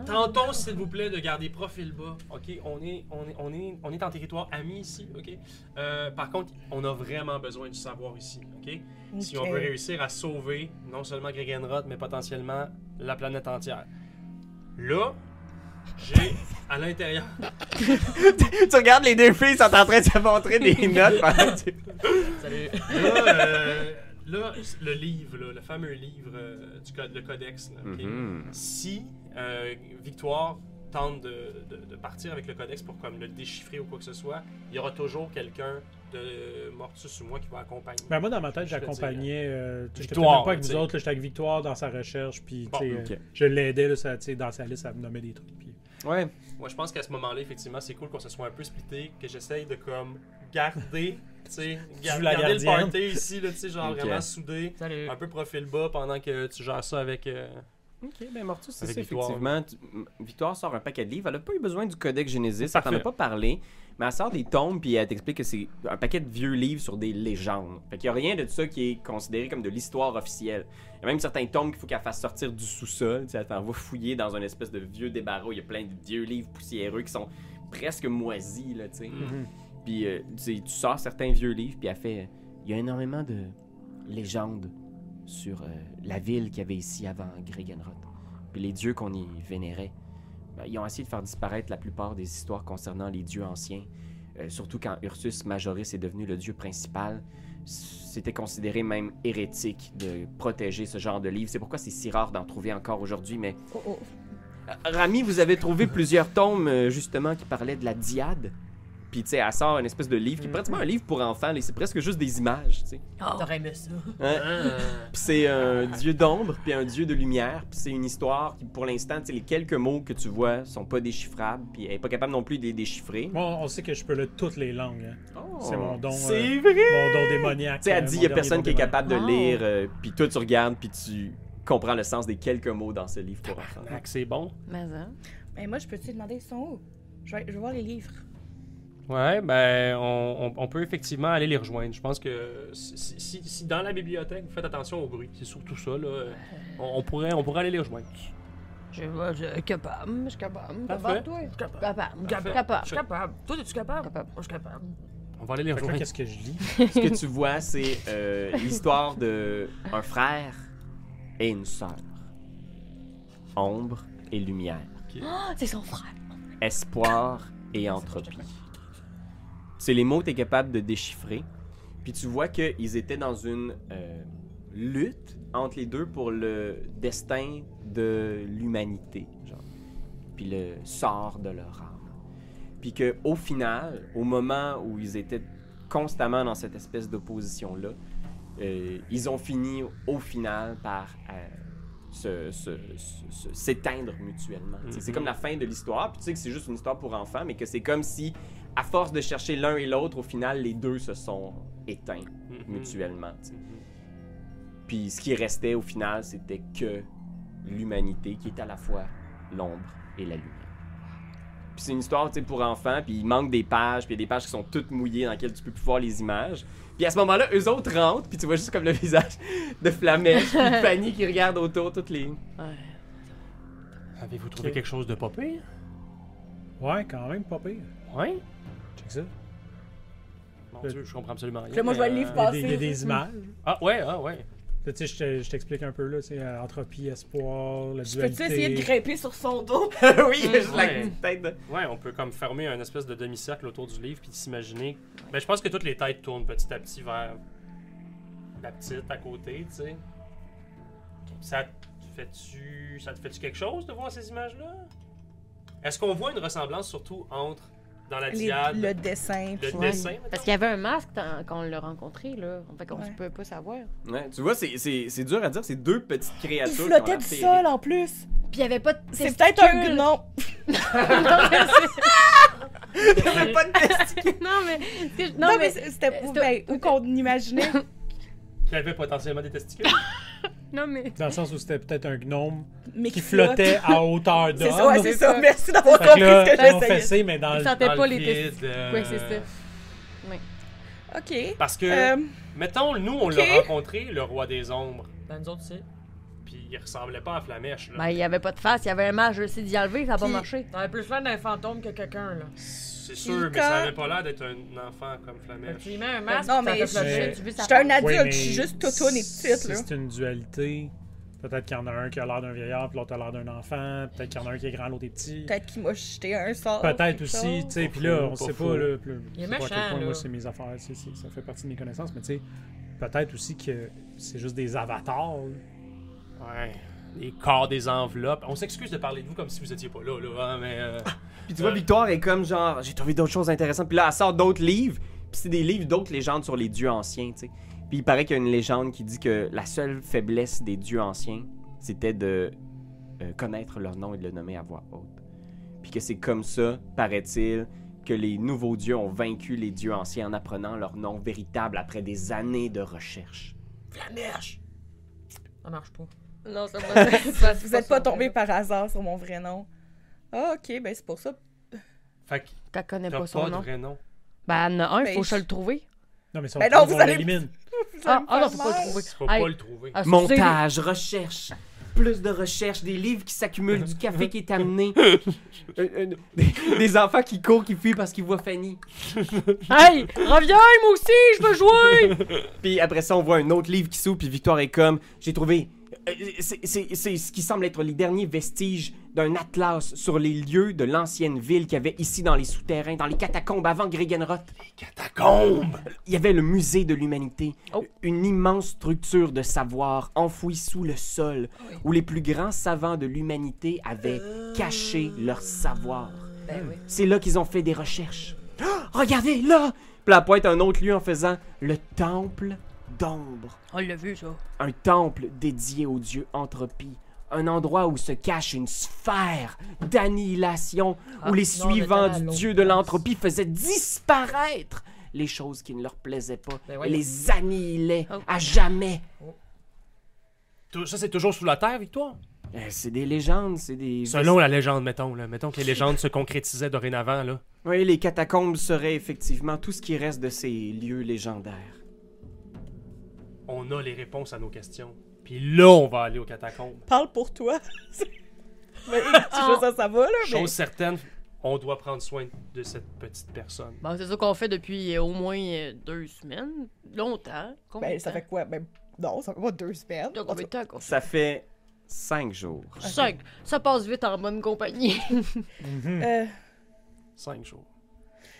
S4: Tentons, s'il vous plaît, de garder profil bas. OK, on est, on est, on est, on est en territoire ami ici, OK? Euh, par contre, on a vraiment besoin du savoir ici, OK? Si on
S7: Ok.
S4: veut réussir à sauver non seulement Gregenrod, mais potentiellement la planète entière. Là, j'ai à l'intérieur...
S2: tu regardes les deux filles, sont en train de se montrer des notes pendant que tu-
S8: Salut.
S4: Là, euh, là, le livre, là, le fameux livre euh, du code, le codex, là, OK?
S1: Mm-hmm.
S2: Mm-hmm.
S4: si euh, Victoire tente de, de- de partir avec le codex pour comme le déchiffrer ou quoi que ce soit, il y aura toujours quelqu'un de Mortus ou moi qui va accompagner.
S6: Ben, moi, dans ma tête,
S4: Je veux dire,
S6: j'accompagnais. Euh, tu sais, J'étais
S4: Victoire,
S6: peut-être pas avec
S4: tu
S6: vous
S4: sais.
S6: autres. là, J'étais avec Victoire dans sa recherche. Puis,
S4: Bon,
S6: tu sais,
S2: ok.
S6: euh, je l'aidais là, ça, tu sais, dans sa liste à me nommer des trucs. Puis...
S2: Ouais.
S4: Moi, je pense qu'à ce moment-là, effectivement, c'est cool qu'on se soit un peu splitté, que j'essaye de comme garder, tu sais, gar-
S6: joues la
S4: garder le
S6: gardienne.
S4: party ici, là, tu sais, genre
S2: Ok.
S4: vraiment soudé,
S8: Salut.
S4: un peu profil bas pendant que tu gères ça avec. euh,
S2: Ok, ben Mortus, c'est
S4: Avec
S2: ça,
S4: Victoire.
S2: effectivement. Tu- M- Victoire sort un paquet de livres. Elle n'a pas eu besoin du Codex Genesis, elle
S4: Parfait.
S2: t'en a pas parlé. Mais elle sort des tomes, puis elle t'explique que c'est un paquet de vieux livres sur des légendes. Fait qu'il n'y a rien de ça qui est considéré comme de l'histoire officielle. Il y a même certains tomes qu'il faut qu'elle fasse sortir du sous-sol. Tu sais, Elle t'envoie fouiller dans une espèce de vieux débarras. Il y a plein de vieux livres poussiéreux qui sont presque moisis, là, tu sais. Puis euh, tu sais, tu sors certains vieux livres, puis elle fait... Il y a énormément de légendes sur euh, la ville qu'il y avait ici avant Gregenrod. puis les dieux qu'on y vénérait. Ben, ils ont essayé de faire disparaître la plupart des histoires concernant les dieux anciens. Euh, surtout quand Ursus Majoris est devenu le dieu principal, c'était considéré même hérétique de protéger ce genre de livre. C'est pourquoi c'est si rare d'en trouver encore aujourd'hui, mais Euh,
S7: Oh, oh.
S2: Rami, vous avez trouvé plusieurs tomes, euh, justement, qui parlaient de la diade. Puis, tu sais, elle sort une espèce de livre qui est pratiquement un livre pour enfants. là. C'est presque juste des images, tu sais.
S8: T'aurais aimé ça.
S2: Hein? Puis c'est un dieu d'ombre, puis un dieu de lumière. Puis c'est une histoire qui, pour l'instant, tu sais, les quelques mots que tu vois sont pas déchiffrables, puis elle est pas capable non plus de les déchiffrer.
S6: Moi, on sait que je peux le toutes les langues. hein. C'est mon don.
S2: C'est
S6: euh,
S2: vrai!
S6: Mon don démoniaque.
S2: Tu sais, elle
S6: euh,
S2: dit,
S6: mon
S2: il y
S6: dernier
S2: a personne
S6: don
S2: qui est capable de
S3: Oh.
S2: lire, euh, puis toi, tu regardes, puis tu comprends le sens des quelques mots dans ce livre pour enfants.
S4: Fait que C'est bon.
S3: Mais ça.
S7: Mais moi, je peux-tu lui demander, ils sont où? Je vais, je vais voir les livres.
S4: Ouais, ben, on, on- on peut effectivement aller les rejoindre. Je pense que si, si- si dans la bibliothèque, vous faites attention au bruit. C'est surtout ça, là. euh, On, on pourrait, on pourrait aller les rejoindre.
S5: Je vois, je suis capable, je suis capable.
S4: Parfait.
S5: toi.
S8: Capable.
S5: Capable,
S4: Parfait.
S5: capable.
S8: Je suis capable. Toi, es-tu capable?
S5: Capable.
S8: Moi, je suis capable.
S4: On va aller les
S6: Fait que là,
S4: rejoindre.
S6: Qu'est-ce que je lis?
S2: Ce que tu vois, c'est euh, l'histoire de un frère et une sœur. Ombre et lumière.
S5: Ah, C'est son frère.
S2: espoir et entropie. C'est les mots que tu es capable de déchiffrer. Puis tu vois qu'ils étaient dans une euh, lutte entre les deux pour le destin de l'humanité, genre. puis le sort de leur âme. Puis que au final, au moment où ils étaient constamment dans cette espèce d'opposition là, ils ont fini au final par euh, se- se- se- se- s'éteindre mutuellement. Tu sais, C'est
S4: Mhm.
S2: comme la fin de l'histoire, puis tu sais que c'est juste une histoire pour enfants, mais que c'est comme si, à force de chercher l'un et l'autre, au final, les deux se sont éteints
S4: Mhm.
S2: mutuellement. tu sais.
S4: Mhm.
S2: Puis ce qui restait au final, c'était que l'humanité qui est à la fois l'ombre et la lumière. Puis c'est une histoire tu sais, pour enfants, puis il manque des pages, puis il y a des pages qui sont toutes mouillées dans lesquelles tu peux plus voir les images. Puis à ce moment-là, eux autres rentrent, puis tu vois juste comme le visage de Flamèche, puis de Fanny qui regarde autour toutes les...
S4: Avez-vous trouvé
S6: Ok.
S4: quelque chose de pas pire?
S6: Ouais, quand même, pas pire.
S4: Ouais.
S6: Check ça.
S4: Mon
S6: Le-
S4: Dieu, je comprends absolument rien.
S7: Puis là, moi, je vois le
S4: mais,
S7: livre
S4: euh,
S6: Il y a
S7: passer.
S6: des, il y a des images.
S4: Ah, ouais, ah, ouais.
S6: Là, tu sais, je te- je t'explique un peu, là, tu sais, euh, entropie, espoir, la
S7: Je
S6: dualité.
S7: peux-tu essayer de grimper sur son dos?
S2: Ben, oui,
S5: Mm,
S2: juste la
S4: ouais.
S2: petite tête de...
S4: Ouais, on peut comme fermer un espèce de demi-cercle autour du livre puis s'imaginer. Ben, je pense que toutes les têtes tournent petit à petit vers la petite à côté, tu sais. Ça te fait-tu. Ça te fait-tu quelque chose de voir ces images-là? Est-ce qu'on voit une ressemblance surtout entre dans la
S7: Les-
S4: diade,
S7: le
S4: le,
S7: dessin. puis-
S3: Ouais.
S4: dessin? mettons?
S5: Parce qu'il y avait un masque tant- quand on l'a rencontré, là. Fait qu'on
S7: Ouais.
S5: ne peut pas savoir.
S2: Ouais, tu vois, c'est- c'est c'est dur à dire, c'est deux petites
S7: Il
S2: créatures qui ont
S7: flottait
S2: l'air
S7: du
S2: féeriques.
S7: sol en plus.
S5: Puis il y avait pas de
S7: C'est peut-être un
S5: testicules.
S7: gnom.
S2: Il y avait pas de
S5: non, mais. c'est-
S7: Non,
S5: Non,
S7: mais
S5: mais.
S7: c'était
S5: euh,
S7: ben, où qu'on imaginait.
S4: Qui avait potentiellement des testicules?
S5: Non, mais.
S6: Dans le sens où c'était peut-être un gnome
S7: Mais
S6: qui flottait à hauteur d'homme.
S7: C'est ça, ouais, c'est ça.
S5: ça.
S7: Merci d'avoir
S6: Fait que
S7: compris
S6: là,
S7: ce que
S6: ils ont
S7: j'essayais.
S6: fessé, mais dans
S5: Il
S6: le...
S5: sentait
S4: Dans
S5: pas
S4: le
S5: les
S4: vide,
S5: testicules.
S4: euh,
S5: Ouais, c'est ça.
S7: OK.
S4: Parce que,
S7: Euh,
S4: mettons, nous, on
S7: ok.
S4: l'a rencontré, le roi des ombres,
S8: Ben, nous autres, c'est.
S4: puis il ressemblait pas à Flamèche, là.
S5: Ben, il y avait pas de face, il y avait un masque, j'ai essayé d'y enlever, ça a pas
S7: Puis-
S5: marché.
S8: T'aurais plus l'air d'un fantôme que quelqu'un, là.
S4: C'est sûr, mais
S7: Quand-
S4: ça avait pas l'air d'être un enfant comme
S8: Fait que
S4: Flamèche.
S8: Euh, tu y mets un masque,
S7: Non,
S8: pis ça
S7: mais
S8: fait flasher.
S5: Tu veux
S7: J'étais un
S5: savoir?
S6: Oui,
S7: adulte,
S6: mais
S7: je suis juste totone et petite,
S6: si
S7: là.
S6: c'est une dualité, peut-être qu'il y en a un qui a l'air d'un vieillard, puis l'autre a l'air d'un enfant, peut-être qu'il y en a un qui est grand, l'autre est petit.
S7: Peut-être qu'il m'a jeté un sort.
S6: Peut-être
S7: quelque
S6: aussi,
S7: chose.
S6: tu sais,
S4: Pas
S6: puis là,
S4: faux,
S6: on
S4: pas
S6: sait
S4: faux.
S6: pas, là, puis là,
S8: Il est
S6: je sais pas à quel
S8: méchant,
S6: point,
S8: là.
S6: moi, c'est mes affaires, tu sais, c'est- ça fait partie de mes connaissances, mais tu sais, peut-être aussi que c'est juste des avatars, là.
S4: Ouais. Les corps des enveloppes. On s'excuse de parler de vous comme si vous étiez pas là, là, hein, mais. euh,
S5: Ah.
S2: Puis tu vois, Victoire est comme genre, j'ai trouvé d'autres choses intéressantes. Puis là, elle sort d'autres livres. Puis c'est des livres d'autres légendes sur les dieux anciens, tu sais. Puis il paraît qu'il y a une légende qui dit que la seule faiblesse des dieux anciens, c'était de euh, connaître leur nom et de le nommer à voix haute. Puis que c'est comme ça, paraît-il, que les nouveaux dieux ont vaincu les dieux anciens en apprenant leur nom véritable après des années de recherche.
S8: Flamèche! Ça marche pas.
S5: Non, ça va pas.
S7: Vous êtes pas tombé par hasard sur mon vrai nom. Ah, OK, ben c'est pour ça.
S4: Fait que
S5: T'as connais
S4: t'as
S5: pas
S4: pas,
S5: son
S4: de
S5: nom.
S4: vrai nom.
S5: Ben, il y en a un,
S7: Ben,
S5: faut que je
S7: je-
S5: le trouver.
S6: Non, mais si on
S7: Ben
S6: trouve,
S7: non, vous
S6: on
S7: allez-
S6: l'élimine.
S7: Vous allez
S5: Ah,
S7: me
S5: ah non, faut
S7: faire
S5: pas le
S7: mal.
S5: trouver.
S4: Tu vas
S5: Hey, Ah.
S4: pas le trouver.
S5: excusez.
S2: Montage, recherche, plus de recherche, des livres qui s'accumulent, du café qui est amené, Euh, euh, des, des enfants qui courent, qui fuient parce qu'ils voient Fanny.
S5: Hey, reviens, moi aussi, je veux jouer!
S2: Puis après ça, on voit un autre livre qui s'ouvre, puis Victoire est comme J'ai trouvé euh, c'est- c'est c'est ce qui semble être les derniers vestiges d'un atlas sur les lieux de l'ancienne ville qu'il y avait ici dans les souterrains, dans les catacombes avant Gregenroth.
S4: Catacombe!
S2: Il y avait le musée de l'humanité, une immense structure de savoir enfouie sous le sol, où les plus grands savants de l'humanité avaient caché leur savoir.
S7: Ben oui.
S2: C'est là qu'ils ont fait des recherches. Ah, regardez, là! Puis la pointe un autre lieu en faisant le temple d'ombre.
S5: On l'a vu, ça.
S2: Un temple dédié au dieu Entropie. Un endroit où se cache une sphère d'annihilation
S8: non,
S2: où les
S8: on était
S2: suivants
S8: à
S2: du
S8: l'autre
S2: dieu de
S8: place.
S2: l'entropie faisaient disparaître les choses qui ne leur plaisaient pas.
S8: Ben voyons.
S2: les annihilaient
S5: Oh.
S2: à jamais.
S4: Tout- Ça, c'est toujours sous la terre, Victoire?
S2: Euh, c'est des légendes, c'est des...
S4: Selon la légende, mettons. Là. Mettons que les légendes se concrétisaient dorénavant. Là.
S2: Oui, les catacombes seraient effectivement tout ce qui reste de ces lieux légendaires.
S4: On a les réponses à nos questions. Puis là, on va aller aux catacombes.
S7: Parle pour toi. Ben, mais, tu vois, ça, ça va, là. Mais...
S4: Chose certaine, on doit prendre soin de cette petite personne.
S5: Bon, c'est ça qu'on fait depuis euh, au moins euh, deux semaines. Longtemps. Combien
S7: Ben,
S5: de
S7: ça
S5: temps?
S7: fait quoi? Ben, non, ça fait pas deux semaines.
S5: Donc,
S7: En
S5: combien de
S7: tout cas,
S5: temps qu'on fait?
S2: Ça fait cinq jours.
S5: Cinq. Ça passe vite en bonne compagnie.
S7: euh,
S4: Cinq jours.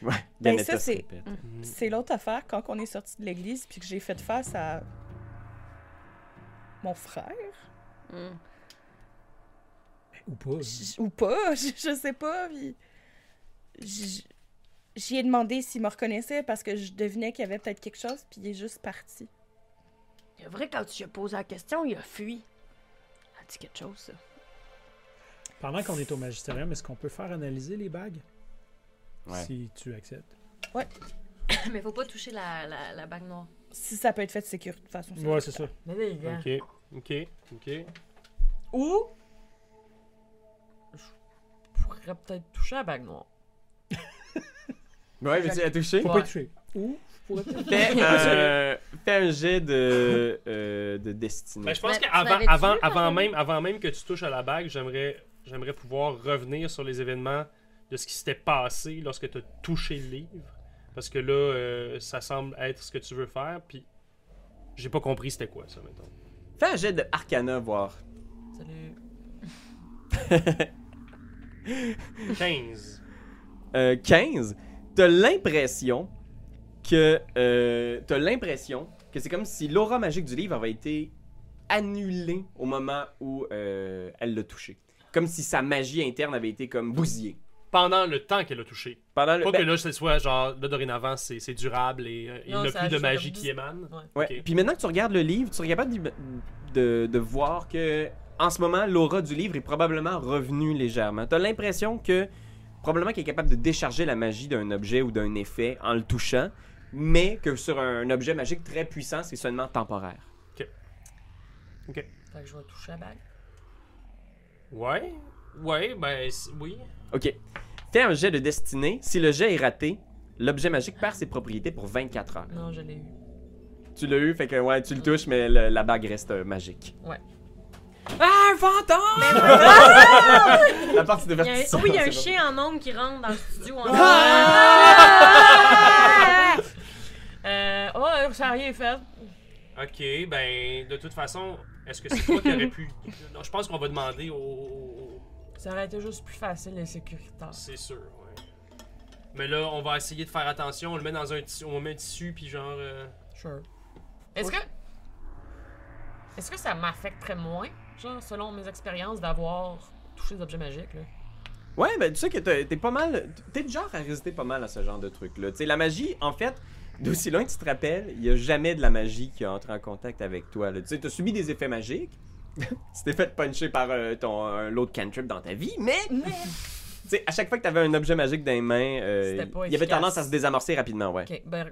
S2: Ouais,
S7: Ben,
S2: Yanetta
S7: ça,
S2: se
S7: c'est-
S2: répète.
S7: c'est l'autre affaire, quand on est sorti de l'église, puis que j'ai fait face à mon frère.
S5: Mm.
S6: Ou pas.
S7: J- ou pas, je, je sais pas. puis j- J'y ai demandé s'il me reconnaissait parce que je devinais qu'il y avait peut-être quelque chose, puis il est juste parti.
S5: C'est vrai, quand tu lui as posé la question, il a fui. Elle dit quelque chose, ça.
S6: Pendant qu'on est au magistérium, est-ce qu'on peut faire analyser les bagues
S1: Ouais.
S6: Si tu acceptes.
S5: Mais faut pas toucher la, la, la bague noire.
S7: Si ça peut être fait de sécurité, de façon
S6: Ouais, c'est ça.
S8: Mais les gars,
S4: Ok, ok, ok.
S7: Ou,
S8: je pourrais peut-être toucher la bague noire.
S2: Mm. Ouais, mais tu l'as touché?
S6: Faut
S8: Ouais.
S6: pas toucher. Ou je pourrais peut-être-
S2: Fais, euh, fais un jet de, euh, de destinée.
S4: Ben, je pense
S5: Tu l'as-
S4: qu'avant
S5: tu l'avais
S4: avant,
S5: tué,
S4: avant
S5: Anthony?
S4: même, avant même que tu touches à la bague, j'aimerais, j'aimerais pouvoir revenir sur les événements de ce qui s'était passé lorsque tu as touché le livre. Parce que là, euh, ça semble être ce que tu veux faire, puis j'ai pas compris c'était quoi ça, mettons.
S2: Fais un jet de Arcana, voir.
S8: Salut.
S4: 15.
S2: Euh, 15, t'as l'impression que euh, t'as l'impression que c'est comme si l'aura magique du livre avait été annulée au moment où euh, elle l'a touché. Comme si sa magie interne avait été comme bousillée.
S4: Pendant le temps qu'elle a touché.
S2: Pendant le...
S4: Pas que
S2: ben,
S4: là, ce soit genre, là, dorénavant, c'est c'est durable et euh, il
S8: Non,
S4: n'y a
S8: ça
S4: plus de
S8: ajoute comme
S4: magie
S8: dix-
S4: qui émane.
S8: Ouais.
S2: ouais.
S4: ok.
S2: Puis maintenant que tu regardes le livre, tu serais capable d'im- de, de voir que en ce moment, l'aura du livre est probablement revenue légèrement. T'as l'impression que probablement qu'elle est capable de décharger la magie d'un objet ou d'un effet en le touchant, mais que sur un objet magique très puissant, c'est seulement temporaire.
S8: Fait que je vais toucher la bague.
S4: Ouais, ouais, ben c'est- oui.
S2: Ok. Fais un jet de destinée. Si le jet est raté, l'objet magique perd ses propriétés pour 24 heures.
S8: Non, je l'ai eu.
S2: Tu l'as eu, fait que ouais, tu le touches, mais le- la bague reste euh, magique.
S8: Ouais.
S2: Ah, un fantôme! la partie de
S5: Il y a un...
S2: vertissement,
S5: Oui, il y a un
S2: c'est
S5: chien en ombre qui rentre dans le studio en
S8: Euh, oh, ça n'a rien fait.
S4: Ok, ben de toute façon, est-ce que c'est toi qui aurais pu. Non, je pense qu'on va demander au- au.
S8: Ça aurait été juste plus facile et sécuritaire.
S4: C'est sûr, ouais. Mais là, on va essayer de faire attention, on le met dans un tissu, on met un tissu, puis genre. euh,
S8: Sure. Est-ce que. Est-ce que ça m'affecterait moins, genre, selon mes expériences, d'avoir touché des objets magiques, là?
S2: Ouais, ben tu sais que t'es t'es pas mal. T'es le genre à résister pas mal à ce genre de truc-là. Tu sais, la magie, en fait, d'aussi loin que tu te rappelles, il y a jamais de la magie qui a entré en contact avec toi. là. Tu sais, t'as subi des effets magiques. tu t'es fait puncher par euh, ton euh, l'autre cantrip dans ta vie, mais. tu sais, à chaque fois que t'avais un objet magique dans les mains, euh,
S8: C'était pas
S2: il y avait
S8: efficace.
S2: tendance à se désamorcer rapidement, ouais.
S8: Ok, ben,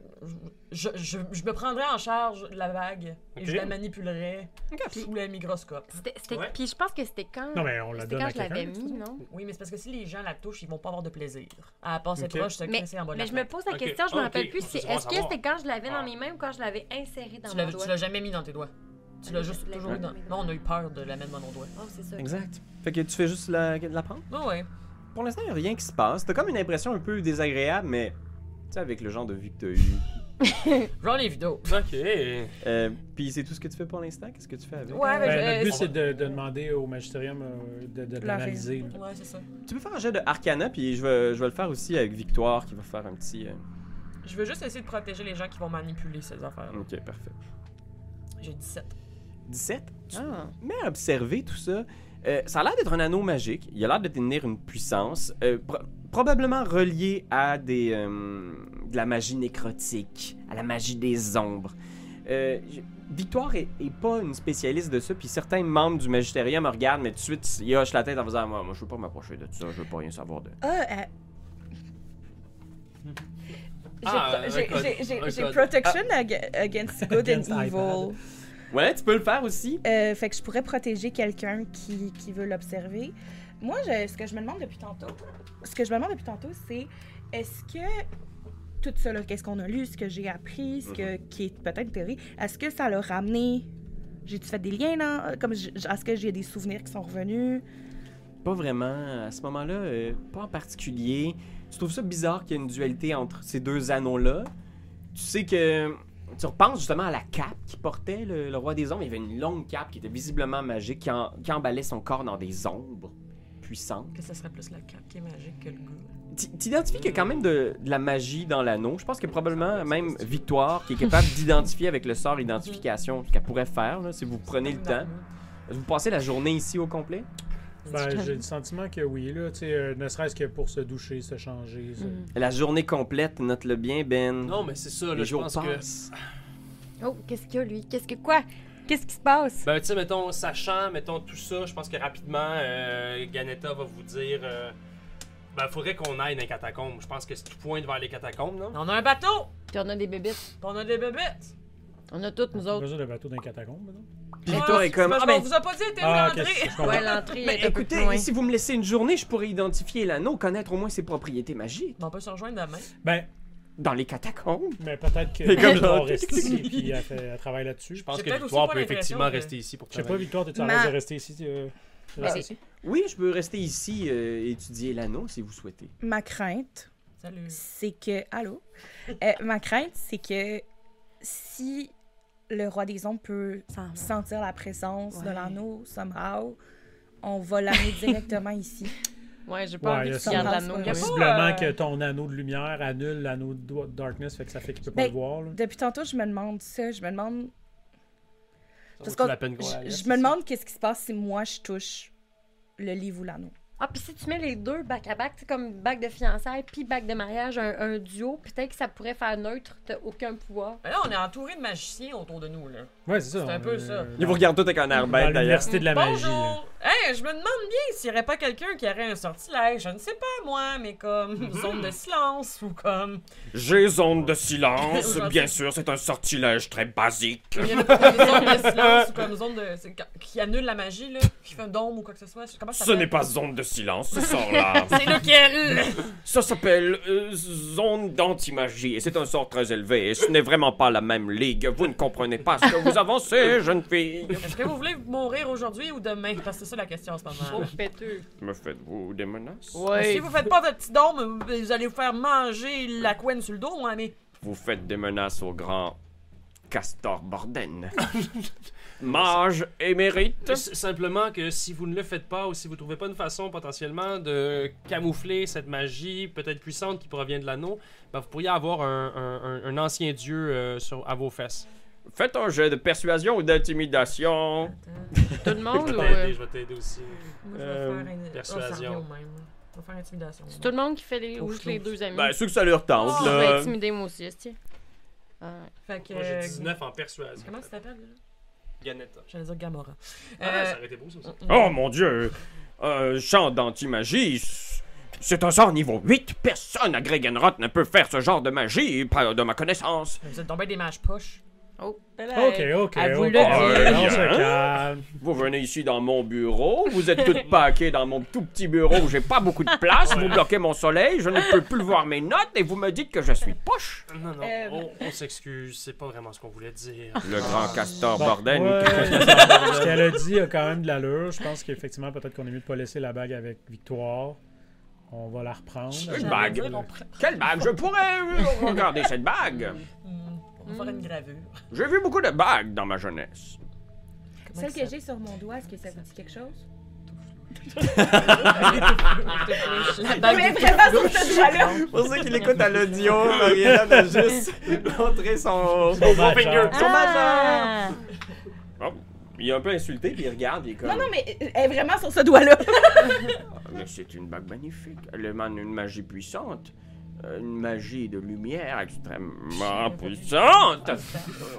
S8: je, je, je me prendrais en charge la bague et je
S4: Ok.
S8: la manipulerais sous le microscope.
S5: C'était- c'était-
S4: Ouais.
S5: Puis je pense que c'était quand.
S6: Non, mais on la
S5: C'était
S6: donne
S5: quand
S6: à
S5: je l'avais
S6: quelqu'un.
S5: mis, non?
S8: Oui, mais c'est parce que si les gens la touchent, ils vont pas avoir de plaisir. À part cette
S4: Ok.
S8: proche, se
S5: Mais,
S8: crisser en bas de
S5: mais
S8: la
S5: je me
S8: fenêtre.
S5: pose la
S4: Ok.
S5: question, je me
S6: Ah,
S4: Ok.
S5: rappelle plus.
S4: Je
S5: c'est-
S4: veux
S5: Est-ce que
S4: savoir.
S5: c'était quand je l'avais
S4: Ah.
S5: dans mes mains ou quand je l'avais inséré dans
S8: Tu
S5: mon
S8: l'as-
S5: doigt?
S8: Tu l'as jamais mis dans tes doigts. Tu l'as
S5: Je
S8: juste
S5: l'avais
S8: toujours
S5: mis
S8: eu
S5: dans
S8: dans.
S5: mes
S8: Non,
S5: doigts.
S8: on a eu peur de la mettre dans nos doigts.
S5: Oh, c'est ça.
S2: Exact. Fait que tu fais juste la, la prendre.
S8: Oh, ouais.
S2: Pour l'instant, il a rien qui se passe. T'as comme une impression un peu désagréable, mais. Tu sais, avec le genre de vie que t'as eu,
S8: J'en ai vu d'autres.
S4: Ok.
S2: Euh, Puis c'est tout ce que tu fais pour l'instant? Qu'est-ce que tu fais avec?
S8: Ouais, mais
S6: Ben, notre
S8: je-
S6: but, c'est de, de demander au magisterium euh, de, de l'analyser. là.
S8: Ouais, c'est ça.
S2: Tu peux faire un jet de Arcana, puis je vais, je vais le faire aussi avec Victoire, qui va faire un petit... euh,
S8: Je veux juste essayer de protéger les gens qui vont manipuler ces affaires.
S2: Ok, parfait.
S8: J'ai 17.
S2: 17?
S3: Ah.
S2: Mais à observer tout ça, euh, ça a l'air d'être un anneau magique. Il a l'air de tenir une puissance, euh, pro- probablement reliée à des, euh, de la magie nécrotique, à la magie des ombres. Euh, je- Victoire est, est pas une spécialiste de ça, puis certains membres du magisterium me regardent, mais tout de suite, ils hochent la tête en faisant Ah, Moi, moi je veux pas m'approcher de ça, je veux pas rien savoir de.
S7: Ah, euh, j'ai
S4: Hmm. Ah,
S7: pro-
S4: un
S7: j'ai-
S4: code,
S7: j'ai- j'ai-
S4: un
S7: j'ai
S4: code. Ah.
S7: protection ag- against good
S6: Against
S7: and evil.
S6: iPad.
S2: Ouais, tu peux le faire aussi.
S7: Euh, fait que je pourrais protéger quelqu'un qui, qui veut l'observer. Moi, je- ce que je me demande depuis tantôt, ce que je me demande depuis tantôt, c'est est-ce que tout ça, là, qu'est-ce qu'on a lu, ce que j'ai appris, ce que, qui est peut-être une théorie, est-ce que ça l'a ramené J'ai-tu fait des liens là Comme j- est-ce que j'ai des souvenirs qui sont revenus
S2: Pas vraiment, à ce moment-là, euh, pas en particulier. Tu trouves ça bizarre qu'il y ait une dualité entre ces deux anneaux-là. Tu sais que. Tu repenses justement à la cape qu'il portait, le, le roi des ombres. Il avait une longue cape qui était visiblement magique, qui, en- qui emballait son corps dans des ombres puissantes.
S8: Que ce serait plus la carte qui est magique que le goût.
S2: T'i- T'identifies qu'il y a quand même de, de la magie dans l'anneau. Je pense que probablement
S4: Ça me
S2: même
S4: semble, c'est
S2: Victoire, qui est capable d'identifier avec le sort identification, ce qu'elle pourrait faire, là, si vous prenez le temps. Vous passez la journée ici au complet?
S6: Ben, j'ai le sentiment que oui, là, tu sais, euh, ne serait-ce que pour se doucher, se changer. se-
S5: Mm-hmm. Hmm.
S3: Mm.
S2: La journée complète, note-le bien, Ben.
S4: Non, mais c'est ça, là,
S2: Les
S4: je
S2: jours
S4: pense que.
S2: passent.
S5: Hmm.
S3: Oh, qu'est-ce qu'il y a, lui? Qu'est-ce que quoi? Qu'est-ce qui se passe?
S4: Ben, tu sais, mettons, sachant, mettons tout ça, je pense que rapidement, euh, Ganetta va vous dire. euh, ben, faudrait qu'on aille dans les catacombes. Je pense que c'est tout pointe vers les catacombes, non?
S8: On a un bateau!
S3: Puis on a des bébites.
S8: pis On a des bébêtes!
S3: On a toutes, nous autres.
S6: Besoin de bateau d'un catacombe, maintenant?
S2: Victoire est comme.
S8: Ah,
S2: Ah,
S8: mais...
S2: ben,
S8: On vous a pas dit, t'es
S6: Ah,
S8: où
S6: ok,
S8: l'entrée?
S6: c'est- je comprends.
S3: Ouais, l'entrée
S2: Mais
S3: est un peu
S2: écoutez,
S3: plus loin.
S2: si vous me laissez une journée, je pourrais identifier l'anneau, connaître au moins ses propriétés magiques.
S8: Mais On peut se rejoindre demain.
S6: Ben,
S2: Dans les catacombes.
S6: mais peut-être que
S2: Et comme
S6: Victoire
S2: genre-
S6: reste ici puis elle, fait- elle travaille là-dessus.
S4: Je pense
S8: J'ai
S4: que
S8: peut-être
S4: Victoire
S8: aussi
S4: peut
S8: pas
S4: effectivement
S8: l'impression
S4: rester ici pour
S6: Je sais pas,
S4: travailler.
S6: Victoire, tu
S7: Ma-
S6: as de rester ici. euh, tu
S5: Ben,
S6: restes ici?
S2: Oui, je peux rester ici euh, étudier l'anneau si vous souhaitez.
S7: Ma crainte,
S8: Salut.
S7: c'est que allô, Euh, ma crainte, c'est que si le roi des ombres peut
S3: Ça, ça.
S7: sentir la présence de
S3: Ouais.
S7: l'anneau somehow, on va l'amener directement ici.
S5: Ouais, j'ai
S6: Ouais,
S5: pas envie
S6: il y a
S5: de
S7: ça.
S5: qu'il y ait de l'anneau.
S7: Il y a
S5: là.
S7: pas-
S6: Possiblement
S8: euh,
S6: que ton anneau de lumière annule l'anneau de do- darkness, fait que ça fait qu'il peut pas
S7: Ben,
S6: le voir. là.
S7: Depuis tantôt, je me demande ça. Je me demande.
S4: Ça
S7: Parce
S4: vaut-tu
S7: que
S4: la peine qu'on hein, la
S7: je,
S4: laisse
S7: je me
S4: ici?
S7: demande qu'est-ce qui se passe si moi je touche le livre ou l'anneau.
S3: Ah, puis si tu mets les deux bac à bac, c'est comme bac de fiançailles puis bac de mariage, un, un duo, peut-être que ça pourrait faire neutre, t'as aucun pouvoir.
S8: Mais Ben là, on est entouré de magiciens autour de nous, là.
S6: Ouais, c'est ça.
S8: C'est un
S6: on
S8: peu
S6: est,
S8: ça.
S6: euh,
S2: Il vous regarde tout avec un air
S6: dans
S2: bête d'ailleurs.
S6: l'université de la magie. là.
S8: Bonjour! Hey, je me demande bien s'il y aurait pas quelqu'un qui aurait un sortilège. Je ne sais pas, moi, mais comme zone de silence ou comme.
S9: J'ai zone de silence,
S8: J'en sais.
S9: bien sûr, c'est un sortilège très basique.
S8: Il y en a pas comme zone de silence ou comme zone de. c'est quand- Qui annule la magie, là. Qui fait un dôme ou quoi que ce soit. Comment ça
S9: Ce n'est
S8: s'appelle?
S9: pas zone de silence, ce sort-là.
S8: C'est lequel?
S9: Ça s'appelle euh, zone d'antimagie et c'est un sort très élevé. Et ce n'est vraiment pas la même ligue. Vous ne comprenez pas ce que vous avancez, jeune fille.
S8: Est-ce que vous voulez mourir aujourd'hui ou demain? Parce que c'est ça la question en ce moment.
S5: péteux.
S9: Me faites-vous des menaces
S8: Si
S5: Ouais.
S8: vous faites pas votre petit dôme, vous allez vous faire manger la couenne sur le dos, moi, mais.
S9: Vous faites des menaces au grand Castor Borden. Mage émérite.
S4: S- Simplement que si vous ne le faites pas ou si vous trouvez pas une façon potentiellement de camoufler cette magie peut-être puissante qui provient de l'anneau, ben, vous pourriez avoir un, un- un- un ancien dieu euh, sur, à vos fesses.
S9: Faites un jeu de persuasion ou d'intimidation.
S5: Tout le monde
S4: Je
S5: ou.
S4: vais t'aider,
S5: euh,
S4: je vais t'aider aussi.
S8: Moi, je vais
S9: Euh,
S8: faire une...
S4: persuasion.
S8: Oh, ça revient au même. Je vais faire intimidation.
S5: C'est tout le monde qui fait les.
S8: Oh,
S5: Ou
S8: je
S5: juste les
S8: trouve-
S5: deux amis.
S9: Ben, ceux que ça leur tente,
S8: Oh,
S5: je vais
S9: là.
S5: intimider moi aussi, est Ah, ouais.
S8: Fait que.
S4: Moi j'ai 19 en persuasion.
S8: Comment tu t'appelles déjà?
S4: Ganetta.
S8: J'allais dire Gamora.
S4: Ah,
S8: Euh,
S4: ça aurait été beau ça aussi.
S9: Oh mon dieu! Un champ d'anti-magie! C'est un sort niveau 8! Personne à Gregenroth ne peut faire ce genre de magie, pas de ma connaissance!
S8: Vous êtes tombé des mages poches.
S5: Oh.
S6: Ok, ok.
S5: Elle vous
S6: ok.
S5: l'a
S9: dit.
S6: On
S9: Hein?
S6: se calme.
S9: Vous venez ici dans mon bureau, vous êtes toutes paquées dans mon tout petit bureau où j'ai pas beaucoup de place, vous bloquez mon soleil, je ne peux plus voir mes notes et vous me dites que je suis poche!
S4: Non, non,
S7: Euh,
S4: on, on s'excuse, c'est pas vraiment ce qu'on voulait dire.
S9: Le grand castor
S6: Bon,
S9: Borden.
S6: Bah, ouais, ce qu'elle a dit a quand même de l'allure. Je pense qu'effectivement, peut-être qu'on est mieux de pas laisser la bague avec Victoire. On va la reprendre.
S9: Une bague. Quelle bague je pourrais euh, regarder cette bague?
S8: Hmm, On va faire une gravure.
S2: J'ai vu beaucoup de bagues dans ma jeunesse.
S7: Celle que j'ai sur mon doigt, est-ce que ça vous dit quelque chose?
S9: La
S7: Je voulais vraiment sur ce doigt-là!
S11: Pour ceux qui l'écoutent à l'audio, Mariana va juste montrer son.
S4: Son majeur.
S5: Ah!
S2: Oh,
S11: Il est un peu insulté, puis il regarde, il est comme.
S7: Non, non, mais euh, elle est vraiment sur ce doigt-là!
S2: Ah, Mais c'est une bague magnifique. Elle émane une magie puissante. euh, Une magie de lumière extrêmement puissante.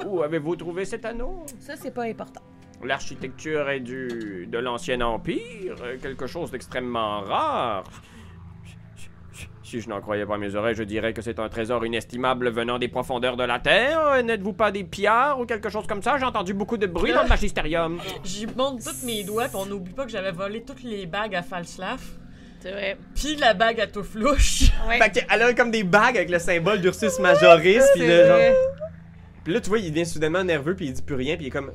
S2: Où avez-vous trouvé cet anneau
S7: Ça, c'est pas important.
S2: L'architecture est du de l'ancien empire, euh, quelque chose d'extrêmement rare. Si je n'en croyais pas mes oreilles, je dirais que c'est un trésor inestimable venant des profondeurs de la terre. N'êtes-vous pas des pillards ou quelque chose comme ça J'ai entendu beaucoup de bruit dans le magisterium.
S8: J'y monte tous mes doigts, puis on n'oublie pas que j'avais volé toutes les bagues à Falslaff,
S9: C'est vrai.
S8: puis la bague à Touflouche.
S11: Fait que, elle a comme des bagues avec le symbole d'Ursus Majoris, puis là, genre. Puis là, tu vois, il devient soudainement nerveux, puis il dit plus rien, puis il est comme.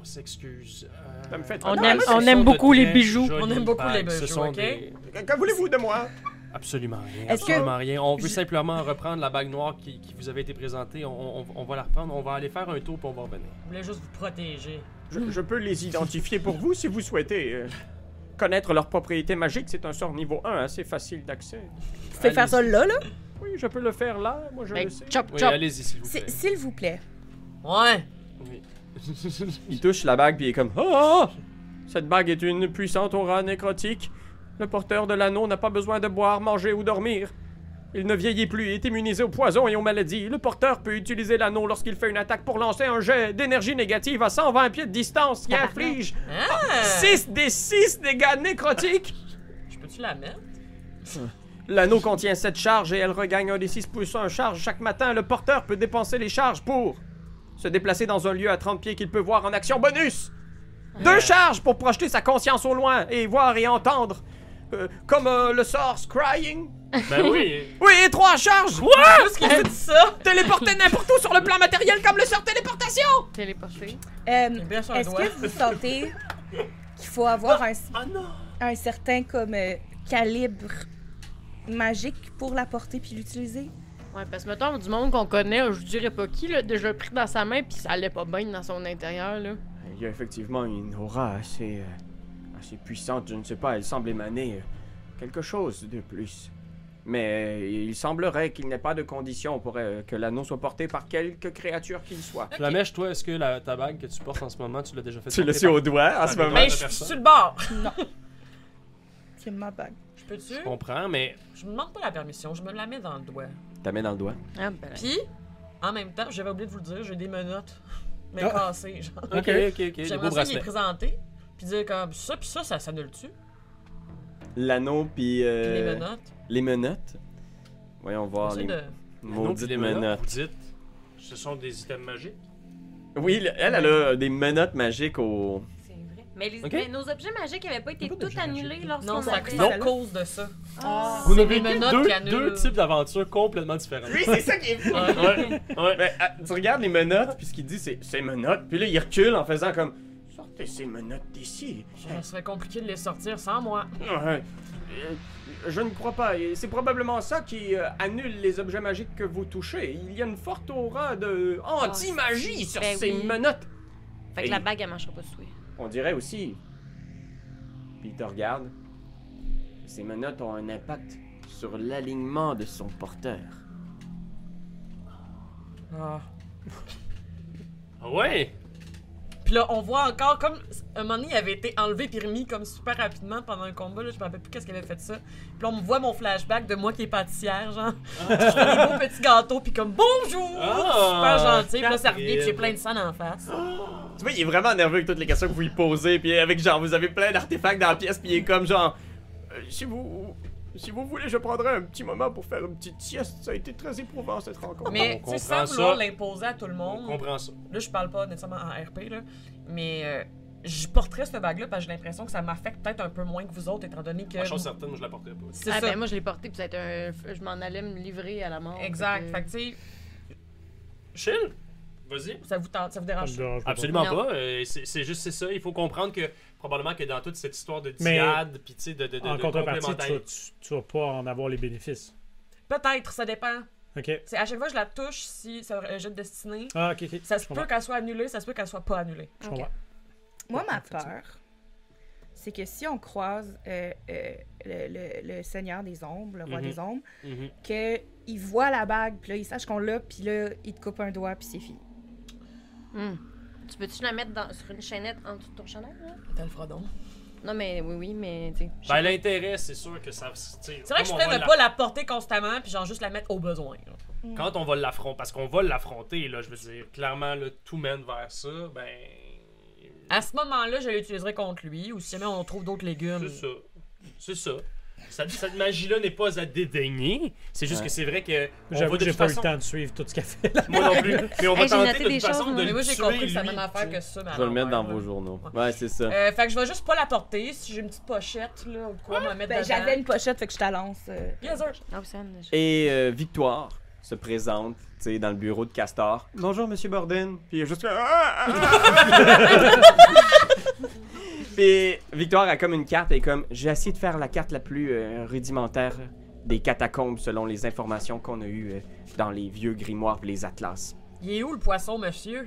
S4: On s'excuse. euh,
S2: Ça me fait
S11: Ah,
S9: On
S2: mal.
S9: aime-
S4: ce
S9: on
S4: sont
S9: aime
S4: de
S9: beaucoup les
S4: très
S9: bijoux.
S4: jolies
S8: On aime beaucoup
S4: bagues.
S8: les
S4: Ce
S8: bijoux,
S4: sont
S8: ok?
S4: des-
S11: Que voulez-vous de moi
S4: Absolument rien.
S7: Est-ce que-
S4: Absolument rien. On veut simplement reprendre la bague noire qui, qui vous avait été présentée. On, on- on va la reprendre. On va aller faire un tour pour va revenir.
S8: Je voulais juste vous protéger.
S2: Je, je peux les identifier pour vous si vous souhaitez. Euh, Connaître leurs propriétés magiques, c'est un sort niveau 1 assez facile d'accès.
S7: Tu sais faire ça là, là?
S2: Oui, je peux le faire là, moi
S5: Ben,
S2: je le sais.
S9: chop,
S4: Oui,
S9: chop.
S4: allez-y, s'il vous plaît.
S7: C'est- S'il vous plaît.
S8: Ouais.
S2: Il touche la bague puis il est comme Oh Cette bague est une puissante aura nécrotique. Le porteur de l'anneau n'a pas besoin de boire, manger ou dormir. Il ne vieillit plus et est immunisé aux poisons et aux maladies. Le porteur peut utiliser l'anneau lorsqu'il fait une attaque pour lancer un jet d'énergie négative à 120 pieds de distance qui inflige
S8: Ah!
S2: 6 des 6 dégâts nécrotiques.
S8: Je peux-tu la mettre?
S2: L'anneau contient 7 charges et elle regagne un des 6 plus 1 charge chaque matin. Le porteur peut dépenser les charges pour se déplacer dans un lieu à 30 pieds qu'il peut voir en action bonus. Deux charges pour projeter sa conscience au loin et voir et entendre. Euh, comme euh, le sort Scrying.
S4: Ben oui.
S2: Oui, et trois charges.
S8: Juste que tu dis ça!
S2: Téléporter n'importe où sur le plan matériel comme le sort téléportation.
S9: Téléporté.
S7: Euh,
S8: Il baisse un
S7: Est-ce
S8: doigt.
S7: que vous sentez qu'il faut avoir un, un certain comme euh, calibre magique pour la porter puis l'utiliser?
S9: Ouais, parce que mettons, du monde qu'on connaît, je dirais pas qui, là, déjà pris dans sa main, puis ça allait pas bien dans son intérieur, là.
S2: Il y a effectivement une aura assez, euh, assez puissante, je ne sais pas, elle semble émaner euh, quelque chose de plus. Mais euh, il semblerait qu'il n'y ait pas de condition pour euh, que l'anneau soit porté par quelque créature qu'il soit.
S4: Flamèche, toi, est-ce que la, ta bague que tu portes en ce moment, tu l'as déjà fait
S11: Tu le
S4: porter
S11: suis
S4: par-
S11: au doigt en ce
S4: par
S11: moment.
S4: des
S8: Mais
S4: autres
S8: Ben, je suis sur
S4: personnes?
S8: le bord!
S7: C'est ma bague.
S8: Je peux-tu?
S4: Je comprends, mais
S8: Je me demande pas la permission, je me la mets dans le doigt.
S11: T'as mis dans le doigt.
S9: Ah, ben.
S8: Puis, en même temps, j'avais oublié de vous le dire, j'ai des menottes. Mais
S4: Ah.
S8: cassées, genre.
S4: Ok, ok, ok. Des beaux
S8: J'aimerais ça les
S4: bracelets.
S8: présenter, puis dire comme ça, puis ça, ça s'annule-tu?
S11: L'anneau, puis. euh,
S8: Puis les menottes. euh,
S11: les menottes. Voyons voir.
S8: Tu sais,
S11: Les...
S8: de-
S11: Maudites
S4: les
S11: menottes.
S4: Vous dites, ce sont des items magiques.
S11: Oui, le- elle, elle a des menottes magiques au.
S5: C'est vrai. Mais, les-
S4: Ok.
S5: mais nos objets magiques n'avaient pas été
S4: Pas d'objets
S5: tous annulés
S4: magiques.
S5: lorsqu'on
S8: Non, c'est à
S5: avait-
S8: non, à cause de ça.
S5: Ah.
S4: Vous
S8: C'est
S4: avez
S8: des menottes qui
S4: deux,
S8: annulent.
S4: deux types d'aventures complètement différentes.
S11: c'est ça qui est fou!
S4: ouais, ouais.
S11: Mais, ah, tu regardes les menottes, puis ce qu'il dit, c'est ces menottes. Puis là, il recule en faisant comme. Sortez ces menottes d'ici.
S8: Ça serait compliqué de les sortir sans moi.
S2: Euh, euh, Je ne crois pas, et c'est probablement ça qui euh, annule les objets magiques que vous touchez. Il y a une forte aura de anti-magie sur
S5: Ben
S2: ces
S5: oui.
S2: menottes.
S5: Fait que la bague, elle marchera pas sur lui.
S2: On dirait aussi. Puis il te regarde. Ces menottes ont un impact sur l'alignement de son porteur.
S8: Ah.
S4: Ah ouais.
S8: Puis là, on voit encore comme. Un moment donné, il avait été enlevé puis remis comme super rapidement pendant un combat. Là, je me rappelle plus qu'est-ce qu'il avait fait ça. Puis là, on me voit mon flashback de moi qui est pâtissière, genre.
S4: Ah.
S8: je fais des beaux petits gâteaux, puis comme bonjour! super
S4: Ah,
S8: gentil. Puis là, ça revient, puis j'ai plein de sang en face.
S11: Tu vois, il est vraiment nerveux avec toutes les questions que vous lui posez, puis avec genre, vous avez plein d'artefacts dans la pièce, puis il est comme genre.
S2: Euh, si vous. Si vous voulez, je prendrai un petit moment pour faire une petite sieste. Ça a été très éprouvant cette rencontre.
S8: Mais, tu
S4: on
S8: sais, sans
S4: comprend
S8: vouloir
S4: ça.
S8: l'imposer à tout le
S4: On
S8: monde,
S4: comprend ça.
S8: là, je parle pas nécessairement en RP, là, mais euh, je porterais cette bague-là parce que j'ai l'impression que ça m'affecte peut-être un peu moins que vous autres, étant donné que.
S4: Moi, Je suis certaine, moi, je la porterai pas.
S8: C'est ça.
S9: Ah, ben, moi, je l'ai porté, puis ça a été un. Je m'en allais me livrer à la mort.
S8: exact.
S9: fait
S8: Fait que, tu sais,
S4: Chill. Vas-y.
S8: ça vous, tente, ça vous dérange pas.
S4: Absolument
S9: Non.
S4: pas. euh, c'est c'est juste c'est ça. Il faut comprendre que probablement que dans toute cette histoire de
S6: Mais-
S4: diade, puis tu sais de, de, de,
S6: En
S4: de
S6: contrepartie, tu vas,
S4: complémentarité-
S6: tu- tu vas pas en avoir les bénéfices.
S8: Peut-être, ça dépend.
S6: Ok.
S8: C'est à chaque fois que je la touche, si c'est un jet de destinée,
S6: Ah, ok, ok.
S8: ça
S6: Je
S8: se
S6: comprends.
S8: peut qu'elle soit annulée, ça se peut qu'elle soit pas annulée.
S6: Je comprends.
S7: Moi, ma
S6: Effectivement.
S7: peur, c'est que si on croise euh, euh, le, le- le Seigneur des Ombres, le
S4: Mhm.
S7: Roi des Ombres,
S4: Mhm.
S7: qu'il voit la bague, puis là, il sache qu'on l'a, puis là, il te coupe un doigt, puis c'est fini.
S5: Hmm.
S12: Tu peux-tu la mettre dans- sur une chaînette en dessous de ton chandail? là?
S8: T'as le fredon.
S5: Non, mais oui, oui, mais tu sais. je-
S4: Ben, l'intérêt, c'est sûr que ça. C'est
S8: C'est vrai que je pourrais ne pas la porter constamment, puis genre juste la mettre au besoin. là.
S4: Quand on va l'affronter, parce qu'on va l'affronter, là, je veux dire, clairement, là, tout mène vers ça, ben.
S8: À ce moment-là, je l'utiliserai contre lui, ou si jamais on trouve d'autres légumes.
S6: Hmm.
S4: C'est ça. C'est ça. Cette, cette magie-là n'est pas à dédaigner. C'est juste que c'est vrai que. on va
S6: J'avoue
S4: de
S6: que j'ai
S4: toute
S6: pas eu
S4: façon-
S6: le temps de suivre tout ce qu'elle fait là.
S4: Moi non plus. Mais on va
S12: Hey, j'ai
S4: tenter
S12: noté
S4: de toute
S12: des
S4: façon
S12: choses,
S4: de
S12: moi.
S8: Mais
S4: le
S8: moi, j'ai
S4: tuer,
S8: compris que c'est la
S4: lui,
S8: même affaire
S4: tu sais.
S8: que ça, mais
S2: Je vais le mettre dans
S8: l'envers,
S2: vos
S8: là.
S2: journaux. Ouais, c'est ça.
S8: Euh, fait que je vais juste pas la porter. Si j'ai une petite pochette, là, ou de quoi, me la mettre
S7: Ben,
S8: dedans.
S7: j'avais une pochette, fait que je te lance. euh,
S8: Bien sûr.
S5: Ah, ça, je-
S2: Et euh, Victoire se présente, tu sais, dans le bureau de Castor. Bonjour, Monsieur Borden. Puis il est juste comme, Ah, ah, ah. Puis Victoire a comme une carte et comme j'ai essayé de faire la carte la plus euh, rudimentaire des catacombes selon les informations qu'on a eues euh, dans les vieux grimoires et les atlas.
S8: Il est où le poisson, monsieur?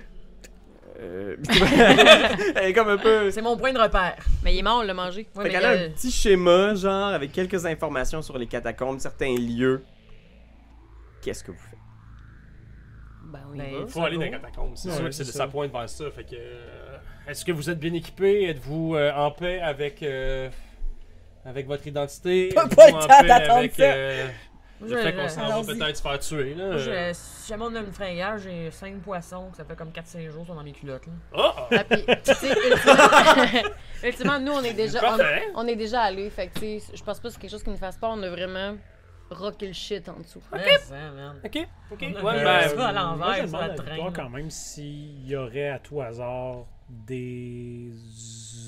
S2: Euh... elle est comme un peu.
S8: C'est mon point de repère.
S5: Mais il est mort, on l'a mangé.
S8: Ouais,
S2: Fait
S8: mais
S2: qu'elle a
S8: euh,
S2: un petit schéma, genre, avec quelques informations sur les catacombes, certains lieux. Qu'est-ce que vous faites?
S5: Ben oui.
S8: ben,
S4: Faut aller dans les catacombes, c'est
S6: Ouais,
S4: sûr que
S6: c'est
S4: c'est de
S6: ça.
S4: sa pointe vers ça. Fait que, euh, est-ce que vous êtes bien équipé Êtes-vous euh, en paix avec euh, avec votre identité
S7: Pas-
S4: Êtes-vous
S7: pas le
S4: en
S7: temps
S4: paix
S7: d'attendre
S4: avec,
S7: ça.
S4: euh,
S8: je-
S4: le fait qu'on s'en va
S7: allons-y.
S4: peut-être se faire tuer là.
S2: Euh.
S8: je- je- si jamais on a une frayeur, j'ai 5 poissons, que ça fait comme 4-5 jours, ils sont dans mes culottes. Là.
S4: Ah, ah,
S5: Ah, puis, tu sais, ultimement, ultimement, nous, on est déjà, on,
S4: Parfait.
S5: on est déjà allés. Fait que, tu sais, je pense pas que c'est quelque chose qui nous fasse peur. On a vraiment rocké le shit en dessous.
S8: Ouais, ça, hein, man.
S4: Ok, ok.
S8: On a
S4: ouais,
S8: vu
S4: ben,
S8: ça. vas à l'envers,
S6: moi, je
S8: ça
S6: demande à
S8: traîne.
S6: Victoire quand même s'il y aurait à tout hasard des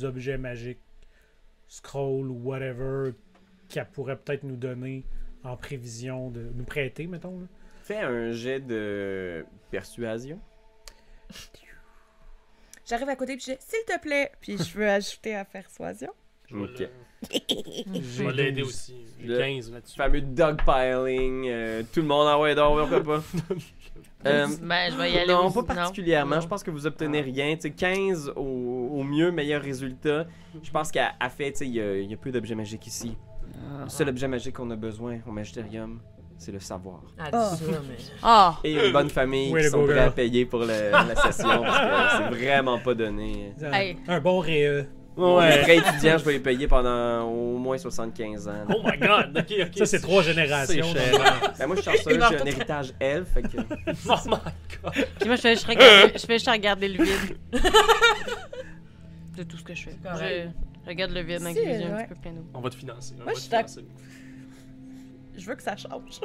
S6: objets magiques, scrolls ou whatever, qu'elle pourrait peut-être nous donner en prévision de nous prêter, mettons. là.
S2: Fais un jet de persuasion.
S7: J'arrive à côté, puis je dis, s'il te plaît, puis je veux ajouter à persuasion.
S4: je vais
S2: Ok.
S4: le- je
S6: J'ai
S4: vais l'aider
S6: 12.
S4: aussi. J'ai
S2: Le-
S4: 15 là-dessus.
S2: Fameux dogpiling, euh, tout le monde en ouais d'or, pourquoi pas? Euh,
S5: Ben, je vais y aller.
S2: non,
S5: aussi.
S2: pas particulièrement.
S5: non.
S2: Je pense que vous obtenez rien. Tu sais, 15 au, au mieux, meilleur résultat. Je pense qu'elle a fait, tu sais, il y, a- il y a peu d'objets magiques ici. Le seul objet magique qu'on a besoin au Magisterium, c'est le savoir.
S8: Elle dit
S7: Ah.
S8: ça, mais.
S5: Ah!
S2: Et une bonne famille
S6: Way
S2: qui
S6: to
S2: sont
S6: go,
S2: prêts à
S6: girl.
S2: payer pour le- la session parce que c'est vraiment pas donné.
S6: Un,
S5: Hey.
S6: un bon rée.
S2: Les vrais étudiants, je vais les payer pendant au moins 75 ans.
S4: Oh my god, ok, ok.
S6: Ça, c'est trois générations.
S4: C'est
S6: donc.
S4: cher.
S2: Ben, moi, je suis chanceux,
S8: Il meurt
S2: j'ai un
S8: tout.
S2: héritage elfe. Fait que...
S4: oh my god.
S5: Puis moi, je fais, je,
S2: Euh.
S5: regarde, je fais juste regarder le vide. De tout ce que je fais. Je,
S8: correct.
S5: je regarde le vide avec
S7: Si,
S5: les yeux un
S7: ouais.
S5: petit peu plein d'eau.
S4: On va te financer. on va
S7: Moi, je
S4: te
S7: suis d'ac-
S4: financer.
S7: Je veux que ça change.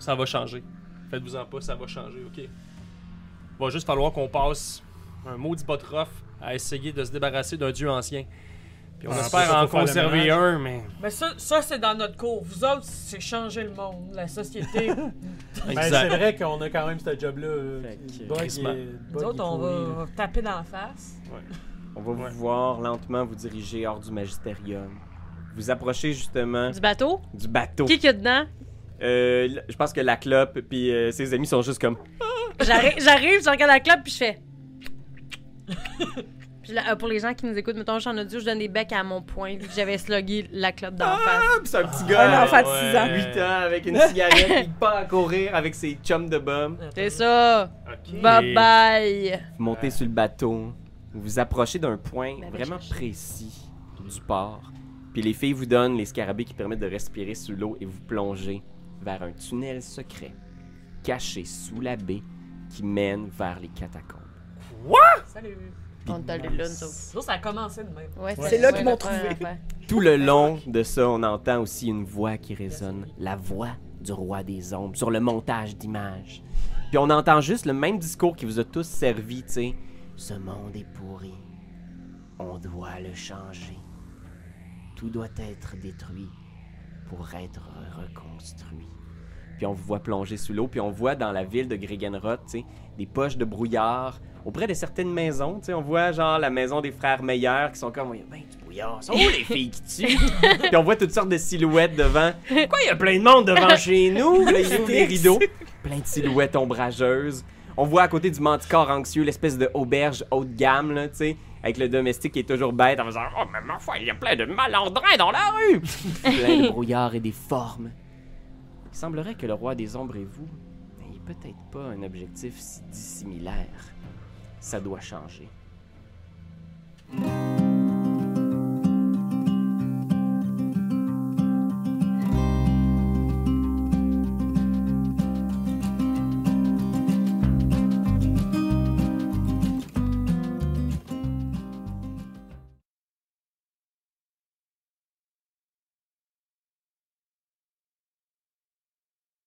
S4: Ça va changer. Faites-vous-en pas, ça va changer, ok? Va juste falloir qu'on passe un maudit botrof à essayer de se débarrasser d'un dieu ancien. Puis on
S6: Ah,
S4: espère
S6: ça,
S4: en
S6: faut faire le
S4: conserver
S6: ménage.
S4: un, mais.
S8: Mais ça, ça c'est dans notre cours. Vous autres, c'est changer le monde, la société.
S6: Ben, c'est vrai qu'on a quand même ce job-là. euh,
S2: Fait
S6: qui-
S2: que-
S6: bug
S4: Crissement.
S6: et-
S8: Nous
S6: bug
S8: autres,
S6: et
S8: on
S6: pourri, là.
S8: va taper dans la face.
S2: On va
S4: Ouais.
S2: vous voir lentement vous diriger hors du magisterium. Vous approchez justement
S5: Du bateau?
S2: du bateau.
S5: Qui qu'il y a dedans?
S2: Euh, l- je pense que la clope puis euh, ses amis sont juste comme.
S5: J'arrive, j'arrive, je regarde la clope, puis je fais. Puis là, euh, pour les gens qui nous écoutent, mettons, j'en audio, je donne des becs à mon point, vu que j'avais slogué la clope d'en face.
S2: Ah, puis c'est un petit gars
S7: Un enfant de
S4: ouais.
S7: six ans.
S2: 8 ans avec une cigarette, puis il part à courir avec ses chums de bum.
S5: C'est ça!
S4: Ok.
S5: Bye bye!
S2: Vous montez sur le bateau, vous vous approchez d'un point
S5: Ben, ben,
S2: vraiment
S5: chercher.
S2: précis du port. Puis les filles vous donnent les scarabées qui permettent de respirer sous l'eau et vous plongez vers un tunnel secret caché sous la baie qui mène vers les catacombes.
S8: Salut.
S5: On t'a lu là, nous autres.
S8: Ça, ça a commencé de même.
S5: Ouais,
S7: C'est là
S5: ouais,
S7: qu'ils m'ont
S5: la première
S7: trouvé.
S5: affaire.
S2: Tout le long de ça, on entend aussi une voix qui résonne, la voix du roi des ombres sur le montage d'images. Puis on entend juste le même discours qui vous a tous servi, tu sais. Ce monde est pourri. On doit le changer. Tout doit être détruit pour être reconstruit. Puis on vous voit plonger sous l'eau, puis on voit dans la ville de Gregenroth, tu sais, des poches de brouillard auprès de certaines maisons, tu sais, on voit genre la maison des frères Meilleurs qui sont comme, ben, tu pourrais
S9: fouillards.
S2: Sont où les filles qui tuent? Puis on voit toutes sortes de silhouettes devant. Quoi, il y a plein de monde devant chez nous? Là, il y a des rideaux. Plein de silhouettes ombrageuses. On voit à côté du manticore anxieux l'espèce de auberge haut de gamme, là, tu sais, avec le domestique qui est toujours bête en faisant Oh, mais ma foi, il y a plein de malandrins dans la rue! plein de brouillard et des formes. Il semblerait que le roi des ombres et vous n'ayez peut-être pas un objectif si dissimilaire. Ça doit changer.